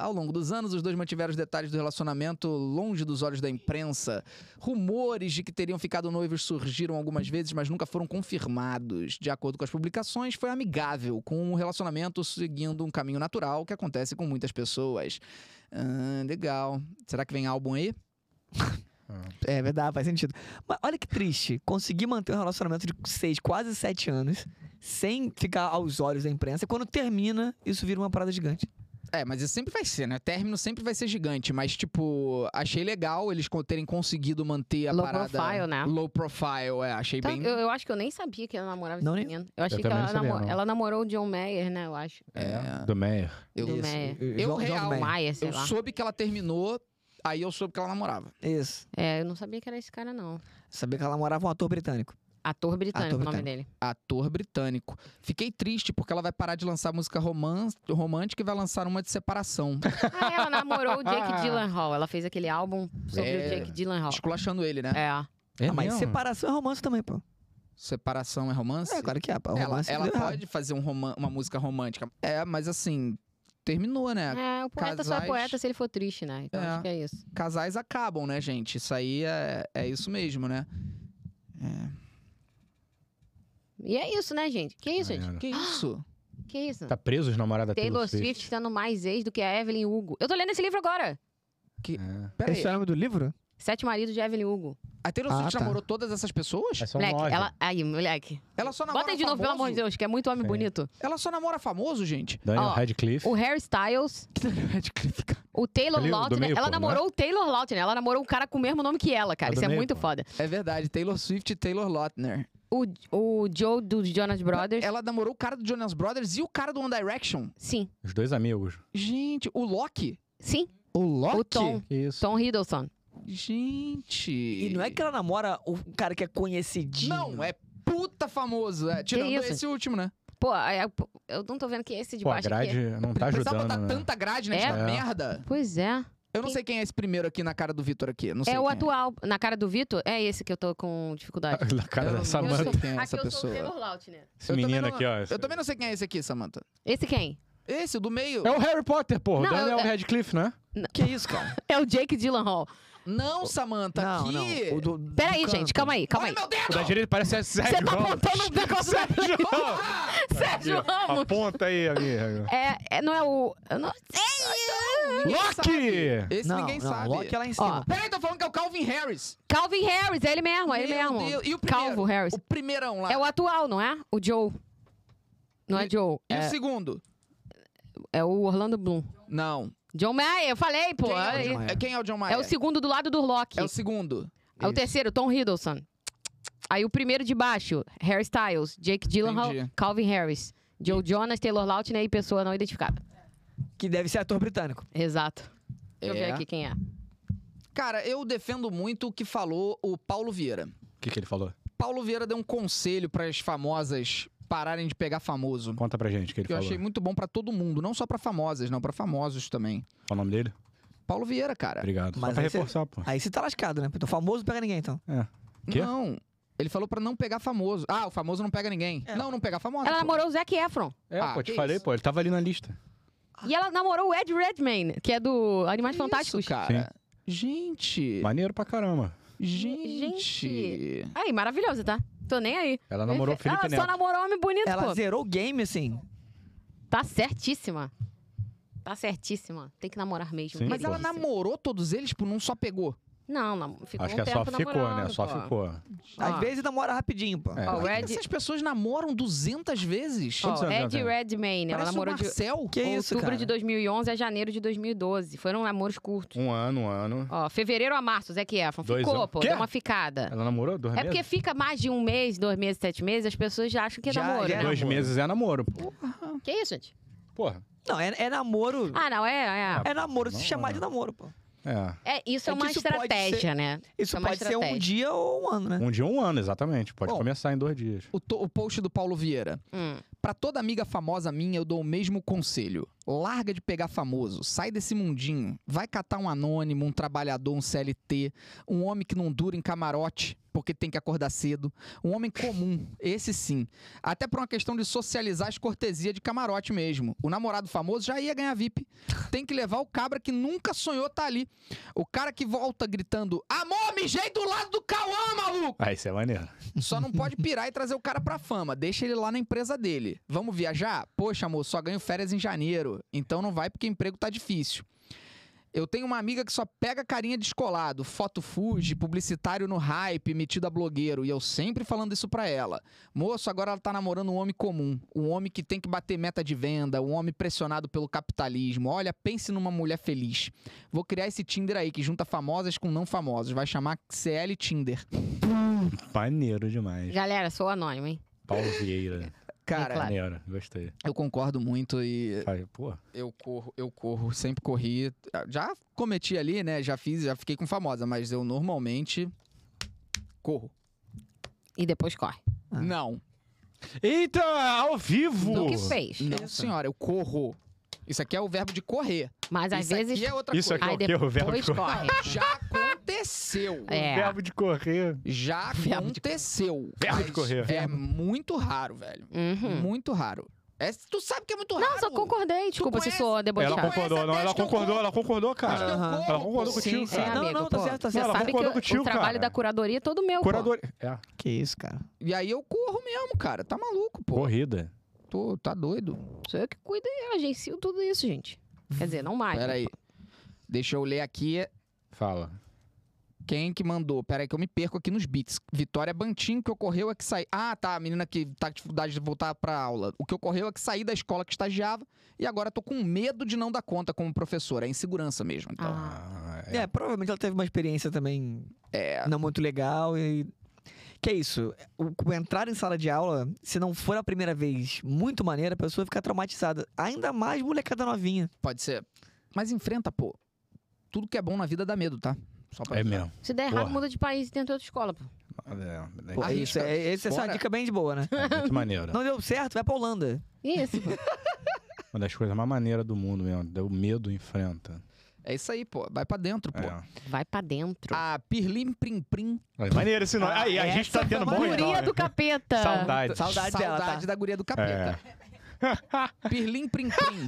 A: Ao longo dos anos, os dois mantiveram os detalhes do relacionamento longe dos olhos da imprensa. Rumores de que teriam ficado noivos surgiram algumas vezes, mas nunca foram confirmados. De acordo com as publicações, foi amigável, com um relacionamento seguindo um caminho natural que acontece com muitas pessoas. Ah, legal. Será que vem álbum aí?
B: É verdade, faz sentido. Mas olha que triste. Conseguir manter um relacionamento de seis, quase sete anos, sem ficar aos olhos da imprensa, quando termina, isso vira uma parada gigante.
A: É, mas isso sempre vai ser, né? Término sempre vai ser gigante, mas, tipo, achei legal eles co- terem conseguido manter a
C: Low
A: parada.
C: profile, né?
A: Low profile, é. Achei
C: Tá,
A: bem.
C: eu, eu acho que eu nem sabia que ela namorava
B: Não,
C: esse
B: nem-
C: menino. Eu achei que
G: também
C: ela,
G: não sabia,
C: namo-
G: não.
C: ela namorou o John Mayer, né? Eu acho.
A: É.
G: Do Meyer.
A: Eu,
C: Do
B: Isso,
C: Meyer.
B: eu-
A: Eu
B: João-
A: real,
B: João do
C: John
B: Meyer.
C: Mayer, sei
A: eu
C: lá.
A: soube que ela terminou, aí eu soube que ela namorava.
B: Isso.
C: É, eu não sabia que era esse cara, não.
B: Sabia que ela namorava um ator britânico.
C: Ator britânico,
B: Ator
C: o nome dele.
A: Ator britânico. Fiquei triste porque ela vai parar de lançar música roman- romântica e vai lançar uma de
C: (laughs)
A: separação.
C: Ah, ela namorou
A: (laughs)
C: o Jake Gyllenhaal. Ela fez aquele álbum sobre
A: É.
C: o Jake Gyllenhaal.
A: Esculachando ele, né?
C: É.
G: É
B: Ah, mas
G: mesmo?
B: separação é romance também, pô.
A: Separação é romance?
B: É, claro que é. pô.
A: Ela,
B: Romance
A: ela
B: deu errado.
A: pode fazer um roman- uma música romântica. É, mas assim, terminou, né?
C: É, o poeta só
A: Casais.
C: é poeta se ele for triste, né? Então
A: É.
C: acho que é isso.
A: Casais acabam, né, gente? Isso aí é, é isso mesmo, né?
C: E é isso, né, gente? Que isso, gente?
G: Maneiro.
A: Que isso?
C: Que isso?
G: Tá preso os namorados da
C: Taylor Swift tá- tendo mais ex do que a Evelyn Hugo. Eu tô lendo esse livro agora.
G: É.
C: Ah,
A: Pera aí.
B: Esse é o nome do livro?
C: Sete maridos de Evelyn Hugo.
A: A Taylor
B: Ah,
A: Swift
B: tá.
A: namorou todas essas pessoas?
D: Então
G: É só
C: moleque,
G: nove.
C: ela. Aí, moleque.
A: Ela só namora
C: Bota aí de novo,
A: famoso?
C: pelo amor de Deus, que é muito homem
G: Sim.
C: bonito.
A: Ela só namora famoso, gente? (laughs)
G: Daniel
C: Ó,
G: Radcliffe.
C: O Harry Styles, o Taylor
G: Ali, o do
C: Lautner.
G: meio,
C: Ela
G: pô, né?
C: namorou o Taylor Lautner. Ela namorou um cara com o mesmo nome que ela, cara.
G: É do
C: Isso é
G: meio,
C: muito
G: pô.
C: foda.
A: É verdade, Taylor Swift e Taylor Lautner.
C: O, o Joe do Jonas Brothers.
A: Ela namorou o cara do Jonas Brothers e o cara do One Direction.
C: Sim,
G: Os dois amigos.
A: Gente, o Loki.
C: sim.
A: O Loki?
C: O Tom.
G: Que isso?
C: Tom Hiddleston.
A: Gente.
B: E não é que ela namora o cara que é conhecidinho.
A: Não, é puta famoso. É, tirando
C: isso?
A: esse último, né?
C: Pô, é- eu não tô vendo que esse de
G: Pô, a
C: baixo aqui.
G: grade não tá
A: Precisava
G: ajudando,
A: botar
G: né?
A: tanta grade nessa
G: É?
A: merda.
C: Pois é.
A: Eu não sei quem é esse primeiro aqui na cara do Vitor aqui. eu Não sei
C: É o
A: quem
C: atual. Na cara do Vitor, é esse que eu tô com
D: (laughs)
G: (laughs)
C: dificuldade.
G: Na cara
A: Eu
G: da
A: não-
G: Samanta.
A: Eu sei quem é essa
C: aqui eu sou
A: pessoa.
C: o Taylor Lautner.
G: Esse
A: eu também
G: menino
A: não-
G: aqui, ó. esse-
A: Eu também não sei quem é esse aqui, Samantha.
C: Esse quem? (laughs)
A: Esse, o do meio.
G: É o Harry Potter, porra.
C: Não,
G: O Daniel
C: é-
G: Radcliffe, né?
A: Que isso, cara?
C: É o Jake Gyllenhaal.
A: Não, Samantha,
B: Não,
A: Tá aqui.
B: não. O do- do
C: Peraí,
B: canto.
C: gente, calma aí, calma
A: Olha
C: aí.
A: meu dedo!
G: O da direita parece Sérgio
C: Você tá apontando o negócio da Sérgio Ramos.
G: Aponta aí, amiga.
C: É, é, não é o. eu não-
G: Loki!
A: Esse
B: Não,
A: ninguém
B: não,
A: sabe.
B: Loki é lá em cima.
A: Peraí, tô falando que é o Calvin Harris.
C: Calvin Harris, é ele mesmo, é ele
A: Meu
C: mesmo.
A: Deus, E o primeiro?
C: Calvo Harris.
A: O primeirão lá.
C: É o atual, não é? O Joe. Não é Joe.
A: E
C: É,
A: o segundo?
C: é o Orlando Bloom.
A: Não.
C: John Mayer, eu falei, pô.
A: quem,
C: olha
A: é o
C: aí.
A: John, é, quem é o John Mayer?
C: É o segundo do lado do Loki.
A: É o segundo.
C: É o terceiro, Tom Hiddleston. Aí o primeiro de baixo, Harry Styles, Jake Gyllenhaal,
A: Entendi.
C: Calvin Harris, Joe Jonas, Taylor Lautner e pessoa não identificada.
B: Que deve ser ator britânico.
C: Exato. Deixa eu
A: É.
C: ver aqui quem é.
A: Cara, eu defendo muito o que falou o Paulo Vieira.
G: O que, que ele falou?
A: Paulo Vieira deu um conselho para as famosas pararem de pegar famoso.
G: Conta pra gente o que ele
A: Que eu
G: falou.
A: achei muito bom pra todo mundo, não só pra famosas, não, pra famosos também.
G: Qual o nome dele?
A: Paulo Vieira, cara.
G: Obrigado.
B: Mas
G: Só pra
B: aí você-
G: reforçar, pô.
B: Aí você tá lascado, né? Então, famoso não pega ninguém, então.
G: Quê?
A: Não. Ele falou pra não pegar famoso. Ah, o famoso não pega ninguém. Não, não pegar famoso.
C: É. Ela
A: pô.
C: namorou o Zac Efron.
G: É,
A: Ah,
G: pô, te
A: que
G: falei,
A: isso.
G: pô. Ele tava ali na lista.
C: E ela namorou o Ed Redmayne, que é do Animais
A: Isso,
C: Fantásticos.
A: cara. Gente,
G: Maneiro pra caramba.
A: gente.
C: Gente. Aí, maravilhosa, tá? Tô nem aí.
G: Ela namorou o
C: Ela
G: Felipe
C: só
G: Neto.
C: namorou um homem bonito,
B: Ela
C: pô.
B: zerou o game, assim.
C: Tá certíssima. Tá certíssima. Tem que namorar mesmo.
G: Sim,
A: Mas ela
C: Delícia.
A: namorou todos eles, tipo, não só pegou.
C: Não, não. Ficou
G: Acho
C: um
G: que é só
C: tempo
G: ficou, né?
C: namorando,
G: Só
C: pô.
G: ficou.
C: Ó.
B: Às vezes namora rapidinho, pô.
G: É.
C: Ó, o
A: Por que
C: Ed,
A: Essas pessoas namoram 200 vezes?
C: ó,
G: Quantos
C: o
B: né,
G: anos ela
C: Ed
G: tem?
C: Redmayne, né? ela
A: Parece o
C: namorou de
A: Marcel.
B: Que
C: outubro
B: isso, um cara?
C: de 2011 a janeiro de 2012. Foram namoros curtos.
G: Um ano, um ano.
C: Ó, fevereiro a março, Zac Efron.
G: Dois
C: Ficou,
G: anos.
C: pô.
G: Quê?
C: Deu uma ficada.
G: Ela namorou dois
C: É porque
G: meses?
C: fica mais de um mês, dois meses, sete meses, as pessoas já acham que é
B: Já-
C: namoro,
B: já
C: né?
G: Dois
B: namoro.
G: meses é namoro, pô.
C: Que isso, gente?
G: Porra.
B: Não, é, é namoro.
C: Ah, não, é.
B: É namoro, se
G: Não,
B: chamar
G: é.
B: de namoro, pô.
G: É.
C: é. é isso é,
B: É que
C: uma
B: isso pode
C: estratégia,
B: ser-
C: né?
B: Isso
C: É uma
B: pode ser um
C: estratégia.
B: dia ou um ano, né?
G: Um dia, um ano, exatamente. Pode
A: Bom.
G: começar em dois dias.
A: O, to- o post do Paulo Vieira.
C: Hum.
A: Pra toda amiga famosa minha, eu dou o mesmo conselho. Larga de pegar famoso, sai desse mundinho. Vai catar um anônimo, um trabalhador, um CLT, um homem que não dura em camarote, porque tem que acordar cedo. Um homem comum, esse sim. Até por uma questão de socializar as cortesias de camarote mesmo. O namorado famoso já ia ganhar VIP. Tem que levar o cabra que nunca sonhou tá ali. O cara que volta gritando: Amor, mijei do lado do Cauã, maluco!
G: Ah, isso é maneiro.
A: Só não pode pirar e trazer o cara pra fama. Deixa ele lá na empresa dele. Vamos viajar? Poxa, amor, só ganho férias em janeiro. Então não vai porque emprego tá difícil. Eu tenho uma amiga que só pega carinha descolado, foto fuge, publicitário no hype, metido a blogueiro, e eu sempre falando isso pra ela. Moço, agora ela tá namorando um homem comum, um homem que tem que bater meta de venda, um homem pressionado pelo capitalismo. Olha, pense numa mulher feliz. Vou criar esse Tinder aí que junta famosas com não famosas, vai chamar CL Tinder.
G: Maneiro demais.
C: Galera, sou anônimo, hein?
G: Paulo Vieira.
A: Cara,
C: Claro.
G: Maneiro, gostei.
A: Eu concordo muito e
G: Ai, Pô,
A: eu corro, eu corro, sempre corri. Já cometi ali, né? Já fiz, já fiquei com famosa, mas eu normalmente corro.
C: E depois corre.
B: Ah.
A: Não,
G: Eita, ao vivo!
C: No Então, que fez.
A: não,
G: assim.
A: senhora, eu corro. Isso aqui é o verbo de correr.
C: Mas às
A: Isso
C: vezes.
A: aqui é outra
G: Isso
A: coisa.
G: aqui é
C: Aí
G: o quê? O verbo
C: depois
G: de correr.
C: corre.
A: Já aconteceu.
C: É.
G: Verbo de correr.
A: Já
C: Verbo de
A: aconteceu.
G: Verbo de
A: mas
G: correr.
A: É muito raro, velho.
C: Uhum.
A: Muito raro. É- tu sabe que é muito raro.
C: Não, só concordei. Desculpa se
A: conhece?
C: sou debochada.
G: Ela concordou,
A: Conhece
G: não,
A: até
G: ela
A: que eu
G: concordou,
A: corro.
G: ela concordou, cara.
A: Acho que eu
B: Aham.
A: corro,
G: Ela concordou
A: pô.
G: contigo,
C: É,
G: cara.
B: Não,
C: amigo,
B: não, tá
C: pô.
B: certo, tá
C: Você
B: certo.
C: sabe que
G: concordou
C: o,
G: contigo,
C: o trabalho
G: cara.
C: da curadoria é todo meu,
G: Curador. É,
B: Que isso, cara.
A: E aí eu corro mesmo, cara. Tá maluco, pô.
G: corrida.
A: Tô, tá doido.
C: pô. Sou eu que cuido e agencio tudo isso, gente. Quer dizer, não mais.
A: Peraí. Deixa eu ler aqui
G: Fala.
A: Quem que mandou? Pera aí que eu me perco aqui nos beats. Vitória Bantim, o que ocorreu é que saí. Ah, tá, a menina que tá com dificuldade de voltar pra aula. O que ocorreu é que saí da escola que estagiava e agora tô com medo de não dar conta como professora. É insegurança mesmo. Então,
C: Ah.
G: Ah,
C: É.
B: É, provavelmente ela teve uma experiência também não muito legal e. Que é isso. O, o entrar em sala de aula, se não for a primeira vez muito maneira, a pessoa fica traumatizada. Ainda mais molecada novinha.
A: Pode ser. Mas enfrenta, pô. Tudo que é bom na vida dá medo, tá? Só pra
D: É
A: avisar.
D: mesmo.
C: Se der errado,
D: Porra.
C: muda de país e tenta outra escola, pô.
D: É, é,
B: Pô,
A: Aí,
B: isso, é, essa é só uma
A: fora.
B: dica bem de boa, né?
D: é
B: (laughs)
D: muito maneiro.
B: Não deu certo, vai pra Holanda.
C: Isso, pô.
D: Uma das coisas mais maneiras do mundo mesmo. Deu medo, enfrenta.
A: É isso aí, pô. Vai pra dentro, pô.
D: É.
C: Vai pra dentro.
A: A Pirlim Prim Prim.
G: Olha, maneiro esse nome. Aí, a gente tá tendo bom
C: Maioria
G: nome.
C: do capeta.
G: Saudade.
B: Saudade dela,
A: Saudade da guria do capeta. (laughs) Pirlim Prim Prim.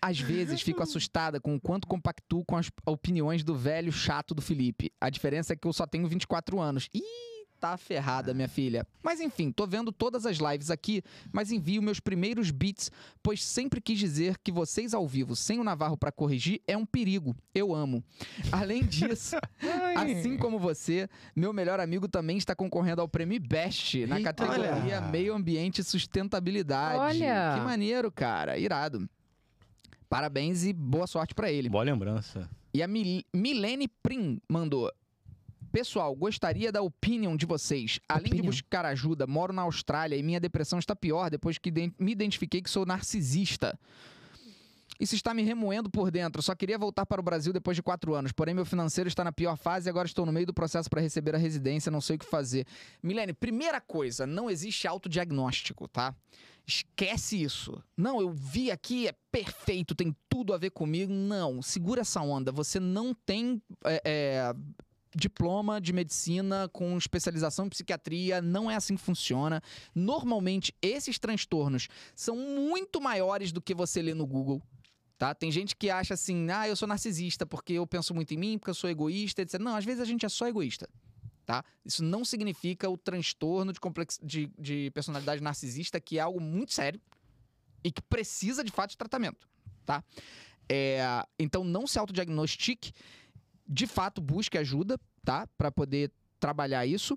A: Às vezes fico assustada com o quanto compactuo com as opiniões do velho chato do Felipe. A diferença é que eu só tenho 24 anos. Ih, tá ferrada, minha filha. Mas enfim, tô vendo todas as lives aqui, mas envio meus primeiros beats, pois sempre quis dizer que vocês ao vivo, sem o Navarro pra corrigir, é um perigo. Eu amo. Além disso, assim como você, meu melhor amigo também está concorrendo ao prêmio Best na
B: Eita,
A: categoria
D: olha.
A: Meio Ambiente e Sustentabilidade.
C: Olha.
A: Que maneiro, cara. Irado. Parabéns e boa sorte pra ele.
D: Boa lembrança.
A: E a Mil Milene Prim mandou. Pessoal, gostaria da opinião de vocês. Além de
C: Opinion.
A: buscar ajuda, moro na Austrália e minha depressão está pior depois que iden- me identifiquei que sou narcisista. Isso está me remoendo por dentro. Só queria voltar para o Brasil depois de quatro anos. Porém, meu financeiro está na pior fase e agora estou no meio do processo para receber a residência. Não sei o que fazer. Milene, primeira coisa, não existe autodiagnóstico, tá? Esquece isso. Não, eu vi aqui, é perfeito, tem tudo a ver comigo. Não, segura essa onda. Você não tem é, é, diploma de medicina com especialização em psiquiatria. Não é assim que funciona. Normalmente, esses transtornos são muito maiores do que você lê no Google. Tá? Tem gente que acha assim, ah, eu sou narcisista porque eu penso muito em mim, porque eu sou egoísta, etc. Não, às vezes a gente é só egoísta. Tá? Isso não significa o transtorno de, complex... de, de personalidade narcisista, que é algo muito sério e que precisa de fato de tratamento. Tá? É, Então não se autodiagnostique, de fato busque ajuda tá? para poder trabalhar isso.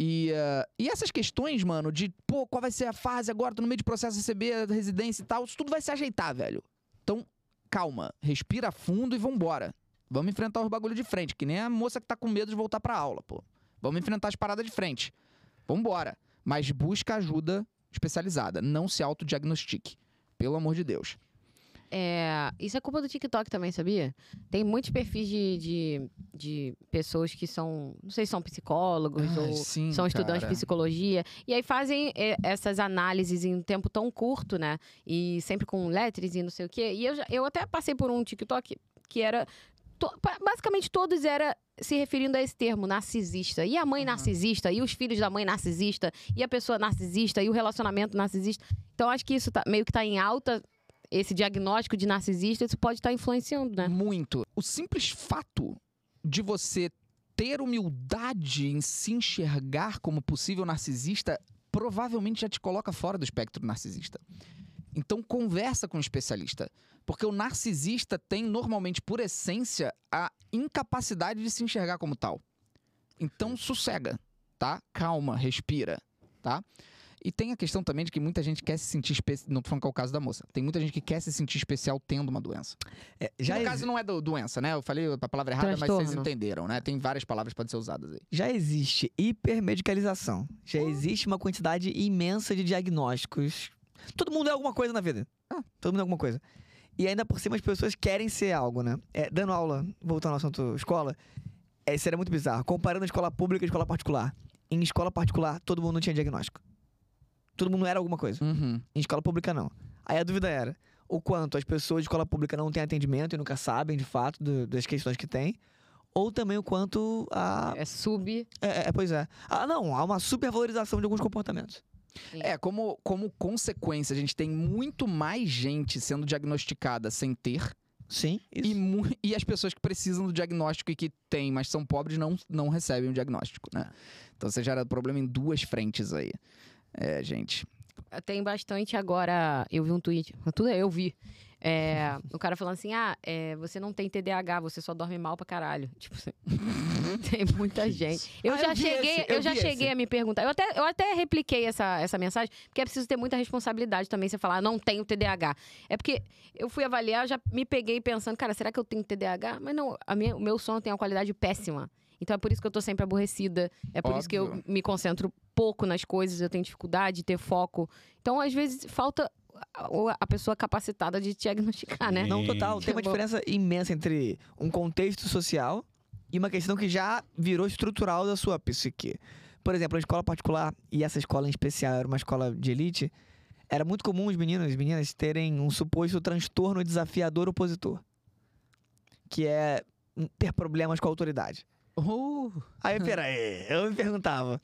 A: E, eh, e essas questões, mano, de pô, qual vai ser a fase agora, tô no meio de processo de receber a residência e tal, isso tudo vai se ajeitar, velho. Então, calma, respira fundo e vambora. Vamos enfrentar os bagulho de frente, que nem a moça que tá com medo de voltar pra aula, pô. Vamos enfrentar as paradas de frente. Vambora. Mas busca ajuda especializada, não se autodiagnostique. Pelo amor de Deus.
C: É, isso é culpa do TikTok também, sabia? Tem muitos perfis de, de, de pessoas que são, não sei se são psicólogos
A: Ah,
C: ou
A: sim,
C: são estudantes de
A: Hum, cara.
C: psicologia. E aí fazem é, essas análises em um tempo tão curto, né? E sempre com letras e não sei o quê. E eu, já- eu até passei por um TikTok que era. to- pa- basicamente todos era se referindo a esse termo, narcisista. E a mãe narcisista, e os filhos da mãe narcisista, e a pessoa narcisista, e o relacionamento narcisista. Então acho que isso tá- meio que tá em alta, esse diagnóstico de narcisista, isso pode estar influenciando, né?
A: Muito. O simples fato de você ter humildade em se enxergar como possível narcisista provavelmente já te coloca fora do espectro narcisista. Então conversa com um especialista, porque o narcisista tem normalmente por essência a incapacidade de se enxergar como tal. Então sossega, tá? Calma, respira, tá? E tem a questão também de que muita gente quer se sentir especial, não tô falando que é o caso da moça. Tem muita gente que quer se sentir especial tendo uma doença.
B: É, já,
A: No
B: exi-
A: caso, não é do- doença, né? Eu falei a palavra errada, mas vocês
C: Transtorno.
A: entenderam, né? Tem várias palavras que podem ser usadas aí.
B: já existe hipermedicalização. Já existe uma quantidade imensa de diagnósticos. Todo mundo é alguma coisa na vida. Todo mundo é alguma coisa. E ainda por cima as pessoas querem ser algo, né? É, dando aula, voltando ao assunto escola, é, isso era muito bizarro. Comparando a escola pública e a escola particular. Em escola particular, todo mundo não tinha diagnóstico. Todo mundo era alguma coisa. Em escola pública, não. Aí a dúvida era o quanto as pessoas de escola pública não têm atendimento e nunca sabem, de fato, do- das questões que têm. Ou também o quanto a
C: É sub.
B: é, é, pois é. Ah, não, há uma supervalorização de alguns comportamentos.
A: É, como, como consequência, a gente tem muito mais gente sendo diagnosticada sem ter.
B: Sim,
A: E,
B: isso.
A: mu- e as pessoas que precisam do diagnóstico e que têm, mas são pobres, não, não recebem o diagnóstico, né? Então você gera problema em duas frentes aí. É, gente.
C: Tem bastante agora. Eu vi um tweet. Tudo eu vi. É,
B: (laughs)
C: o cara falando assim: ah, é, você não tem TDAH, você só dorme mal pra caralho. (laughs) Tipo assim. tem muita gente. Eu
B: Uhum. Ah,
C: já
B: eu vi
C: cheguei,
B: esse,
C: eu,
B: eu
C: já
B: vi
C: cheguei
B: esse.
C: a me perguntar. Eu até, eu até repliquei essa, essa mensagem, porque é preciso ter muita responsabilidade também você falar, "Ah, não tenho TDAH. É porque eu fui avaliar, eu já me peguei pensando, cara, será que eu tenho TDAH? Mas não, a minha- o meu sono tem uma qualidade péssima. Então é por isso que eu tô sempre aborrecida. É por isso que eu
A: Óbvio.
C: me concentro pouco nas coisas, eu tenho dificuldade de ter foco. Então, às vezes, falta a- a a pessoa capacitada de diagnosticar, né?
B: Não, total. Tem uma
C: Tipo-
B: diferença imensa entre um contexto social e uma questão que já virou estrutural da sua psique. Por exemplo, a escola particular, e essa escola em especial era uma escola de elite, era muito comum os meninos e meninas terem um suposto transtorno desafiador opositor. Que é ter problemas com a autoridade.
A: Uh,
B: Aí, peraí, eu me perguntava,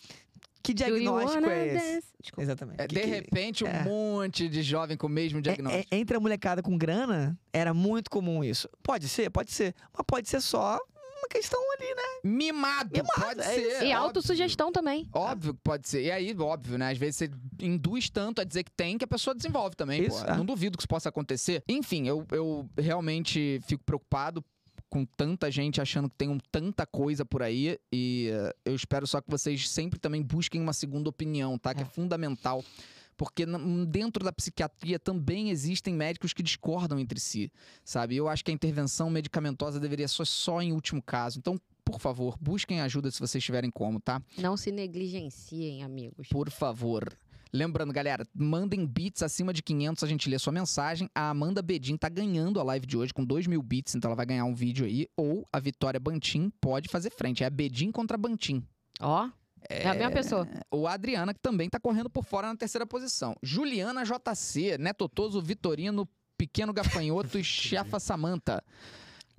B: que
C: Uhum. Do you
B: diagnóstico
C: wanna
B: é esse?
C: dance? Desculpa.
B: Exatamente.
A: é,
B: Que-
A: de
B: que-
A: repente, um
B: é.
A: monte de jovem com o mesmo
B: É-
A: diagnóstico.
B: é- entre a molecada com grana, era muito comum isso. Pode ser, pode ser. Mas pode ser só uma questão ali, né?
A: Mimado,
B: Mimado,
A: pode
B: é
A: ser.
C: E
A: óbvio.
C: autossugestão também.
A: Óbvio que pode ser. E aí, óbvio, né? Às vezes você induz tanto a dizer que tem que a pessoa desenvolve também,
B: Isso,
A: pô.
B: é.
A: Não duvido que isso possa acontecer. Enfim, eu, eu realmente fico preocupado com tanta gente achando que tem um, tanta coisa por aí. E eh, eu espero só que vocês sempre também busquem uma segunda opinião, tá? Que é fundamental. Porque n- dentro da psiquiatria também existem médicos que discordam entre si, sabe? Eu acho que a intervenção medicamentosa deveria ser só em último caso. Então, por favor, busquem ajuda se vocês tiverem como, tá?
C: Não se negligenciem, amigos.
A: Por favor. Lembrando, galera, mandem bits acima de 500, a gente lê sua mensagem. A Amanda Bedin tá ganhando a live de hoje com 2 mil bits, então ela vai ganhar um vídeo aí. Ou a Vitória Bantim pode fazer frente. É a Bedin contra Bantim.
C: Ó, é... a mesma pessoa.
A: Ou a Adriana, que também tá correndo por fora na terceira posição. Juliana JC, Netotoso, Vitorino, Pequeno
G: (laughs)
A: Gafanhoto e Chefa Samanta.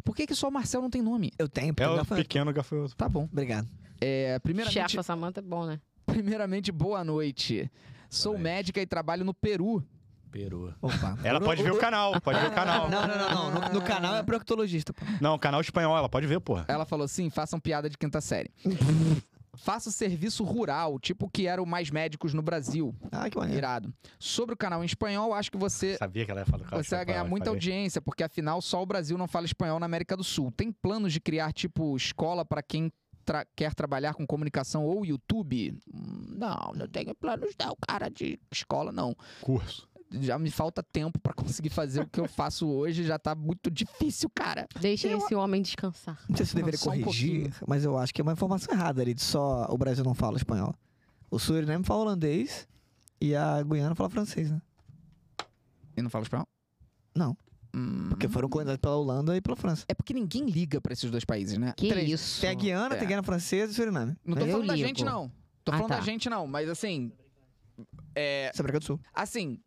A: Por que, que só o Marcel não tem nome?
B: Eu tenho, porque
D: É
B: eu já
D: o
B: falei.
D: pequeno gafanhoto.
A: Tá bom.
B: Obrigado.
A: É, primeiramente,
C: Chefa Samanta é bom, né?
A: (laughs) primeiramente, boa noite. Sou
G: Boa noite.
A: médica e trabalho no Peru.
G: Peru.
B: Opa.
D: Ela pode ver o canal, pode ver o
A: (laughs)
D: canal.
B: Não, não, não, não. No, no canal é proctologista. pô.
D: Não, canal espanhol, ela pode ver, porra.
A: Ela falou assim: façam piada de quinta série. Faço serviço rural, tipo o que era o Mais Médicos no Brasil.
B: Ah, que maneiro.
A: Irado. Sobre o canal em espanhol, acho que você.
G: Sabia que ela ia falar do canal
A: É, Você vai ganhar
G: espanhol,
A: muita
G: falei.
A: audiência, porque afinal só o Brasil não fala espanhol na América do Sul. Tem planos de criar, tipo, escola para quem tra- quer trabalhar com comunicação ou YouTube? Hum, Não, não tenho planos, não, cara, de escola, não
D: Curso.
A: já me falta tempo pra conseguir fazer o que eu faço hoje, já tá muito difícil, cara.
C: Deixem esse homem descansar.
B: Não sei se eu deveria
A: Só um
B: corrigir, mas eu acho que é uma informação errada ali de só o Brasil não fala espanhol. O Suriname fala holandês e a Guiana fala francês, né?
A: E não fala espanhol?
B: Não.
A: Hum.
B: Porque foram colonizados pela Holanda e pela França.
A: É porque ninguém liga pra esses dois países, né?
C: Que
A: Três.
C: isso?
B: Tem a Guiana,
A: É.
B: tem a Guiana Francesa e o Suriname.
A: Não tô
C: Eu
A: falando da
C: ligo.
A: gente, não. Tô
C: Ah,
A: falando
C: tá.
A: da gente, não. Mas assim. É.
B: Essa é a América do Sul.
A: Assim.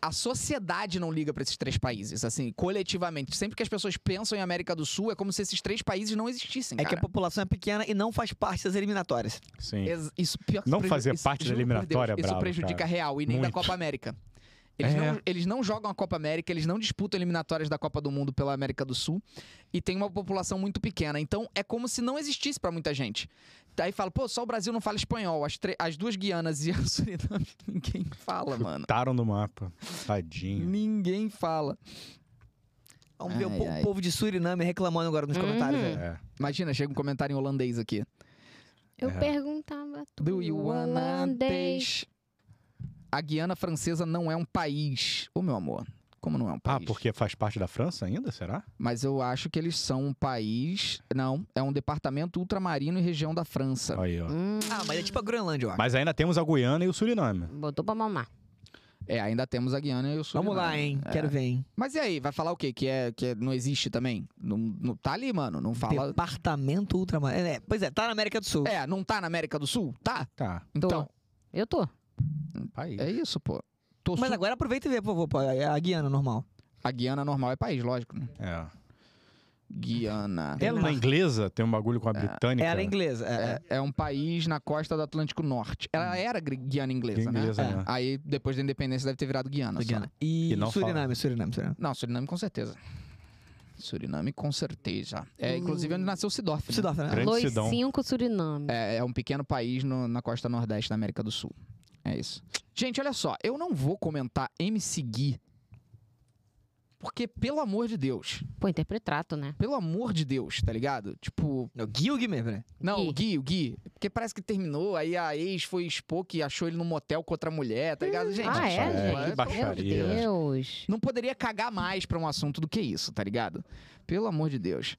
A: A sociedade não liga pra esses três países, assim, coletivamente. Sempre que as pessoas pensam em América do Sul, é como se esses três países não existissem.
B: É que a
A: cara.
B: população é pequena e não faz parte das eliminatórias.
G: Sim.
A: Ex- Isso, pior que
D: Não
A: isso
D: fazer
A: isso-
D: parte da
A: juro por
D: eliminatória é
A: Deus, Isso
D: bravo,
A: prejudica
D: cara.
A: real e nem da
D: Muito.
A: Copa América. Eles,
D: É.
A: não, eles não jogam a Copa América, eles não disputam eliminatórias da Copa do Mundo pela América do Sul e tem uma população muito pequena. Então é como se não existisse pra muita gente. Daí fala, pô, só o Brasil não fala espanhol. As, tre- as duas Guianas e a (laughs) Suriname, ninguém fala, mano.
D: Taram no mapa. Tadinho.
A: Ninguém fala.
B: Vamos ver o
A: Ai,
B: po-
A: ai.
B: povo de Suriname reclamando agora nos comentários.
C: Uhum.
B: velho.
G: É.
A: Imagina, chega um comentário em holandês aqui.
C: Eu
G: É.
C: perguntava
A: Do
C: tudo
A: you wanna dance? A Guiana Francesa não é um país. Ô, meu amor, como não é um
D: Ah,
A: país?
D: porque faz parte da França ainda, será?
A: Mas eu acho que eles são um país. Não, é um departamento ultramarino e região da França.
D: Aí, ó.
C: Hum,
B: Ah, mas é tipo a Groenlândia, eu acho.
D: Mas ainda temos a Guiana e o Suriname.
C: botou pra mamar.
A: É, ainda temos a Guiana e o Suriname.
B: Vamos lá,
A: É.
B: hein? Quero ver, hein?
A: Mas e aí, vai falar o quê? Que, é, que é- não existe também? Não, não- tá ali, mano. Não fala.
B: Departamento Ultramarino. É, pois é, tá na América do Sul.
A: É, não tá na América do Sul? Tá.
D: Tá.
C: Tô.
A: Então,
C: Eu tô.
G: País.
A: é isso, pô. Tô
B: Então. Mas
A: su-
B: agora aproveita e vê, por favor, pô, é a Guiana normal.
A: A Guiana normal é país, lógico. né?
D: É.
A: Guiana.
B: É.
D: Ela na inglesa tem um bagulho com a britânica.
B: Ela é inglesa. É, é.
A: É, é um país na costa do Atlântico Norte.
B: Hum.
A: Ela era gri- Guiana inglesa, né?
D: inglesa,
B: É.
D: né?
A: Aí, depois da independência, deve ter virado Guiana. só.
B: Guiana. E,
D: E não
B: Suriname, Suriname, Suriname.
A: Não, Suriname com certeza. Suriname com certeza.
C: Hum.
A: É, inclusive, onde nasceu Sidorf. Né?
B: Sidorf, né?
D: Grande
C: Los
D: Sidão.
C: 5 Suriname.
A: É, é um pequeno país no- na costa nordeste da América do Sul. É isso. Gente, olha só, eu não vou comentar MC Gui. Porque, pelo amor de Deus,
C: Pô, interpretato, né?
A: pelo amor de Deus, tá ligado? Tipo,
B: Não, Gui ou Gui mesmo, né?
A: não, o Gui, o Gui. Porque parece que terminou, aí a ex foi expor que achou ele num motel com outra mulher, tá ligado? Gente,
C: ah,
D: baixaria,
C: é,
D: que
C: gente?
D: baixaria.
C: Meu Deus.
A: Não poderia cagar mais pra um assunto do que isso, tá ligado? Pelo amor de Deus.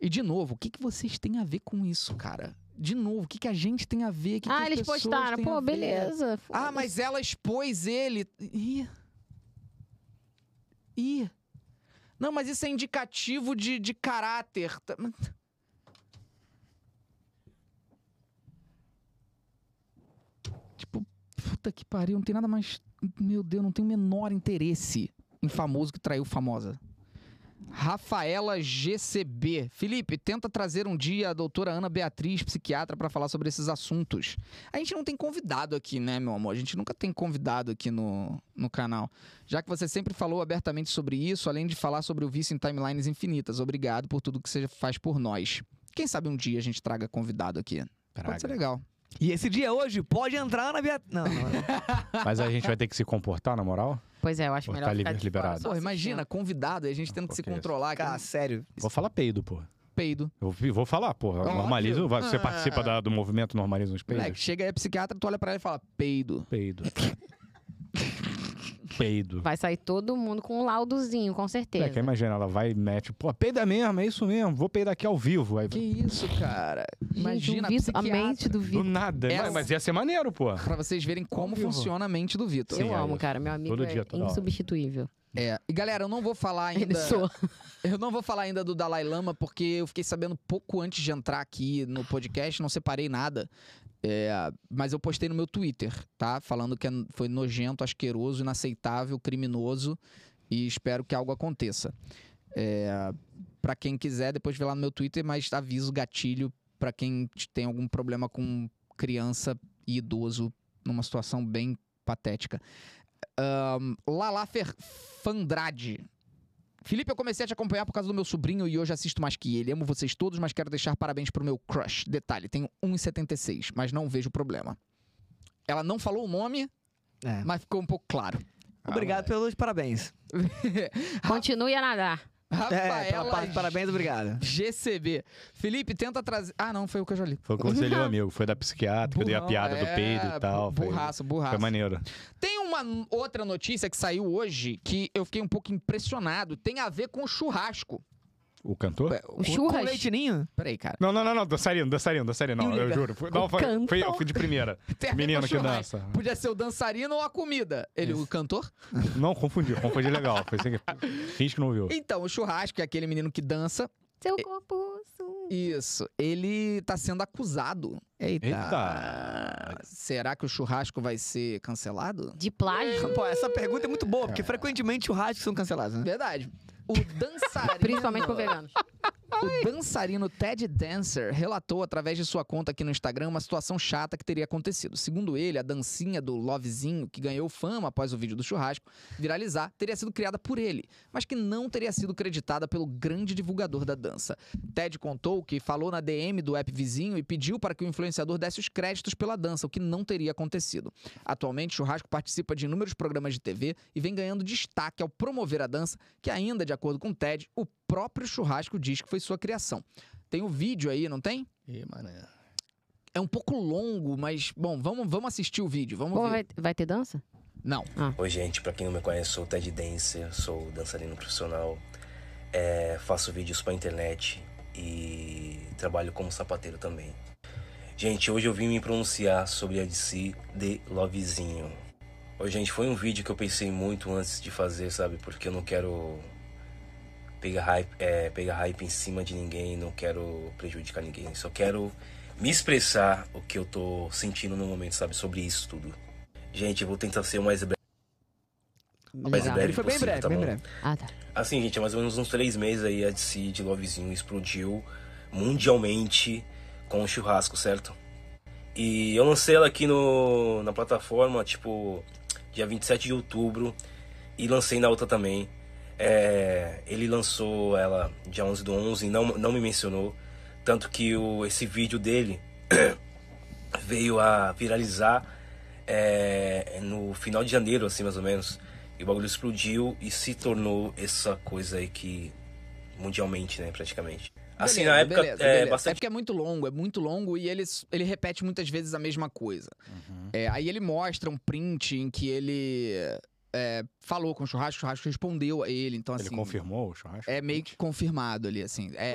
A: E de novo, o que, que vocês têm a ver com isso, cara? De novo, o que, que a gente tem a ver? O que que
C: Ah,
A: as
C: eles
A: pessoas
C: postaram.
A: têm a
C: Pô,
A: ver?
C: beleza.
A: Ah,
C: foda-se.
A: mas ela expôs ele. Ih. Ih. Não, mas isso é indicativo de, de caráter. Tá- mas- Tipo, puta que pariu, não tem nada mais. Meu Deus, não tem o menor interesse em famoso que traiu famosa. Rafaela GCB. Felipe, tenta trazer um dia a doutora Ana Beatriz, psiquiatra, pra falar sobre esses assuntos. A gente não tem convidado aqui, né, meu amor? A gente nunca tem convidado aqui no, no canal. Já que você sempre falou abertamente sobre isso, além de falar sobre o vício em timelines infinitas. Obrigado por tudo que você faz por nós. Quem sabe um dia a gente traga convidado aqui. Pode ser
D: Praga.
A: legal.
B: E esse dia hoje pode entrar na via. Não, não,
A: (laughs)
B: não.
D: Mas a gente vai ter que se comportar, na moral?
C: Pois é, eu acho
D: Pô,
C: melhor
D: tá
C: ficar
D: livre-
C: de fora,
D: liberado.
C: só
A: Pô, imagina,
C: assistindo.
A: convidado, e a gente tendo que se
D: Por que
A: controlar,
B: Cara,
A: cara,
B: sério.
D: Vou falar peido, pô.
A: peido.
D: Eu vou- vou falar, pô.
A: Óbvio.
D: Normaliza. vai- Você
A: Ah.
D: participa da- do movimento Normaliza os
A: Moleque,
D: Peidos?
A: chega aí a psiquiatra, tu olha pra ela e fala, peido. (laughs)
D: Peido. Peido.
C: Vai sair todo mundo com um laudozinho, com certeza.
D: É, que imagina, ela vai e mete, pô, peida mesmo, é isso mesmo, vou peidar aqui ao vivo. Aí,
A: Que isso, cara?
C: Gente,
A: Imagina
C: o Vitor, a
A: a psiquiatra.
C: mente do
D: do
C: Vitor.
D: nada. né?
A: Essa-
D: Mas, mas ia ser maneiro, pô.
A: Pra vocês verem como
D: vivo.
A: funciona a mente do Vitor.
D: Sim,
C: eu
D: é
C: amo,
D: isso.
C: cara. Meu amigo
D: Todo
C: é
D: dia, toda hora.
C: insubstituível.
A: É. E galera, eu não vou falar ainda.
C: Ele soa.
A: Eu não vou falar ainda do Dalai Lama, porque eu fiquei sabendo pouco antes de entrar aqui no podcast, não separei nada. É, mas eu postei no meu Twitter, tá? Falando que é- foi nojento, asqueroso, inaceitável, criminoso. E espero que algo aconteça. É, para quem quiser, depois vê lá no meu Twitter, mas aviso gatilho pra quem tem algum problema com criança e idoso numa situação bem patética. Ahn, Lala Fer Fandrade. Felipe, eu comecei a te acompanhar por causa do meu sobrinho e hoje assisto mais que ele. Amo vocês todos, mas quero deixar parabéns pro meu crush. Detalhe, tenho 1,76, mas não vejo problema. Ela não falou o nome,
B: É.
A: mas ficou um pouco
D: (laughs)
A: claro. Ah,
B: Obrigado pelos parabéns.
C: Continue a nadar.
B: É, pela
A: Rafaela
B: parte de parabéns, obrigado.
A: GCB. Felipe, tenta trazer... Ah, não, foi o que eu já li.
D: Foi o conselho amigo, foi da psiquiatra, que eu dei a
B: Burrão,
D: piada do
A: É,
D: peido e tal.
A: bu-
D: Foi,
A: Burraço, burraço.
D: foi maneiro.
A: Tem uma n- outra notícia que saiu hoje que eu fiquei um pouco impressionado. Tem a ver com churrasco.
D: O cantor?
A: Ué,
C: O
A: com-
B: Com
C: churras.
B: leitinho?
A: Peraí, cara.
D: Não, não, não, não, dançarino, dançarino, dançarino, não,
B: Yuri,
D: eu
B: cara.
D: juro. Foi- Não, foi,
C: cantor.
D: foi eu, fui de primeira.
A: Tem a ver
D: Menino
A: com
D: que
A: churrasco.
D: dança.
A: Podia ser o dançarino ou a comida. Ele, o cantor?
D: Não, confundi, confundi legal. Foi sem... Finge que não viu.
A: Então, o churrasco é aquele menino que dança.
C: Seu corpo. su-
A: Isso. Ele tá sendo acusado. Eita.
D: Eita.
A: Será que o churrasco vai ser cancelado?
C: De plágio.
B: Pô, essa pergunta é muito boa, porque frequentemente churrascos são cancelados, né?
A: Verdade. O dançarino.
C: Principalmente com veganos.
A: O dançarino Ted Dancer relatou através de sua conta aqui no Instagram uma situação chata que teria acontecido. Segundo ele, a dancinha do Lovezinho, que ganhou fama após o vídeo do churrasco viralizar, teria sido criada por ele, mas que não teria sido creditada pelo grande divulgador da dança. Ted contou que falou na DM do app vizinho e pediu para que o influenciador desse os créditos pela dança, o que não teria acontecido. Atualmente, Churrasco participa de inúmeros programas de TV e vem ganhando destaque ao promover a dança, que ainda, de acordo com o Ted, o próprio Churrasco diz que foi sua criação. Tem o vídeo aí, não tem?
G: Ih, mané.
A: É um pouco longo, mas, bom, vamos, vamos assistir o vídeo, vamos
C: Pô,
A: ver.
C: vai, vai ter dança?
A: Não.
K: Oi, gente, pra quem não me conhece, sou o Ted Dancer, sou dançarino profissional, é, faço vídeos pra internet e trabalho como sapateiro também. Gente, hoje eu vim me pronunciar sobre a DC de Lovezinho. Oi, gente, foi um vídeo que eu pensei muito antes de fazer, sabe? Porque eu não quero pegar hype, é, pegar hype em cima de ninguém, não quero prejudicar ninguém, só quero me expressar o que eu tô sentindo no momento, sabe? Sobre isso tudo. Gente, eu vou tentar ser o mais breve. Mas
C: Legal.
K: breve
B: Ele foi bem
K: possível,
B: breve,
K: tá
B: bem
K: bom?
B: breve.
C: Ah, tá.
K: Assim, gente, há mais ou menos uns três meses aí a DC de Lovezinho explodiu mundialmente com o churrasco, certo? E eu lancei ela aqui no, na plataforma, tipo, dia 27 de outubro. E lancei na outra também. É, ele lançou ela dia 11 do 11 e não, não me mencionou. Tanto que o, esse vídeo dele (clears throat) veio a viralizar é, no final de janeiro, assim mais ou menos. E o bagulho explodiu e se tornou essa coisa aí que mundialmente, né, praticamente. Assim,
A: Beleza,
K: na época
A: beleza,
K: é
A: beleza.
K: bastante.
A: É porque é muito longo, é muito longo e ele, ele
K: Uhum.
A: repete muitas vezes a mesma coisa. É, aí ele mostra um print em que ele é, falou com o churrasco, o churrasco respondeu a ele. Então,
D: Ele
A: assim,
D: confirmou o churrasco?
A: É meio que confirmado ali, assim. É,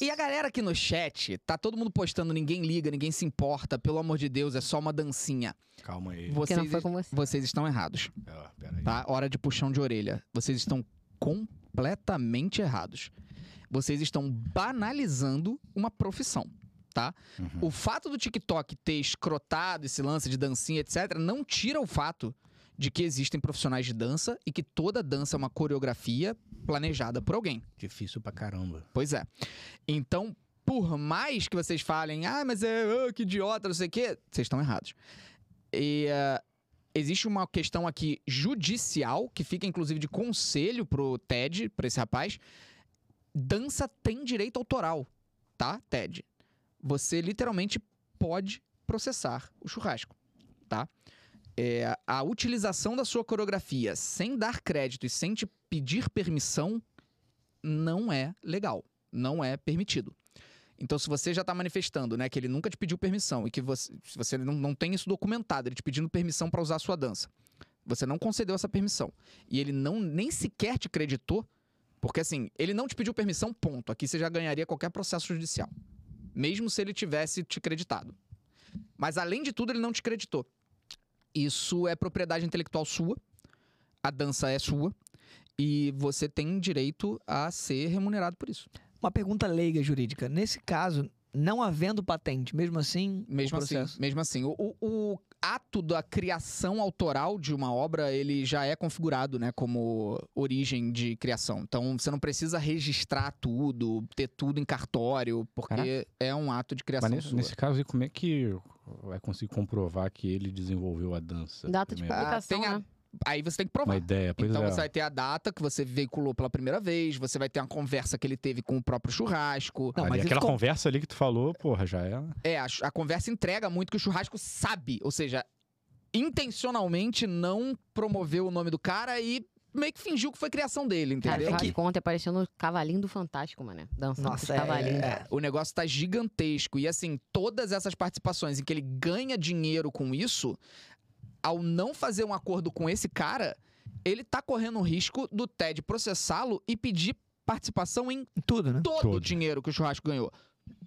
A: e a galera aqui no chat, tá todo mundo postando, ninguém liga, ninguém se importa, pelo amor de Deus, é só uma dancinha.
D: Calma aí.
A: Vocês, vocês estão errados.
D: Ah, peraí.
A: Tá? Hora de puxão de orelha. Vocês estão completamente errados. Vocês estão banalizando uma profissão, tá? O fato do TikTok ter escrotado esse lance de dancinha, etc., não tira o fato de que existem profissionais de dança e que toda dança é uma coreografia planejada por alguém.
D: Difícil pra caramba.
A: Pois é. Então, por mais que vocês falem, ah, mas é, ah, que idiota, não sei o quê, vocês estão errados. E ah, existe uma questão aqui judicial, que fica inclusive de conselho pro TED, pra esse rapaz. Dança tem direito autoral, tá, TED? Você literalmente pode processar o churrasco, tá? É, a utilização da sua coreografia sem dar crédito e sem te pedir permissão não é legal, não é permitido. Então, se você já está manifestando, né, que ele nunca te pediu permissão e que você, se você não, não tem isso documentado, ele te pedindo permissão para usar a sua dança, você não concedeu essa permissão e ele não nem sequer te creditou, porque assim, ele não te pediu permissão, ponto. Aqui você já ganharia qualquer processo judicial, mesmo se ele tivesse te creditado. Mas além de tudo, ele não te creditou. Isso é propriedade intelectual sua. A dança é sua e você tem direito a ser remunerado por isso.
B: Uma pergunta leiga jurídica. Nesse caso, não havendo patente, mesmo assim,
A: Mesmo
B: o
A: assim,
B: processo...
A: mesmo assim, o, o- o ato da criação autoral de uma obra, ele já é configurado, né, como origem de criação. Então, você não precisa registrar tudo, ter tudo em cartório, porque
D: Caraca.
A: é um ato de criação
D: Mas nesse,
A: sua.
D: nesse caso, aí, como é que vai conseguir comprovar que ele desenvolveu a dança?
C: Data de
D: primeiro?
A: Ah,
C: publicação,
A: tem a-
C: né?
A: Aí você tem que provar.
D: Uma ideia, pois
A: então
D: é.
A: você vai ter a data que você veiculou pela primeira vez, você vai ter uma conversa que ele teve com o próprio churrasco.
B: Não,
D: Ali,
B: mas isso
D: aquela
B: com-
D: conversa ali que tu falou, porra, já é.
A: É, a, chu- a conversa entrega muito que o churrasco sabe, ou seja, intencionalmente não promoveu o nome do cara e meio que fingiu que foi criação dele,
C: Cara,
A: entendeu?
C: faz de conta, é parecendo o cavalinho do Fantástico, mané. Dançando
B: Nossa,
C: com os cavalinhos.
B: é...
A: O negócio tá gigantesco. E assim, todas essas participações em que ele ganha dinheiro com isso, ao não fazer um acordo com esse cara, ele tá correndo o risco do TED processá-lo e pedir participação em
B: Tudo, né?
A: todo, o
D: Todo.
A: dinheiro que o churrasco ganhou.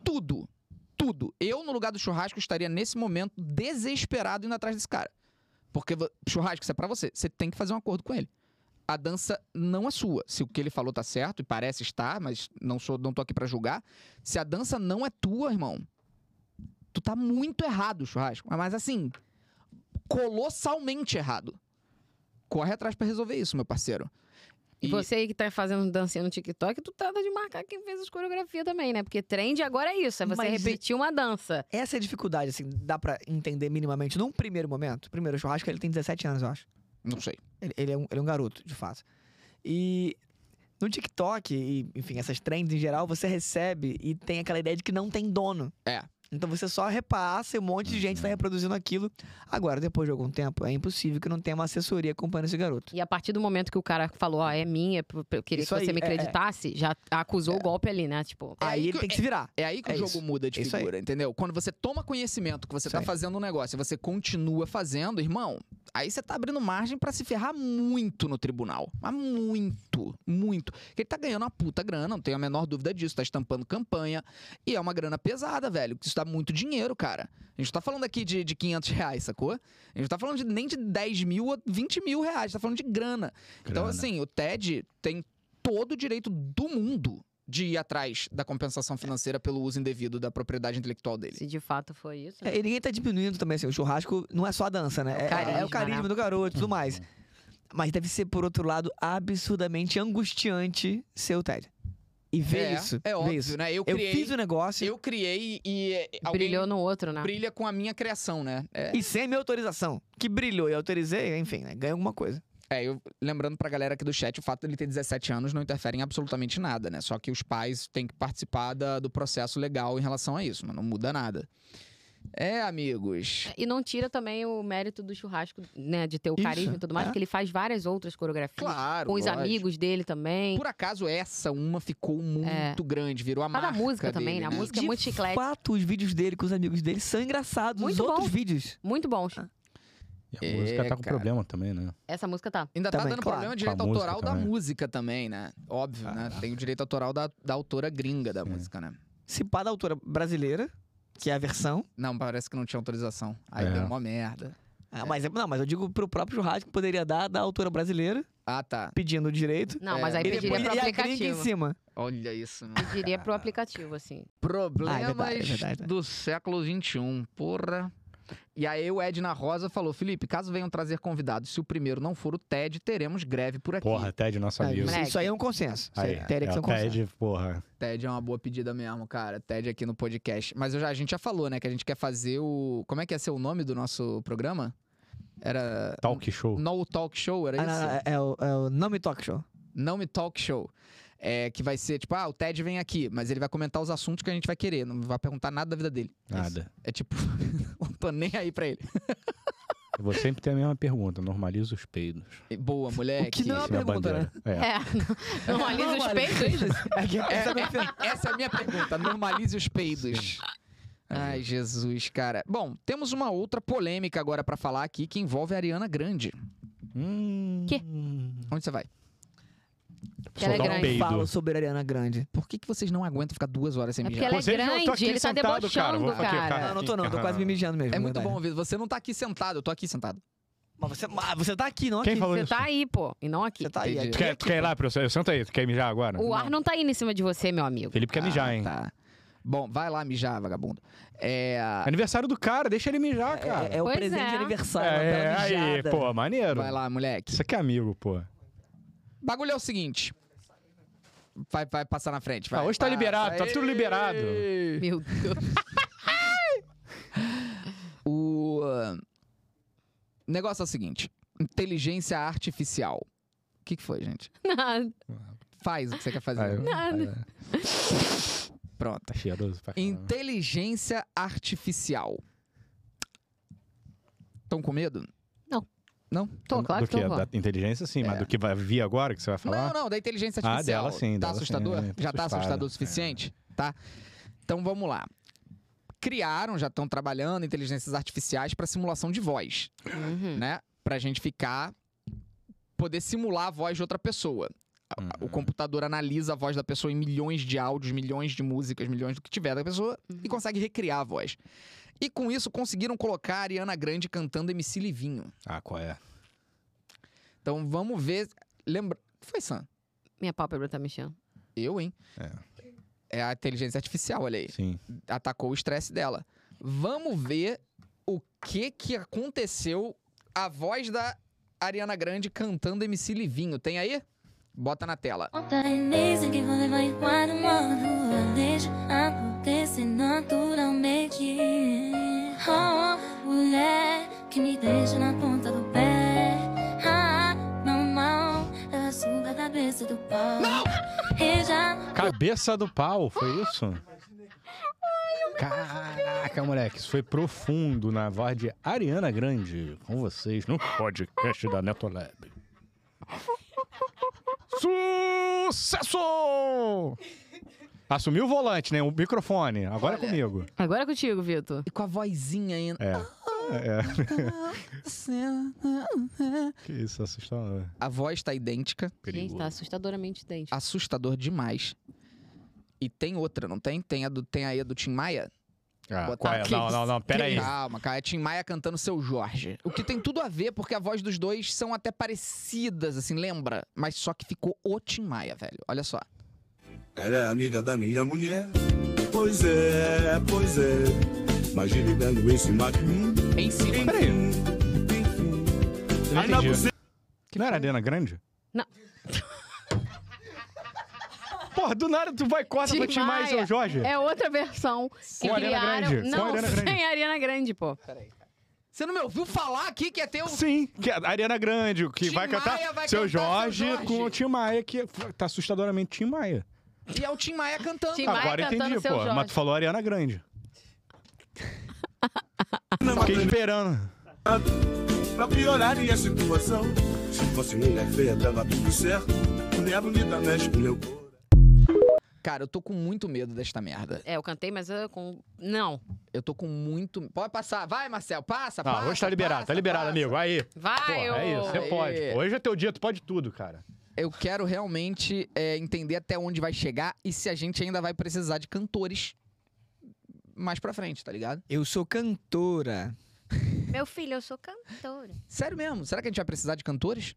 A: Tudo. Tudo. Eu, no lugar do churrasco, estaria nesse momento desesperado indo atrás desse cara. Porque vo- churrasco, isso é pra você. Você tem que fazer um acordo com ele. A dança não é sua. Se o que ele falou tá certo, e parece estar, mas não sou, não tô aqui pra julgar. Se a dança não é tua, irmão, tu tá muito errado, churrasco. Mas assim, colossalmente errado. Corre atrás pra resolver isso, meu parceiro.
C: E você aí que tá fazendo dancinha no TikTok, tu trata de marcar quem fez as coreografias também, né? Porque trend agora é isso, é você
B: Mas-
C: repetir uma dança.
B: Essa é a dificuldade, assim, dá pra entender minimamente. Num primeiro momento, primeiro, o churrasco ele tem 17 anos, eu acho.
A: Não sei.
B: Ele, ele é, um, ele é um garoto, de fato. E no TikTok, e, enfim, essas trends em geral, você recebe e tem aquela ideia de que não tem dono.
A: É. Uhum.
B: Então você só repassa e um monte de gente está reproduzindo aquilo. Agora, depois de algum tempo, é impossível que não tenha uma assessoria acompanhando esse garoto.
C: E a partir do momento que o cara falou, ó, é minha, p- p- eu queria
B: Isso
C: que você
B: aí,
C: me
B: é, é.
C: acreditasse, já acusou o golpe ali, né? Tipo,
A: É
B: aí
A: aí
B: ele
A: que-
B: tem que se virar.
A: É aí que
B: É
A: o jogo
B: isso.
A: muda de
B: Isso aí.
A: figura, entendeu? Quando você toma conhecimento que você
B: Isso
A: tá
B: aí.
A: fazendo um negócio e você continua fazendo, irmão, aí você tá abrindo margem pra se ferrar muito no tribunal. Mas muito, muito. Porque ele tá ganhando uma puta grana, não tenho a menor dúvida disso, tá estampando campanha. E é uma grana pesada, velho. Isso dá muito dinheiro, cara. A gente não tá falando aqui de, de 500 reais, sacou? A gente não tá falando de, nem de 10 mil ou 20 mil reais, a gente tá falando de grana. Então,
D: Grana.
A: assim, o TED tem todo o direito do mundo de ir atrás da compensação financeira pelo uso indevido da propriedade intelectual dele.
C: se de fato foi isso.
B: É, e ninguém tá diminuindo também, assim, o churrasco não é só a dança, né? É,
C: carisma,
B: é o carisma
C: né?
B: do garoto e tudo mais. Mas deve ser, por outro lado, absurdamente angustiante ser o Ted. E ver
A: é,
B: isso.
A: é
B: ver
A: óbvio,
B: isso.
A: né? Eu
B: Eu
A: criei,
B: fiz o negócio
A: eu criei e é, alguém
C: Brilhou no outro, né?
A: brilha com a minha criação, né? É,
B: e sem minha autorização. Que brilhou e eu autorizei, enfim, né? Ganha alguma coisa.
A: é, eu lembrando pra galera aqui do chat, o fato dele ter 17 anos não interfere em absolutamente nada, né? Só que os pais têm que participar da- do processo legal em relação a isso, mas não muda nada. É, amigos.
C: E não tira também o mérito do churrasco, né? De ter o carisma e tudo mais,
B: é.
C: porque ele faz várias outras coreografias.
A: Claro.
C: com os
A: lógico.
C: amigos dele também.
A: Por acaso essa uma ficou muito grande, virou a
C: Cada
A: marca
C: É. música também,
A: dele,
C: né? A música é
B: De
C: muito chiclete.
B: fato, os vídeos dele com os amigos dele são engraçados. os
C: Muito
B: outros
C: bom.
B: vídeos.
C: Muito bons.
D: E a música tá com
A: cara.
D: problema também, né?
C: Essa música tá.
A: Ainda tá
D: Também,
A: dando
D: claro.
A: problema de
D: Com a
A: direito
D: música
A: autoral da
D: também.
A: música também, né? Óbvio, né? Tem o direito autoral da, da autora gringa da música, né?
B: Se pá da autora brasileira, que é a versão.
A: Não, parece que não tinha autorização. Aí
D: É.
A: deu uma merda.
B: Ah, mas, é- não, mas eu digo pro próprio rádio que poderia dar da autora brasileira,
A: Ah, tá.
B: pedindo o direito.
C: Não, mas aí
B: e
C: pediria
B: depois
C: É pro
B: e a gringa em
C: aplicativo.
B: cima.
A: Olha isso, mano.
C: Pediria pro aplicativo, assim.
A: (laughs) Problemas
B: Ah, é verdade, é verdade, né?
A: do século XXI, porra. E aí o Edna Rosa falou, Felipe, caso venham trazer convidados, se o primeiro não for o Ted, teremos greve por aqui.
D: Porra, Ted, nosso
B: Ah,
D: amigo.
B: isso,
C: Moleque.
B: isso aí é um consenso. Isso
D: Aí,
B: aí, teria que
D: é,
B: ser um
D: o
B: consenso.
D: Ted, porra.
A: Ted é uma boa pedida mesmo, cara. Ted aqui no podcast. Mas eu já, a gente já falou, né, que a gente quer fazer o... Como é que ia ser o nome do nosso programa? Era...
D: Talk show.
A: No Talk Show, era
B: Ah,
A: isso?
B: não, não, é, o, é o Não Me Talk Show.
A: Não Me Talk Show. É, que vai ser tipo, ah, o Ted vem aqui, mas ele vai comentar os assuntos que a gente vai querer, não vai perguntar nada da vida dele.
D: Nada.
A: É tipo, (laughs) não tô nem aí pra ele.
D: Eu vou sempre ter a mesma pergunta. Normaliza os peidos.
A: Boa, moleque.
B: que não- É uma
D: Essa é a
B: pergunta,
D: bandeira. É.
C: É, não, não alisa os peitos.
B: É
A: (laughs)
B: que-
A: É, é, (laughs) essa é a minha pergunta. Normalize os peidos. Ai, Jesus, cara. Bom, temos uma outra polêmica agora pra falar aqui que envolve a Ariana Grande.
D: Hum,
C: Quê?
A: Onde você vai?
C: Que ela é
D: soltar um
C: grande.
D: peido.
B: Falo sobre a Ariana Grande.
A: Por que, que vocês não aguentam ficar duas horas sem
C: É porque
A: mijar?
C: ela é
G: Vocês não, eu tô
C: grande,
G: aqui
C: ele tá
G: sentado, cara,
C: debochando,
G: vou fazer o quê,
C: cara.
G: cara?
B: Não, não tô não, tô quase me mijando mesmo.
A: É muito
B: verdade.
A: bom, Vitor. Você não tá aqui sentado, eu tô aqui sentado.
B: Mas você, mas você tá aqui, não
D: Quem
B: aqui.
D: falou
C: Você
D: isso?
C: tá aí, pô, e não aqui.
B: Você tá aí.
A: Entendi.
B: aqui.
D: Tu quer, tu quer ir lá, professor? Eu senta aí. Tu quer mijar agora?
C: O ar não tá indo em cima de você, meu amigo.
D: Felipe quer mijar,
A: Ah,
D: hein?
A: Tá. Bom, vai lá mijar, vagabundo. É.
D: Aniversário do cara, deixa ele mijar, cara.
B: É, é o
C: Pois
B: presente
C: é.
B: de aniversário. uma
D: É,
B: bela
D: aí,
B: mijada.
D: pô, maneiro.
A: Vai lá, moleque.
D: Isso aqui é amigo, pô.
A: Bagulho é o seguinte. Vai, vai passar na frente, vai.
D: Ah, hoje tá
A: Passa.
D: liberado, tá tudo
A: Ei!
D: liberado.
C: Meu (laughs) Deus.
A: O ah, negócio é o seguinte: inteligência artificial. O que, que foi, gente?
C: Nada,
A: Faz o que você quer fazer.
D: Ah, eu-
C: nada.
D: ah,
A: Pronto.
D: Tá cheiroso pra
A: Então,
D: caramba.
A: Inteligência artificial. Estão com medo?
C: Não.
A: Não?
C: Tô, claro
D: do
C: que tô
D: que?
C: bom.
D: Da inteligência, sim, mas do que vai vir agora que você vai falar?
A: Não, não, da inteligência
D: Ah,
A: artificial.
D: dela sim,
A: Tá
D: dela sim,
A: assustador?
D: é, tá
A: já tá
D: assustado.
A: assustador o suficiente? Tá? Então vamos lá. Criaram, já estão trabalhando inteligências artificiais para simulação de voz.
C: Uhum.
A: né? Pra gente ficar. Poder simular a voz de outra pessoa. A-
D: Hum.
A: a- O computador analisa a voz da pessoa em milhões de áudios, milhões de músicas, milhões do que tiver da pessoa e consegue recriar a voz. E com isso conseguiram colocar a Ariana Grande cantando MC Livinho.
D: Ah, qual é?
A: Então vamos ver. Lembra. O que foi, Sam?
C: Minha pálpebra tá mexendo.
A: Eu, hein? É. a inteligência artificial, olha aí.
D: Sim.
A: Atacou o estresse dela. Vamos ver o que que aconteceu a voz da Ariana Grande cantando MC Livinho. Tem aí? Bota na tela.
L: Fortaleza que você vai para o mundo Deixa acontecer naturalmente Oh, mulher que me deixa na ponta do pé Ah, não, não, eu assumo a cabeça do pau Não! E já
D: Cabeça do pau, foi isso? Caraca, moleque, isso foi profundo na voz de Ariana Grande com vocês no podcast da Netolab. Sucesso! Assumiu o volante, né? O microfone. Agora é comigo.
C: Agora é contigo, Vitor.
A: E com a vozinha ainda.
D: É. É. Que isso, assustador.
A: A voz tá idêntica,
C: Gente, tá assustadoramente idêntico.
A: assustador demais. E tem outra, não tem? Tem a do, tem aí a do Tim Maia?
D: Ah,
A: Botar
D: qual é?
A: aqui.
D: Não, não, não, peraí.
A: Calma, cara. É Tim Maia cantando seu Jorge. O que tem tudo a ver, porque a voz dos dois são até parecidas, assim, lembra? Mas só que ficou o Tim Maia, velho. Olha só.
L: Ela é amiga da minha mulher Pois é, pois é Mas ele dando em cima de mim
A: Em cima.
D: Peraí. Eu não entendi. Não era Ariana Grande?
C: Não.
D: (laughs) Porra, do nada tu vai e corta pra
C: Tim
D: Tim Maia e seu
C: Maia.
D: Jorge.
C: É outra versão que
D: Com a Ariana
C: criaram.
D: Grande, com a
C: Não,
D: Ariana Grande.
C: sem a Ariana Grande, pô.
A: Você não me ouviu falar aqui que ia ter um.
D: Sim, que é a Ariana Grande, que
A: Tim
D: vai cantar
A: Maia vai
D: seu
A: cantar Seu
D: Jorge,
A: Jorge.
D: com o Tim Maia, que tá assustadoramente Tim Maia.
A: E é o Tim Maia cantando.
C: Tim Maia
D: Agora
C: cantando
D: entendi,
C: Seu
D: pô.
C: Jorge.
D: Mas tu falou Ariana Grande. Fiquei esperando.
L: Pra piorar a situação Se fosse mulher feia dava tudo certo Mulher bonita mexe com meu corpo
A: Cara, eu tô com muito medo desta merda.
C: É, eu cantei, mas eu com. Não.
A: Eu tô com muito. Pode passar. Vai, Marcel. Passa,
G: Ah,
A: passa.
G: hoje tá liberado, tá liberado, amigo. Aí.
C: Vai,
G: Porra, é isso, você
A: ô.
G: pode.
A: Aí.
G: Hoje é teu dia, tu pode tudo, cara.
A: Eu quero realmente é, entender até onde vai chegar e se a gente ainda vai precisar de cantores mais pra frente, tá ligado?
B: Eu sou cantora.
M: Meu filho, eu sou cantora.
A: Sério mesmo? Será que a gente vai precisar de cantores?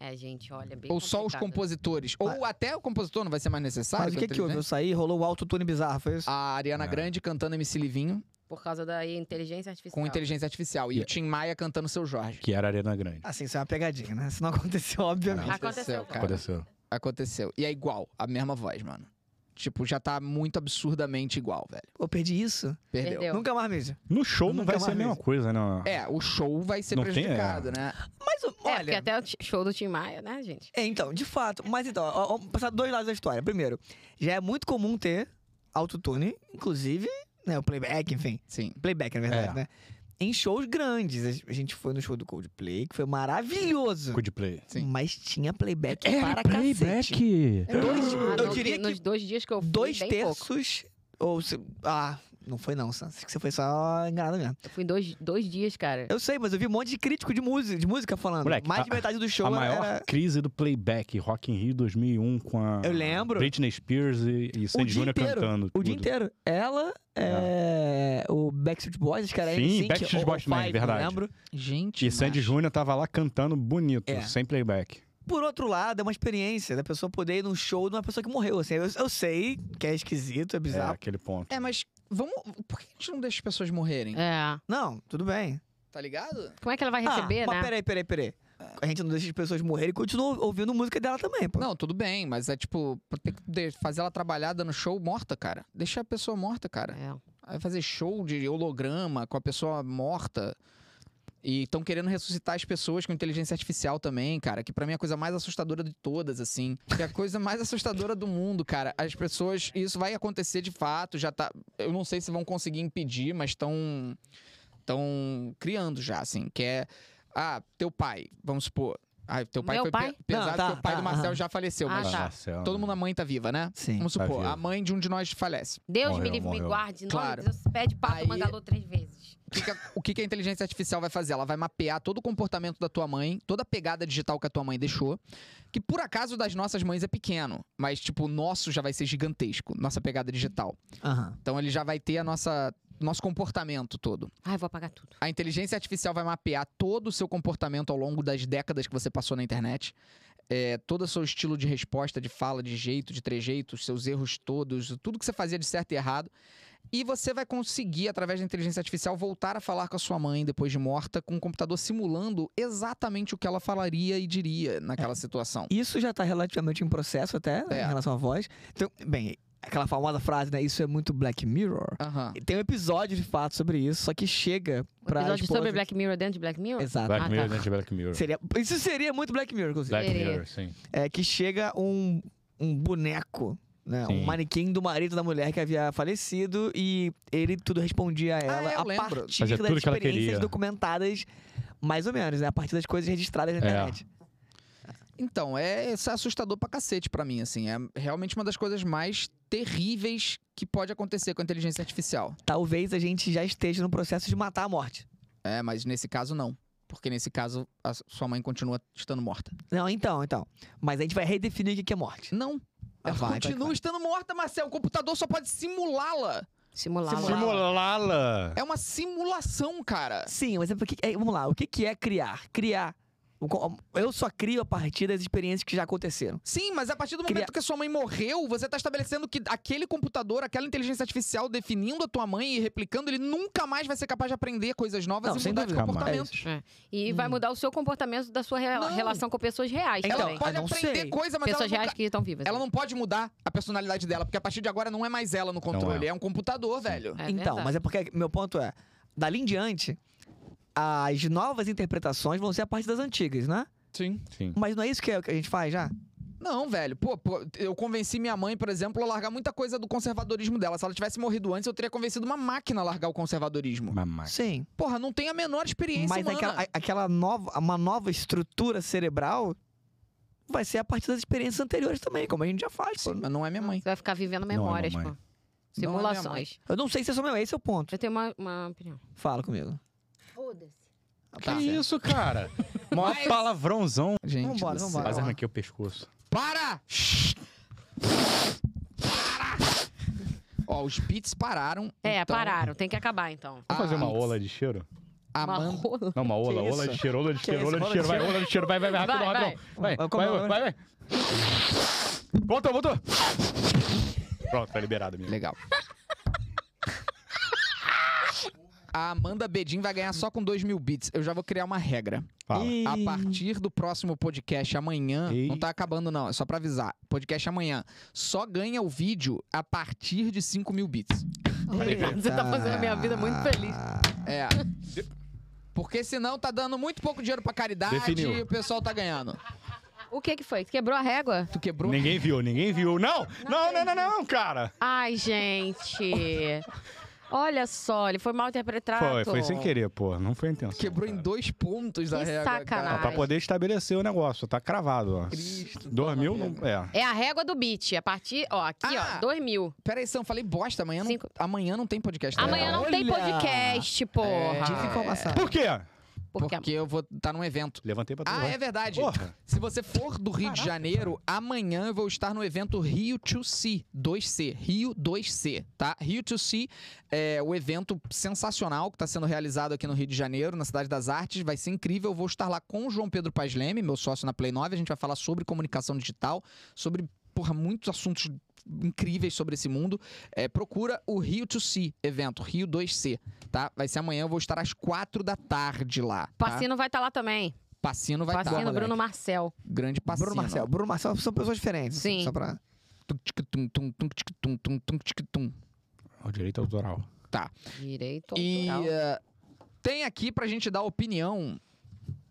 C: É, gente, olha, bem
A: Ou só os
C: complicado. né?
A: compositores? Ou até o compositor não vai ser mais necessário? né?
B: Mas o que que houve? Eu saí, rolou o autotune bizarro, foi isso?
A: A Ariana
B: É.
A: Grande cantando MC Livinho
C: Por causa da inteligência artificial.
A: com inteligência artificial. E o Tim Maia cantando Seu Jorge.
G: Que era a Arena Grande.
B: Assim, isso é uma pegadinha, né? Isso não (laughs) aconteceu, obviamente.
C: Aconteceu,
A: cara.
G: Aconteceu.
A: Aconteceu. E é igual, a mesma voz, mano. Tipo, já tá muito absurdamente igual, velho.
B: Eu perdi isso?
A: Perdeu.
B: Nunca mais mesmo.
G: No show não
A: Nunca
G: vai ser a
A: mais
G: mesma coisa, né?
A: É, o show vai ser
G: Não tem,
A: prejudicado,
G: é.
A: né?
B: Mas
C: É, porque até o t- show do Tim Maia, né, gente?
B: É, então, de fato. Mas então, ó, ó, vamos passar dois lados da história. Primeiro, já é muito comum ter autotune, inclusive, né, o playback, enfim.
A: Sim.
B: Playback, na verdade,
G: É.
B: né? Em shows grandes. A gente foi no show do Coldplay, que foi maravilhoso.
G: Coldplay.
A: Sim.
B: Mas tinha playback para cacete.
G: É, playback.
B: Dois,
C: Ah,
B: eu
C: não,
B: diria que
C: nos dois dias que eu fui,
B: dois
C: bem
B: terços. Ou se, Ah, não foi não, Sans. Acho que você foi só enganado mesmo.
C: Eu fui dois, dois dias, cara.
B: Eu sei, mas eu vi um monte de crítico de música, de música falando.
G: Moleque,
B: Mais
G: a-
B: de metade do show
G: A maior
B: era.
G: crise do playback, Rock in Rio 2001, com a
B: Eu lembro.
G: Britney Spears e, e Sandy Júnior cantando.
B: O dia
G: tudo. Ah.
B: inteiro. Ela, é, o Backstreet Boys, acho que era
G: Sim,
B: NSYNC,
G: Backstreet
B: ou- ou
G: Boys também,
B: Five,
G: verdade.
B: Não lembro.
A: Gente.
G: E Sandy Júnior tava lá cantando bonito,
B: É.
G: sem playback.
B: Por outro lado, é uma experiência da pessoa poder ir num show de uma pessoa que morreu. Assim, eu, eu sei que é esquisito, é
G: É,
B: bizarro.
G: aquele ponto.
A: É, mas vamos. Por que a gente não deixa as pessoas morrerem?
C: É.
B: Não, tudo bem.
A: Tá ligado?
C: Como é que ela vai
B: Ah,
C: receber,
B: mas
C: né?
B: peraí, peraí, peraí. A gente não deixa as pessoas morrerem e continua ouvindo música dela também, pô.
A: Não, tudo bem, mas é tipo, tem que de- fazer ela trabalhar dando show morta, cara. Deixar a pessoa morta, cara.
C: É.
A: Aí fazer show de holograma com a pessoa morta. E estão querendo ressuscitar as pessoas com inteligência artificial também, cara. Que pra mim é a coisa mais assustadora de todas, assim. Que é a coisa mais (laughs) assustadora do mundo, cara. As pessoas. Isso vai acontecer de fato, já tá. Eu não sei se vão conseguir impedir, mas estão. Estão criando já, assim. Que é. Ah, teu pai, vamos supor. Ah, teu pai
C: Meu
A: foi
C: pai?
A: pe- pesado,
B: Não, tá,
A: porque o pai
B: tá,
A: do Marcel
B: aham.
A: já faleceu,
C: Ah,
A: mas.
C: tá.
G: Marcel,
A: Todo
G: né?
A: mundo, a mãe tá viva, né?
B: Sim.
A: Vamos
G: Tá
A: supor,
G: viva.
A: a mãe de um de nós falece.
C: Deus
G: Morreu,
C: me livre, me
G: morreu.
C: guarde. Não,
A: Claro.
C: Deus pede pato,
A: Aí-
C: mangalô três vezes.
A: O que que a- o que, que a inteligência artificial vai fazer? Ela vai mapear todo o comportamento da tua mãe, toda a pegada digital que a tua mãe deixou, que por acaso das nossas mães é pequeno, mas tipo, o nosso já vai ser gigantesco, nossa pegada digital.
B: Aham.
A: Então ele já vai ter a nossa nosso comportamento todo.
C: Ai, vou apagar tudo.
A: A inteligência artificial vai mapear todo o seu comportamento ao longo das décadas que você passou na internet. É, todo o seu estilo de resposta, de fala, de jeito, de trejeito, os seus erros todos, tudo que você fazia de certo e errado. E você vai conseguir, através da inteligência artificial, voltar a falar com a sua mãe depois de morta, com um computador simulando exatamente o que ela falaria e diria naquela situação.
B: Isso já tá relativamente em processo até, né,
A: É.
B: em relação à voz. Então, bem, aquela famosa frase, né? Isso é muito Black Mirror.
A: Aham.
B: E Tem um episódio, de fato, sobre isso, só que chega pra
C: Um Episódio
B: esposa-
C: sobre Black Mirror dentro de Black Mirror?
B: Exato.
G: Black
C: Ah,
G: Mirror
C: tá.
G: dentro de Black Mirror.
B: Seria... Isso seria muito Black Mirror, inclusive.
G: Black
C: Seria.
G: Mirror, sim.
B: É que chega um, um boneco, né? Um
G: Sim.
B: manequim do marido da mulher que havia falecido e ele tudo respondia a ela
A: Ah, eu
B: a
A: lembro.
B: partir
G: Fazia
B: das
G: tudo que ela
B: experiências
G: queria.
B: documentadas, mais ou menos, né? A partir das coisas registradas
G: É.
B: na internet.
A: Então, é, isso é assustador pra cacete pra mim, assim. É realmente uma das coisas mais terríveis que pode acontecer com a inteligência artificial.
B: Talvez a gente já esteja no processo de matar a morte.
A: É, mas nesse caso não. Porque nesse caso a sua mãe continua estando morta.
B: Não, então, então. Mas a gente vai redefinir o que que é morte.
A: Não.
B: Ah,
A: Ela
B: vai, vai,
A: continua
B: vai.
A: estando morta, Marcel. O computador só pode simulá-la.
C: Simular. né?
G: Simulala!
A: É uma simulação, cara.
B: Sim, mas é porque. é, vamos lá, o que, que é criar? Criar. O co- Eu só crio a partir das experiências que já aconteceram.
A: Sim, mas a partir do momento
B: Cria-
A: que a sua mãe morreu, você tá estabelecendo que aquele computador, aquela inteligência artificial definindo a tua mãe e replicando, ele nunca mais vai ser capaz de aprender coisas novas
B: Não,
A: e
B: sem
A: mudar de
B: dúvida.
A: comportamento.
C: É. E vai mudar o seu comportamento da sua re-
A: Não.
C: relação com pessoas reais
B: Então,
C: também.
A: ela pode
B: eu não
A: aprender
B: sei.
A: coisa, mas ela
C: é, pessoas
A: nunca,
C: reais que estão vivas.
A: ela não pode mudar a personalidade dela, porque a partir de agora não é mais ela no controle, é. um computador, velho.
C: É
B: então,
C: verdade.
B: mas é porque meu ponto é: dali em diante, as novas interpretações vão ser a partir das antigas, né?
A: Sim.
G: Sim.
B: Mas não é isso que, é, o que a gente faz já?
A: Não, velho. Pô, pô, eu convenci minha mãe, por exemplo, a largar muita coisa do conservadorismo dela. Se ela tivesse morrido antes, eu teria convencido uma máquina a largar o conservadorismo.
G: Mamãe.
B: Sim.
A: Porra, não tem a menor experiência
B: Mas
A: humana.
B: aquela, a- aquela nova, uma nova estrutura cerebral vai ser a partir das experiências anteriores também, como a gente já faz. pô.
A: Sim, mas não é minha mãe.
C: Você vai ficar vivendo
G: é
C: memórias,
G: mamãe.
B: Não
C: pô.
B: é minha mãe.
C: Simulações.
B: Eu não sei se eu sou meu, esse é o ponto.
C: Eu tenho uma, uma opinião.
B: Fala comigo.
M: Foda-se.
D: Que
B: Tá.
D: isso, cara? Mó
A: Mas-
D: palavrãozão.
B: Gente Vambora, do céu. vambora.
D: Quase arranquei o pescoço.
A: Para! Ó, os pits pararam.
C: É,
A: então-
C: pararam. Tem que acabar, então.
A: Ah,
D: Vamos fazer uma ola de cheiro?
A: Amanda-
D: Não, uma ola,
A: Que
D: ola de
A: isso?
D: cheiro, ola de
A: Que
D: cheiro,
A: isso,
D: ola de
A: ola
D: cheiro,
A: de
D: vai,
A: cheiro?
D: ola de cheiro, vai, vai, vai, rapidão,
A: Vai,
D: rapidão. Vai, vai,
A: como é,
D: vai, vai. Voltou, voltou. Pronto, tá liberado, amigo.
A: Legal. A Amanda Bedin vai ganhar só com 2 mil bits. Eu já vou criar uma regra.
D: Fala.
A: A partir do próximo podcast amanhã. Não tá acabando, não. É só pra avisar. Podcast amanhã. Só ganha o vídeo a partir de 5 mil bits.
C: Você tá fazendo a minha vida muito feliz.
A: É. Porque senão tá dando muito pouco dinheiro pra caridade
D: Definiu.
A: e o pessoal tá ganhando.
C: O que que foi? Quebrou a régua?
A: Tu quebrou?
D: Ninguém viu, ninguém viu. Não, não, não, não, não, cara.
C: Ai, gente. Olha só, ele foi mal interpretado.
D: Foi, foi sem querer, pô. Não foi a intenção.
A: Tá, Quebrou em dois pontos da
C: Que
A: regra.
C: sacanagem.
A: cara.
D: Ó, pra poder estabelecer o negócio, tá cravado, ó. Dormiu, não. É.
C: É a régua do beat. A partir, ó, aqui,
A: Ah.
C: ó, 2 mil.
A: Peraí, Sam, falei bosta. Amanhã não, amanhã não tem podcast. né?
C: Amanhã não tem podcast, porra.
D: Por quê?
A: É. Porque, tá? eu vou estar num evento.
D: Levantei pra tu.
A: Ah,
D: vai.
A: é verdade.
D: Porra.
A: Se você for do Rio de Janeiro, amanhã eu vou estar no evento Rio to c 2C, Rio 2C, tá? Rio to c é o evento sensacional que está sendo realizado aqui no Rio de Janeiro, na Cidade das Artes. Vai ser incrível. Eu vou estar lá com o João Pedro Paz Leme, meu sócio na Play 9. A gente vai falar sobre comunicação digital, sobre, porra, muitos assuntos incríveis sobre esse mundo. É, procura o Rio to c evento, Rio 2C, tá? Vai ser amanhã. Eu vou estar às quatro da tarde lá. tá?
C: Passino vai estar lá também.
A: Passino vai tá estar.
C: Passino, Bruno Marcel.
A: Grande Passino.
B: Bruno Marcel. Bruno Marcel são pessoas diferentes. assim,
C: Sim.
B: Só pra...
D: O direito autoral.
A: Tá.
C: Direito
A: E
C: autoral.
A: eh, tem aqui pra gente dar opinião.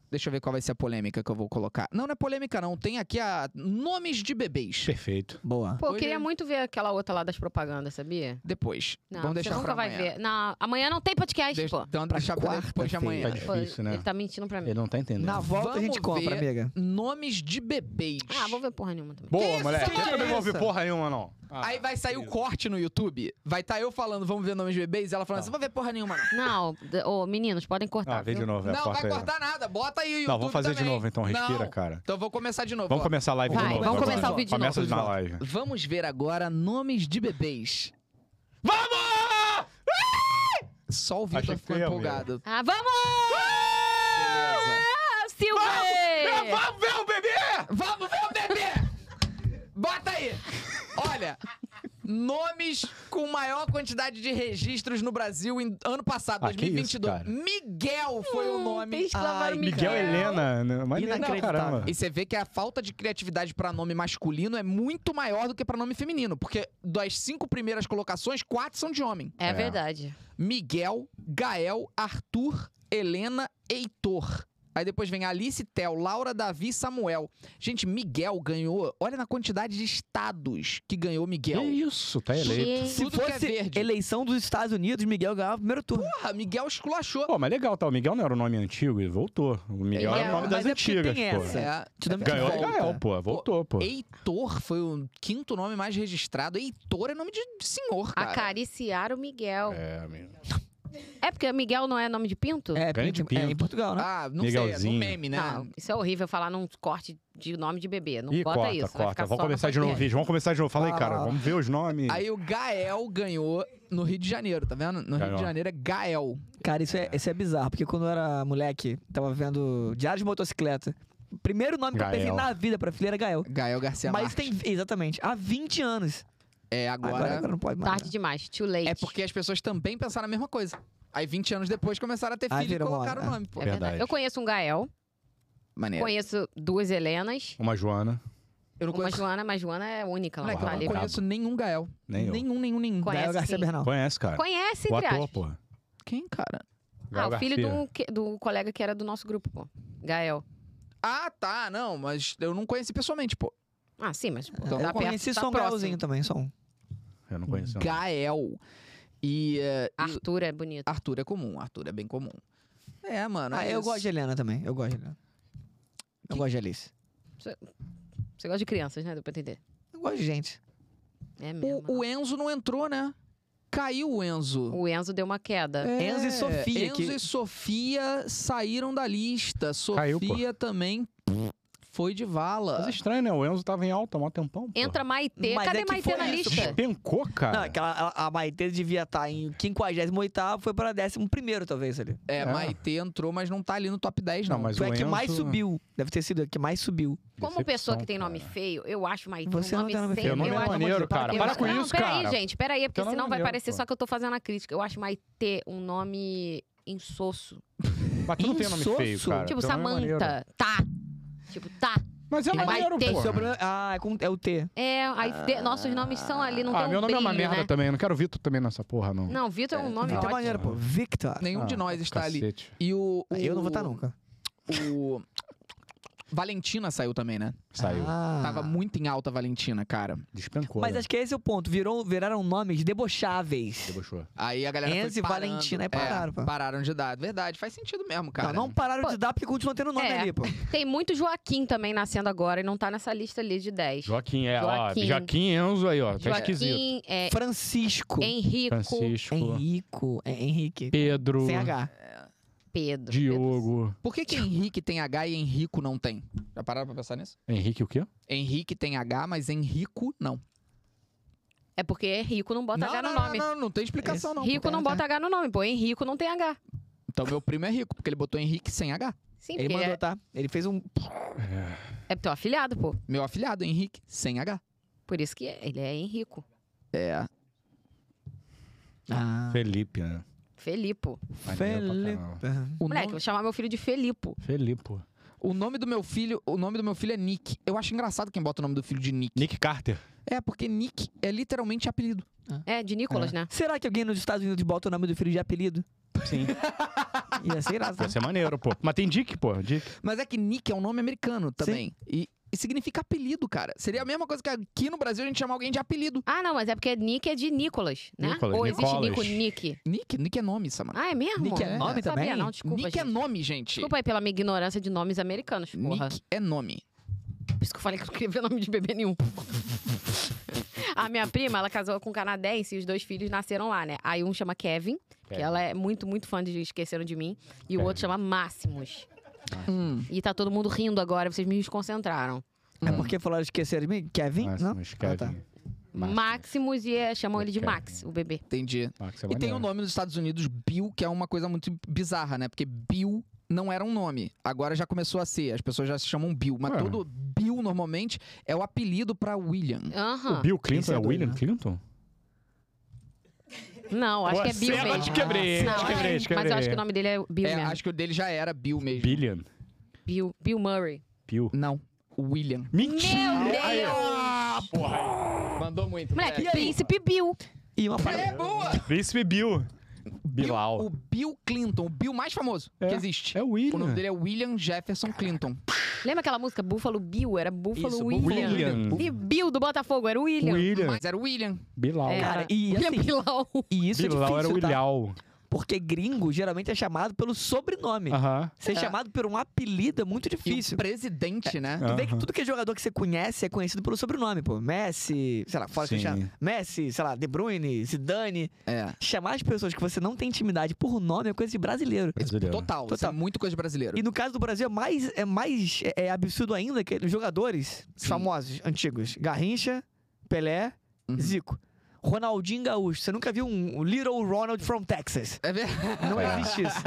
A: Deixa eu ver qual vai ser a polêmica que eu vou colocar. Não, não é polêmica, não. Tem aqui a nomes de bebês.
D: Perfeito.
B: Boa.
C: Pô, eu queria muito ver aquela outra lá das propagandas, sabia?
A: Depois.
C: Não,
A: Vamos
C: você
A: deixar
C: nunca
A: pra
C: vai
A: amanhã.
C: ver. Não, amanhã não tem podcast,
A: Deixa-
C: pô.
A: Então deixa pra depois de amanhã.
D: Tá difícil, né?
C: Ele tá mentindo pra mim.
D: Ele não tá entendendo.
B: Na volta a gente
A: ver
B: compra, amiga.
A: Nomes de bebês.
C: Ah, vou ver porra nenhuma também.
A: Que
D: Boa,
A: isso,
D: moleque.
A: que
D: Eu também não vou
A: isso?
D: ouvir porra nenhuma, não. Ah,
A: Aí vai sair o corte no YouTube. Vai estar eu falando, vamos ver nomes de bebês, e ela falando, você vai ver porra nenhuma, não.
C: Não, d- ô, meninos, podem cortar.
D: Ah, vê de
C: viu?
D: novo. é,
A: Não, vai
D: corta aí.
A: cortar nada. Bota aí o YouTube
D: Não, vamos fazer de
A: também.
D: novo então. Respira,
A: Não.
D: cara.
A: Então vou começar de novo.
D: Vamos
A: ó.
D: começar a live de
C: Vai,
D: novo.
C: vamos
D: agora.
C: começar o vídeo de
D: Começa
C: novo.
D: na live.
A: Vamos ver agora nomes de bebês.
D: Vamos!
A: Só o
D: Achei
A: Vitor
D: que
A: ficou
D: foi eu,
A: empolgado.
C: Ah, vamos! Silvê!
D: Vamos ver o bebê!
A: Vamos ver o bebê! Bota aí! Olha, nomes com maior quantidade de registros no Brasil em ano passado,
D: Ah, que isso,
A: 2022.
D: cara.
A: Miguel foi o nome.
C: Tem que lavar o
D: Miguel Helena. né? Maneiro pra
B: Inacreditável.
D: caramba.
A: E você vê que a falta de criatividade pra nome masculino é muito maior do que pra nome feminino, porque das cinco primeiras colocações, quatro são de homem.
C: É verdade.
A: Miguel, Gael, Arthur, Helena, Heitor. Aí depois vem Alice, Tel, Laura, Davi, Samuel. Gente, Miguel ganhou. Olha na quantidade de estados que ganhou Miguel.
D: Que isso, tá eleito.
A: Tudo
B: Se
A: que é
B: fosse
A: verde.
B: eleição dos Estados Unidos, Miguel ganhava o primeiro turno.
A: Porra, Miguel esculachou.
D: Pô, mas legal, tá? O Miguel não era o nome antigo e voltou. O Miguel era o nome
B: Mas
D: das
B: é porque
D: antigas,
B: tem
D: pô.
B: essa.
A: É,
B: Te dá-
D: Ganhou o
A: Volta.
D: Gael, pô. Voltou, pô.
A: Heitor foi o quinto nome mais registrado. Heitor é nome de de senhor, cara.
C: Acariciar o Miguel.
D: É, amigo.
C: É. porque Miguel não é nome de pinto?
B: É,
D: Grande
B: porque- é,
D: pinto.
B: em Portugal, né?
A: Ah, não sei, é do
D: Miguelzinho.
A: meme, né?
C: Não, isso é horrível falar num corte de nome de bebê. Não
D: Ih,
C: bota
D: corta,
C: isso. Vai
D: corta.
C: ficar
D: Vamos
C: só na Ah.
D: começar de novo o
C: podcast.
D: vídeo. Vamos começar de novo. Fala aí, cara. Vamos ver os nomes.
A: Aí o Gael ganhou no Rio de Janeiro, tá vendo? No Rio
D: Ganhou.
A: de Janeiro é Gael.
B: Cara, isso é, isso é bizarro, porque quando eu era moleque, tava vendo Diário de Motocicleta. O primeiro nome que eu pensei
D: Gael.
B: na vida pra filha era Gael.
A: Gael Garcia
B: Mas
A: Marques.
B: tem, exatamente, há 20 anos.
A: É,
B: Agora, agora não pode mais.
C: Tarde demais. Too late.
A: É porque as pessoas também pensaram a mesma coisa. Aí 20 anos depois começaram a ter
B: Aí
A: filho e
B: virou
A: colocaram o
B: moda, é.
A: nome, pô.
C: É verdade.
D: Verdade. É.
C: Eu conheço um Gael,
A: Maneiro.
C: conheço duas Helenas,
D: Uma Joana.
A: Eu não
C: uma
A: conheço,
C: Joana, mas Joana é única lá.
A: moleque, eu
C: tá
A: não
C: ali.
D: Brabo.
A: conheço nenhum Gael.
D: Nem eu.
A: Nenhum, nenhum, nenhum.
C: Conhece,
B: Gael Garcia
C: sim.
B: Bernal.
D: Conhece, cara.
C: Conhece,
D: O
C: entre
D: ator,
C: aspas.
D: pô.
A: Quem, cara?
D: Gael
C: Ah, o Ah, filho
D: Garcia.
C: do, que- do colega que era do nosso grupo, pô. Gael.
A: Ah, tá, não, mas eu não conheci pessoalmente, pô.
C: Ah, sim, mas pô,
B: Eu
C: tá perto,
B: conheci
C: tá
B: só um grauzinho
C: próximo.
B: também, só um.
D: Eu não conheço. não.
A: Gael. E eh,
C: Arthur é bonito.
A: Arthur é comum, Arthur é bem comum. É, mano.
B: Ah,
A: é
B: eu
A: isso.
B: gosto de Helena também, eu gosto de Helena. Eu
A: Que-
B: gosto de Alice.
C: Você gosta de crianças, né? Deu pra entender.
B: Eu gosto de gente.
C: É mesmo.
A: O, o Enzo não entrou, né? caiu o Enzo.
C: O Enzo deu uma queda.
A: É,
B: Enzo e Sofia,
A: Enzo
B: que-
A: e Sofia saíram da lista. Sofia
D: Caiu, pô.
A: também foi de vala.
D: Mas estranho, né? O Enzo tava em alta há mó tempão. Pô.
C: Entra Maitê.
B: Mas
C: Cadê
B: é que
C: Maitê
B: foi
C: na
B: isso,
C: lista?
D: Despencou, cara.
B: Não, aquela, a, a Maitê devia estar em 58 foi pra 11 talvez ali.
A: É,
D: É.
A: Maitê entrou, mas não tá ali no top 10, não.
D: Não, mas
B: Foi
D: o
B: a que
D: Enzo...
B: mais subiu. Deve ter sido a que mais subiu.
C: Como pessoa que tem nome
D: feio.
C: feio, eu acho Maitê
B: Você
C: um
B: não tá tem nome
C: nome, sem-
B: feio,
D: Teu nome
C: eu
D: é
C: acho- tá
D: maneiro,
B: para
D: cara.
B: quem
D: Para
B: não
D: com
C: não,
D: isso,
C: peraí,
D: cara.
C: gente, peraí, é porque
D: Teu nome é
C: senão vai
D: maneiro,
C: parecer
D: pô.
C: só que eu tô fazendo a crítica. Eu acho Maitê um nome insosso.
D: Mas tu não tem nome
B: Insosso.
D: feio, cara.
C: tipo,
D: Teu nome é maneiro.
C: Samanta. tá. Tipo, tá.
D: Mas é
C: Mas
D: maneiro,
C: tem
D: pô.
B: Seu problema- ah, é, com- é o T.
C: É, aí
B: Ah.
C: te- nossos nomes são ali, não
D: Ah,
C: tem um
D: meu nome é uma
C: brilho,
D: merda
C: né?
D: também. Eu não quero Vitor também nessa porra, não.
C: Não, Vitor é um nome
B: Victor é
C: ótimo.
B: maneiro, pô. Victor.
A: Nenhum
D: Ah,
A: de nós está ali.
D: Cacete.
A: E o. o-
B: tá Eu não vou estar nunca.
A: O. (laughs) Valentina saiu também, né?
D: Saiu.
B: Ah.
A: Tava muito em alta a Valentina, cara.
D: Despencou.
B: Mas
D: né?
B: acho que esse é o ponto. Virou, viraram nomes debocháveis.
D: Debochou.
A: Aí a galera.
B: Enzo
A: foi
B: e
A: parando.
B: Valentina, aí
A: É,
B: pararam, pô.
A: Pararam de dar. Verdade, faz sentido mesmo, cara.
B: não, não pararam de dar porque continua tendo nome
C: É.
B: ali, pô.
C: Tem muito Joaquim também nascendo agora e não tá nessa lista ali de 10.
D: Joaquim, é,
C: Joaquim.
D: ó. Joaquim Enzo aí, ó. Tá esquisito.
C: Joaquim, é,
B: Francisco.
C: Henrico,
D: Francisco.
B: Henrico. É Henrique.
D: Pedro.
B: Sem H.
C: Pedro.
D: Diogo.
A: Por que, que Henrique tem H e Henrico não tem? Já pararam pra pensar nisso?
D: Henrique o quê?
A: Henrique tem H, mas Henrico não.
C: É porque Henrico não bota
A: não,
C: H no
A: não,
C: nome.
A: Não, não, não tem explicação, não.
C: Rico não
A: Tá.
C: bota H no nome, pô. Henrico não tem H.
A: Então meu primo é rico, porque ele botou Henrique sem H.
C: Sim,
B: Ele
C: porque
B: mandou,
C: é,
B: tá? Ele fez um.
C: é teu afilhado, pô.
A: Meu afilhado, Henrique, sem H.
C: Por isso que ele é Henrico.
A: É.
B: Ah.
D: Felipe, né?
C: Felipo.
D: Maneiro pra
B: Felipe.
A: O
C: Moleque, eu
A: nome,
C: vou chamar meu filho de Felipo.
D: Felipe, pô.
A: o nome do meu filho, o nome do meu filho é Nick. Eu acho engraçado quem bota o nome do filho de Nick.
D: Nick Carter.
A: É, porque Nick é literalmente apelido.
C: É, de Nicolas, né?
B: Será que alguém nos Estados Unidos bota o nome do filho de apelido?
D: Sim.
B: (laughs) Ia ser irado. né?
D: Ia ser maneiro, pô. Mas tem Dick, pô. Dick.
A: Mas é que Nick é um nome americano também. E, e significa apelido, cara. Seria a mesma coisa que aqui no Brasil a gente chama alguém de apelido.
C: Ah, não, mas é porque Nick é de Nicolas, né?
D: Nicolas,
C: Ou
D: Nicolas.
C: existe Nico Nick.
A: Nick, Nick é nome, Samara.
C: Ah, é mesmo?
A: Nick é
B: nome
C: não sabia,
B: também?
C: Não, desculpa,
A: Nick é
C: gente.
A: nome, gente.
C: Desculpa aí pela minha ignorância de nomes americanos, porra.
A: Nick é nome.
C: Por isso que eu falei que eu não queria ver nome de
A: (laughs)
C: bebê nenhum. a minha prima, ela casou com um canadense e os dois filhos nasceram lá, né? Aí um chama Kevin, que
D: Kevin.
C: ela é muito, muito fã de Esqueceram de Mim. E o
D: Kevin.
C: outro chama Máximos.
A: Hum.
C: E tá todo mundo rindo agora, vocês me desconcentraram.
B: É porque falaram esquecer de mim? Kevin?
D: Nossa,
B: não?
D: mas Kevin.
B: tá.
D: Máximos.
C: Maximus e é, chamam ele de
D: Kevin.
C: Max, o bebê.
A: Entendi.
D: Max é
A: E tem um
D: maneiro.
A: o nome nos Estados Unidos, Bill, que é uma coisa muito bizarra, né? Porque Bill não era um nome. Agora já começou a ser. As pessoas já se chamam Bill. Mas
D: Ué.
A: todo Bill, normalmente, é o apelido pra William.
C: Aham.
D: O Bill Clinton
B: Esse é
D: é,
B: doido,
D: William
B: né?
D: Clinton?
C: Não, acho que é Bill
D: Você-
C: mesmo.
D: Eu te quebrei,
C: Não,
D: te
C: é,
D: quebrei,
C: Mas
D: te
C: eu acho
D: quebrei.
C: que o nome dele é Bill
A: É,
C: mesmo.
A: acho que o dele já era Bill mesmo.
D: Billion.
C: Bill, Bill Murray.
D: Bill.
A: Não, William.
D: Mentira!
C: Meu
D: Aí,
C: Deus!
D: ah, porra.
A: Mandou muito.
C: Moleque, Príncipe Bill.
B: E uma parada.
A: É boa!
D: Príncipe Bill. Bilal.
A: O Bill Clinton, o Bill mais famoso
D: É.
A: que existe.
D: É o
A: O nome
D: William.
A: dele é William Jefferson Clinton.
C: Lembra aquela música Buffalo Bill? Era Buffalo
B: Isso, Buffalo
C: é William. E Bill do Botafogo era o William.
D: William.
A: Mas era o William.
D: Bilal.
C: É.
B: Cara, e
C: William
B: assim,
C: Bilal.
B: e isso é
D: Bilal
B: difícil,
D: era o
B: tá?
D: William.
B: Porque gringo geralmente é chamado pelo sobrenome.
D: Aham.
B: Ser
A: É.
B: chamado por um apelido é muito
A: E o
B: difícil.
A: presidente, né?
B: Tu vê que
D: Aham.
B: tudo que é jogador que você conhece é conhecido pelo sobrenome, pô. Messi, sei lá, fora
D: Sim.
B: Cristiano. Messi, sei lá, De Bruyne, Zidane.
A: É.
B: Chamar as pessoas que você não tem intimidade por nome é coisa de brasileiro.
D: Brasileiro. né?
A: Total. Isso é
B: Total.
A: muito coisa de brasileiro.
B: E no caso do Brasil é mais, é mais é, é absurdo ainda que os jogadores
A: Sim.
B: famosos, antigos. Garrincha, Pelé,
A: Uhum.
B: Zico. Ronaldinho Gaúcho. Você nunca viu um um Little Ronald from Texas.
A: É verdade. (laughs)
B: Não
D: É.
B: existe isso.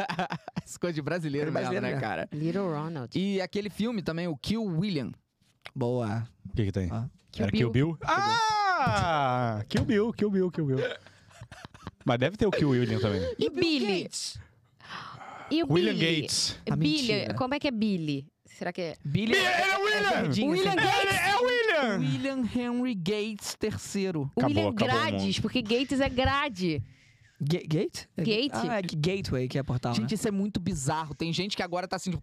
A: Essa coisa de brasileiro,
B: É
A: mesmo,
B: brasileiro
A: né,
B: mesmo.
A: cara?
C: Little Ronald.
A: E aquele filme também, o Kill William.
B: Boa.
D: O que que tem?
B: Ah.
D: Era Kill Bill? Ah! Kill Bill, Kill Bill, Kill Bill. Mas deve ter o Kill William também.
C: E, Billy. E o
D: William
C: Billy?
D: Gates.
B: Ah,
C: Billy.
B: mentira.
C: Como é que é Billy? Será que é.
B: Billy é,
D: o William!
B: é verdinho,
C: William
B: assim.
C: Gates!
D: É o William!
A: William Henry Gates III.
D: Acabou,
C: William
D: acabou o mundo.
C: Grades, porque Gates é grade.
B: Ga- Gate? É-
C: Gate.
B: Ah, é que Gateway que é
D: Ah,
B: portal,
A: Gente,
B: né?
A: isso é muito bizarro. Tem gente que agora tá assim. tipo,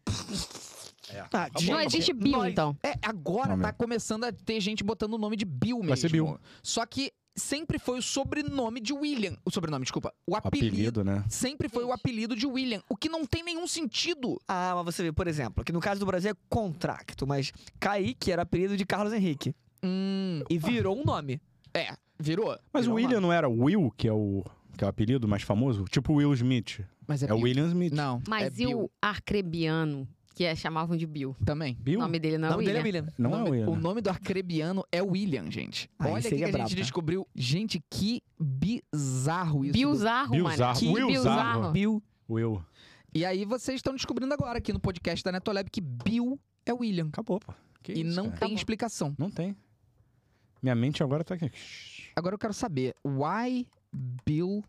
B: Ah,
C: Não
B: gente,
C: existe Bill,
B: nós-
C: então.
A: É, agora
D: Não,
A: tá começando a ter gente botando o nome de Bill mesmo.
D: Vai ser Bill.
A: Só que sempre foi o sobrenome de William. O sobrenome, desculpa. O
D: O
A: apelido.
D: apelido, né?
A: Sempre foi o apelido de William. O que não tem nenhum sentido.
B: Ah, mas você vê, por exemplo, que no caso do Brasil é contracto, mas Kaique era apelido de Carlos Henrique.
A: Hum.
B: E virou um nome.
A: É, virou.
D: Mas o
B: Virou
D: William não era Will, que é o que é o apelido mais famoso, tipo Will Smith.
A: Mas é
D: é o William Smith.
A: Não. é
C: Mas e o arcrebiano, que é- chamavam de Bill?
A: Também.
C: O nome dele não é
A: O nome dele
C: William.
A: é William.
D: Não é
A: o nome,
D: William.
A: O nome do arcrebiano é William, gente.
B: Aí
A: Olha o que,
B: seria
A: a
B: brabo,
A: gente
D: né?
B: tá?
A: descobriu. Gente, que bizarro isso. do-
C: Bilzarro, mano.
D: Bilzarro.
C: Que
D: Will
C: Bilzarro.
D: Zarro.
B: Bill.
D: Will.
A: E aí vocês estão descobrindo agora aqui no podcast da Netolab que Bill é William.
D: Acabou, pô. Que
A: e
D: isso,
A: não
D: cara?
A: tem explicação.
D: Não tem. Minha mente agora tá aqui.
A: Agora eu quero saber, why Bill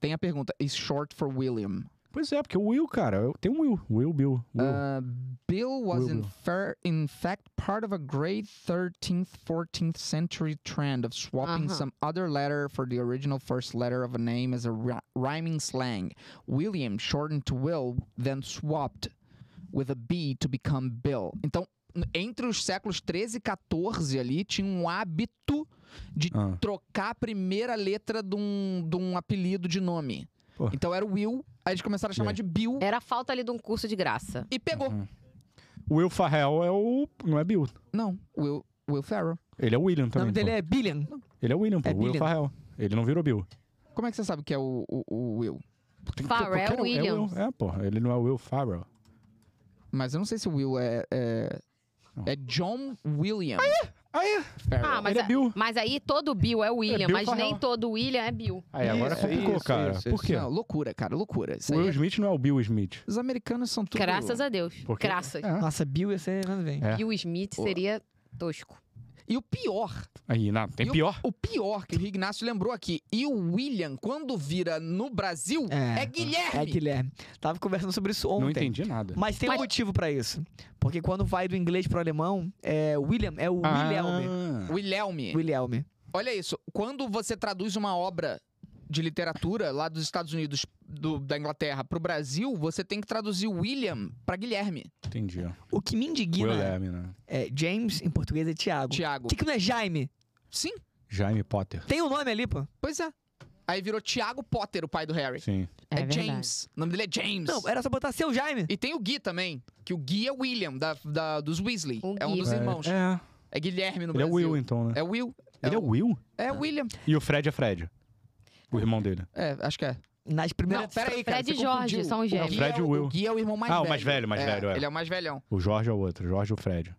A: tem a pergunta, is short for William.
D: Pois é, porque o Will, cara, eu- tem um Will. Will, Bill. Will.
A: Uh, Bill was
D: Will,
A: in,
D: Bill.
A: fer- in fact part of a great 13th, 14th century trend of swapping
C: Aham.
A: some other letter for the original first letter of a name as a ri- rhyming slang. William shortened to Will, then swapped with a B to become Bill. Então, n- entre os séculos 13 e 14 ali, tinha um hábito de
D: Ah.
A: trocar a primeira letra de um, de um apelido de nome.
D: Pô. É.
A: Então era Will, aí eles começaram a chamar
D: aí?
A: de Bill
C: Era a falta ali de um curso de graça.
A: e pegou.
D: O Will Farrell é o. Não é Bill.
A: Não, Will, Will Ferrell.
D: Ele é o William
B: O nome
D: também.
B: dele
D: pô.
B: é Billion.
D: Ele é o William, pô.
B: é
D: Will
B: Billiam.
D: Farrell. Ele não virou Bill.
A: Como é que você sabe que é o, o- o Will?
D: Tem que ter
C: Farrell
D: qualquer um.
C: Williams.
D: É, Will. é, pô. Ele não é Will Farrell.
A: Mas eu não sei se o Will é. É, é John William.
D: Aí,
A: Ferrell.
C: Ah, mas,
D: Ele é
C: a-
D: Bill.
C: mas aí todo Bill é William,
D: É Bill
C: mas nem
D: Farrell.
C: todo William é Bill.
D: aí agora
A: Isso,
D: complicou,
A: isso,
D: cara.
A: isso,
D: Por
A: isso.
D: quê?
A: Não, loucura, cara, loucura. Isso
D: O
A: aí
D: Will
A: é-
D: Smith não é o Bill Smith.
A: Os americanos são tudo.
C: Graças a Deus.
D: Porque-
C: Graças.
D: É.
B: Nossa, Bill ia ser. Nada vem.
D: É.
C: Bill Smith
A: Pô.
C: seria tosco.
A: E o pior.
D: Aí, não, tem
A: e o-
D: pior.
A: O, pior que o Ignacio lembrou aqui. E o William, quando vira no Brasil, é,
B: É.
A: Guilherme.
B: É, Guilherme. Tava conversando sobre isso ontem.
D: Não entendi nada.
B: Mas tem um motivo pra isso. Porque quando vai do inglês pro alemão, é William, é o Wilhelm.
D: Ah,
A: Guilherme.
B: Wilhelm.
A: Olha isso. Quando você traduz uma obra de literatura lá dos Estados Unidos, do- da Inglaterra, pro Brasil, você tem que traduzir William pra Guilherme.
D: entendi.
B: O que me indigna
D: William, né?
B: é James, em português é Tiago.
A: Tiago.
B: Por que, que não é Jaime?
A: Sim,
D: Jaime Potter.
B: Tem o nome ali, pô.
A: pois é. Aí virou Tiago Potter, o pai do Harry.
D: Sim.
A: É, James. O nome dele é James.
B: Não, era só botar seu Jaime.
A: E tem o Gui também, que o Gui é William, da, da- dos Weasley.
C: O
A: é um
C: Gui.
A: dos
D: É,
A: irmãos. É,
D: É.
A: Guilherme no
D: Ele é
A: Brasil.
D: Will, então, né?
A: É Will.
D: Ele é Will?
A: É William.
D: E o Fred é Fred. O irmão dele.
A: É, acho que é.
B: Nas primeiras.
A: Não, pera aí, cara.
C: Fred e
A: você
C: Jorge
A: confundiu.
C: são
A: O
C: gêmeos.
A: Gui
D: Fred
A: é
D: e
A: o,
D: Will.
A: o Gui é o irmão mais
D: Ah,
A: velho.
D: o mais velho, mais velho, é.
A: Ele é o mais velhão.
D: O Jorge é o outro. Jorge e o Fred.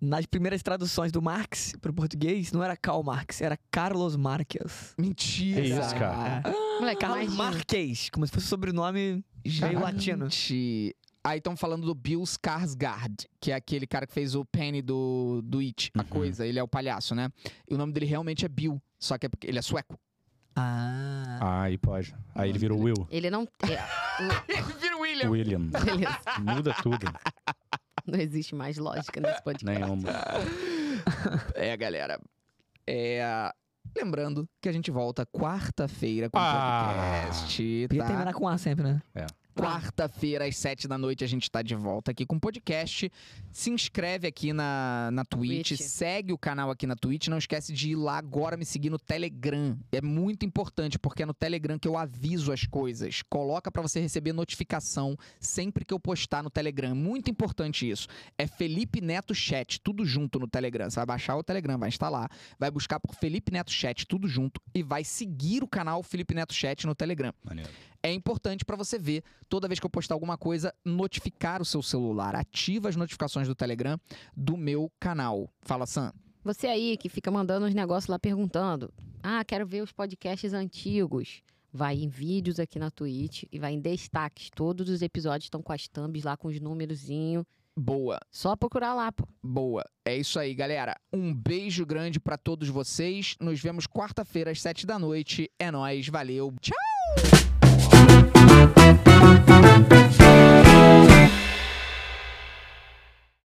B: Nas primeiras traduções do Marx pro português, não era Karl Marx, era Carlos Marques.
A: Mentira.
D: É isso, cara.
C: Moleque,
B: Carlos
C: imagina.
B: Marques, como se fosse sobrenome meio latino.
A: Gente. Aí estão falando do Bill Skarsgård, que é aquele cara que fez o Penny do, do It, a coisa. Ele é o palhaço, né? E o nome dele realmente é Bill, só que é porque ele é sueco.
B: Ah.
D: Ah, aí pode. Aí ele virou Will.
C: Ele não. é, (laughs)
A: Vira William.
D: William.
C: o- beleza.
D: Muda tudo. né, um
C: Não existe mais lógica nesse podcast.
D: Nenhuma.
A: É, galera. É. Lembrando que a gente volta quarta-feira com o
D: Ah.
A: podcast.
B: Podia
A: Tá?
B: terminar com A sempre, né?
A: Quarta-feira, às sete da noite, a gente tá de volta aqui com o podcast. Se inscreve aqui na, na Twitch,
C: Twitch.
A: segue o canal aqui na Twitch. Não esquece de ir lá agora me seguir no Telegram. É muito importante, porque é no Telegram que eu aviso as coisas. Coloca pra você receber notificação sempre que eu postar no Telegram. É Muito importante isso. É Felipe Neto Chat, tudo junto no Telegram. Você vai baixar o Telegram, vai instalar, vai buscar por Felipe Neto Chat, tudo junto, e vai seguir o canal Felipe Neto Chat no Telegram
D: Maneiro.
A: é importante pra você ver, toda vez que eu postar alguma coisa, notificar o seu celular. Ativa as notificações do Telegram do meu canal. Fala, Sam.
C: Você aí que fica mandando os negócios lá perguntando: Ah, quero ver os podcasts antigos. Vai em vídeos aqui na Twitch e vai em destaques. Todos os episódios estão com as thumbs lá, com os númerozinhos.
A: Boa,
C: Só procurar lá, pô.
A: boa. É isso aí, galera. Um beijo grande pra todos vocês. Nos vemos quarta-feira às sete da noite. É nóis, valeu. Tchau!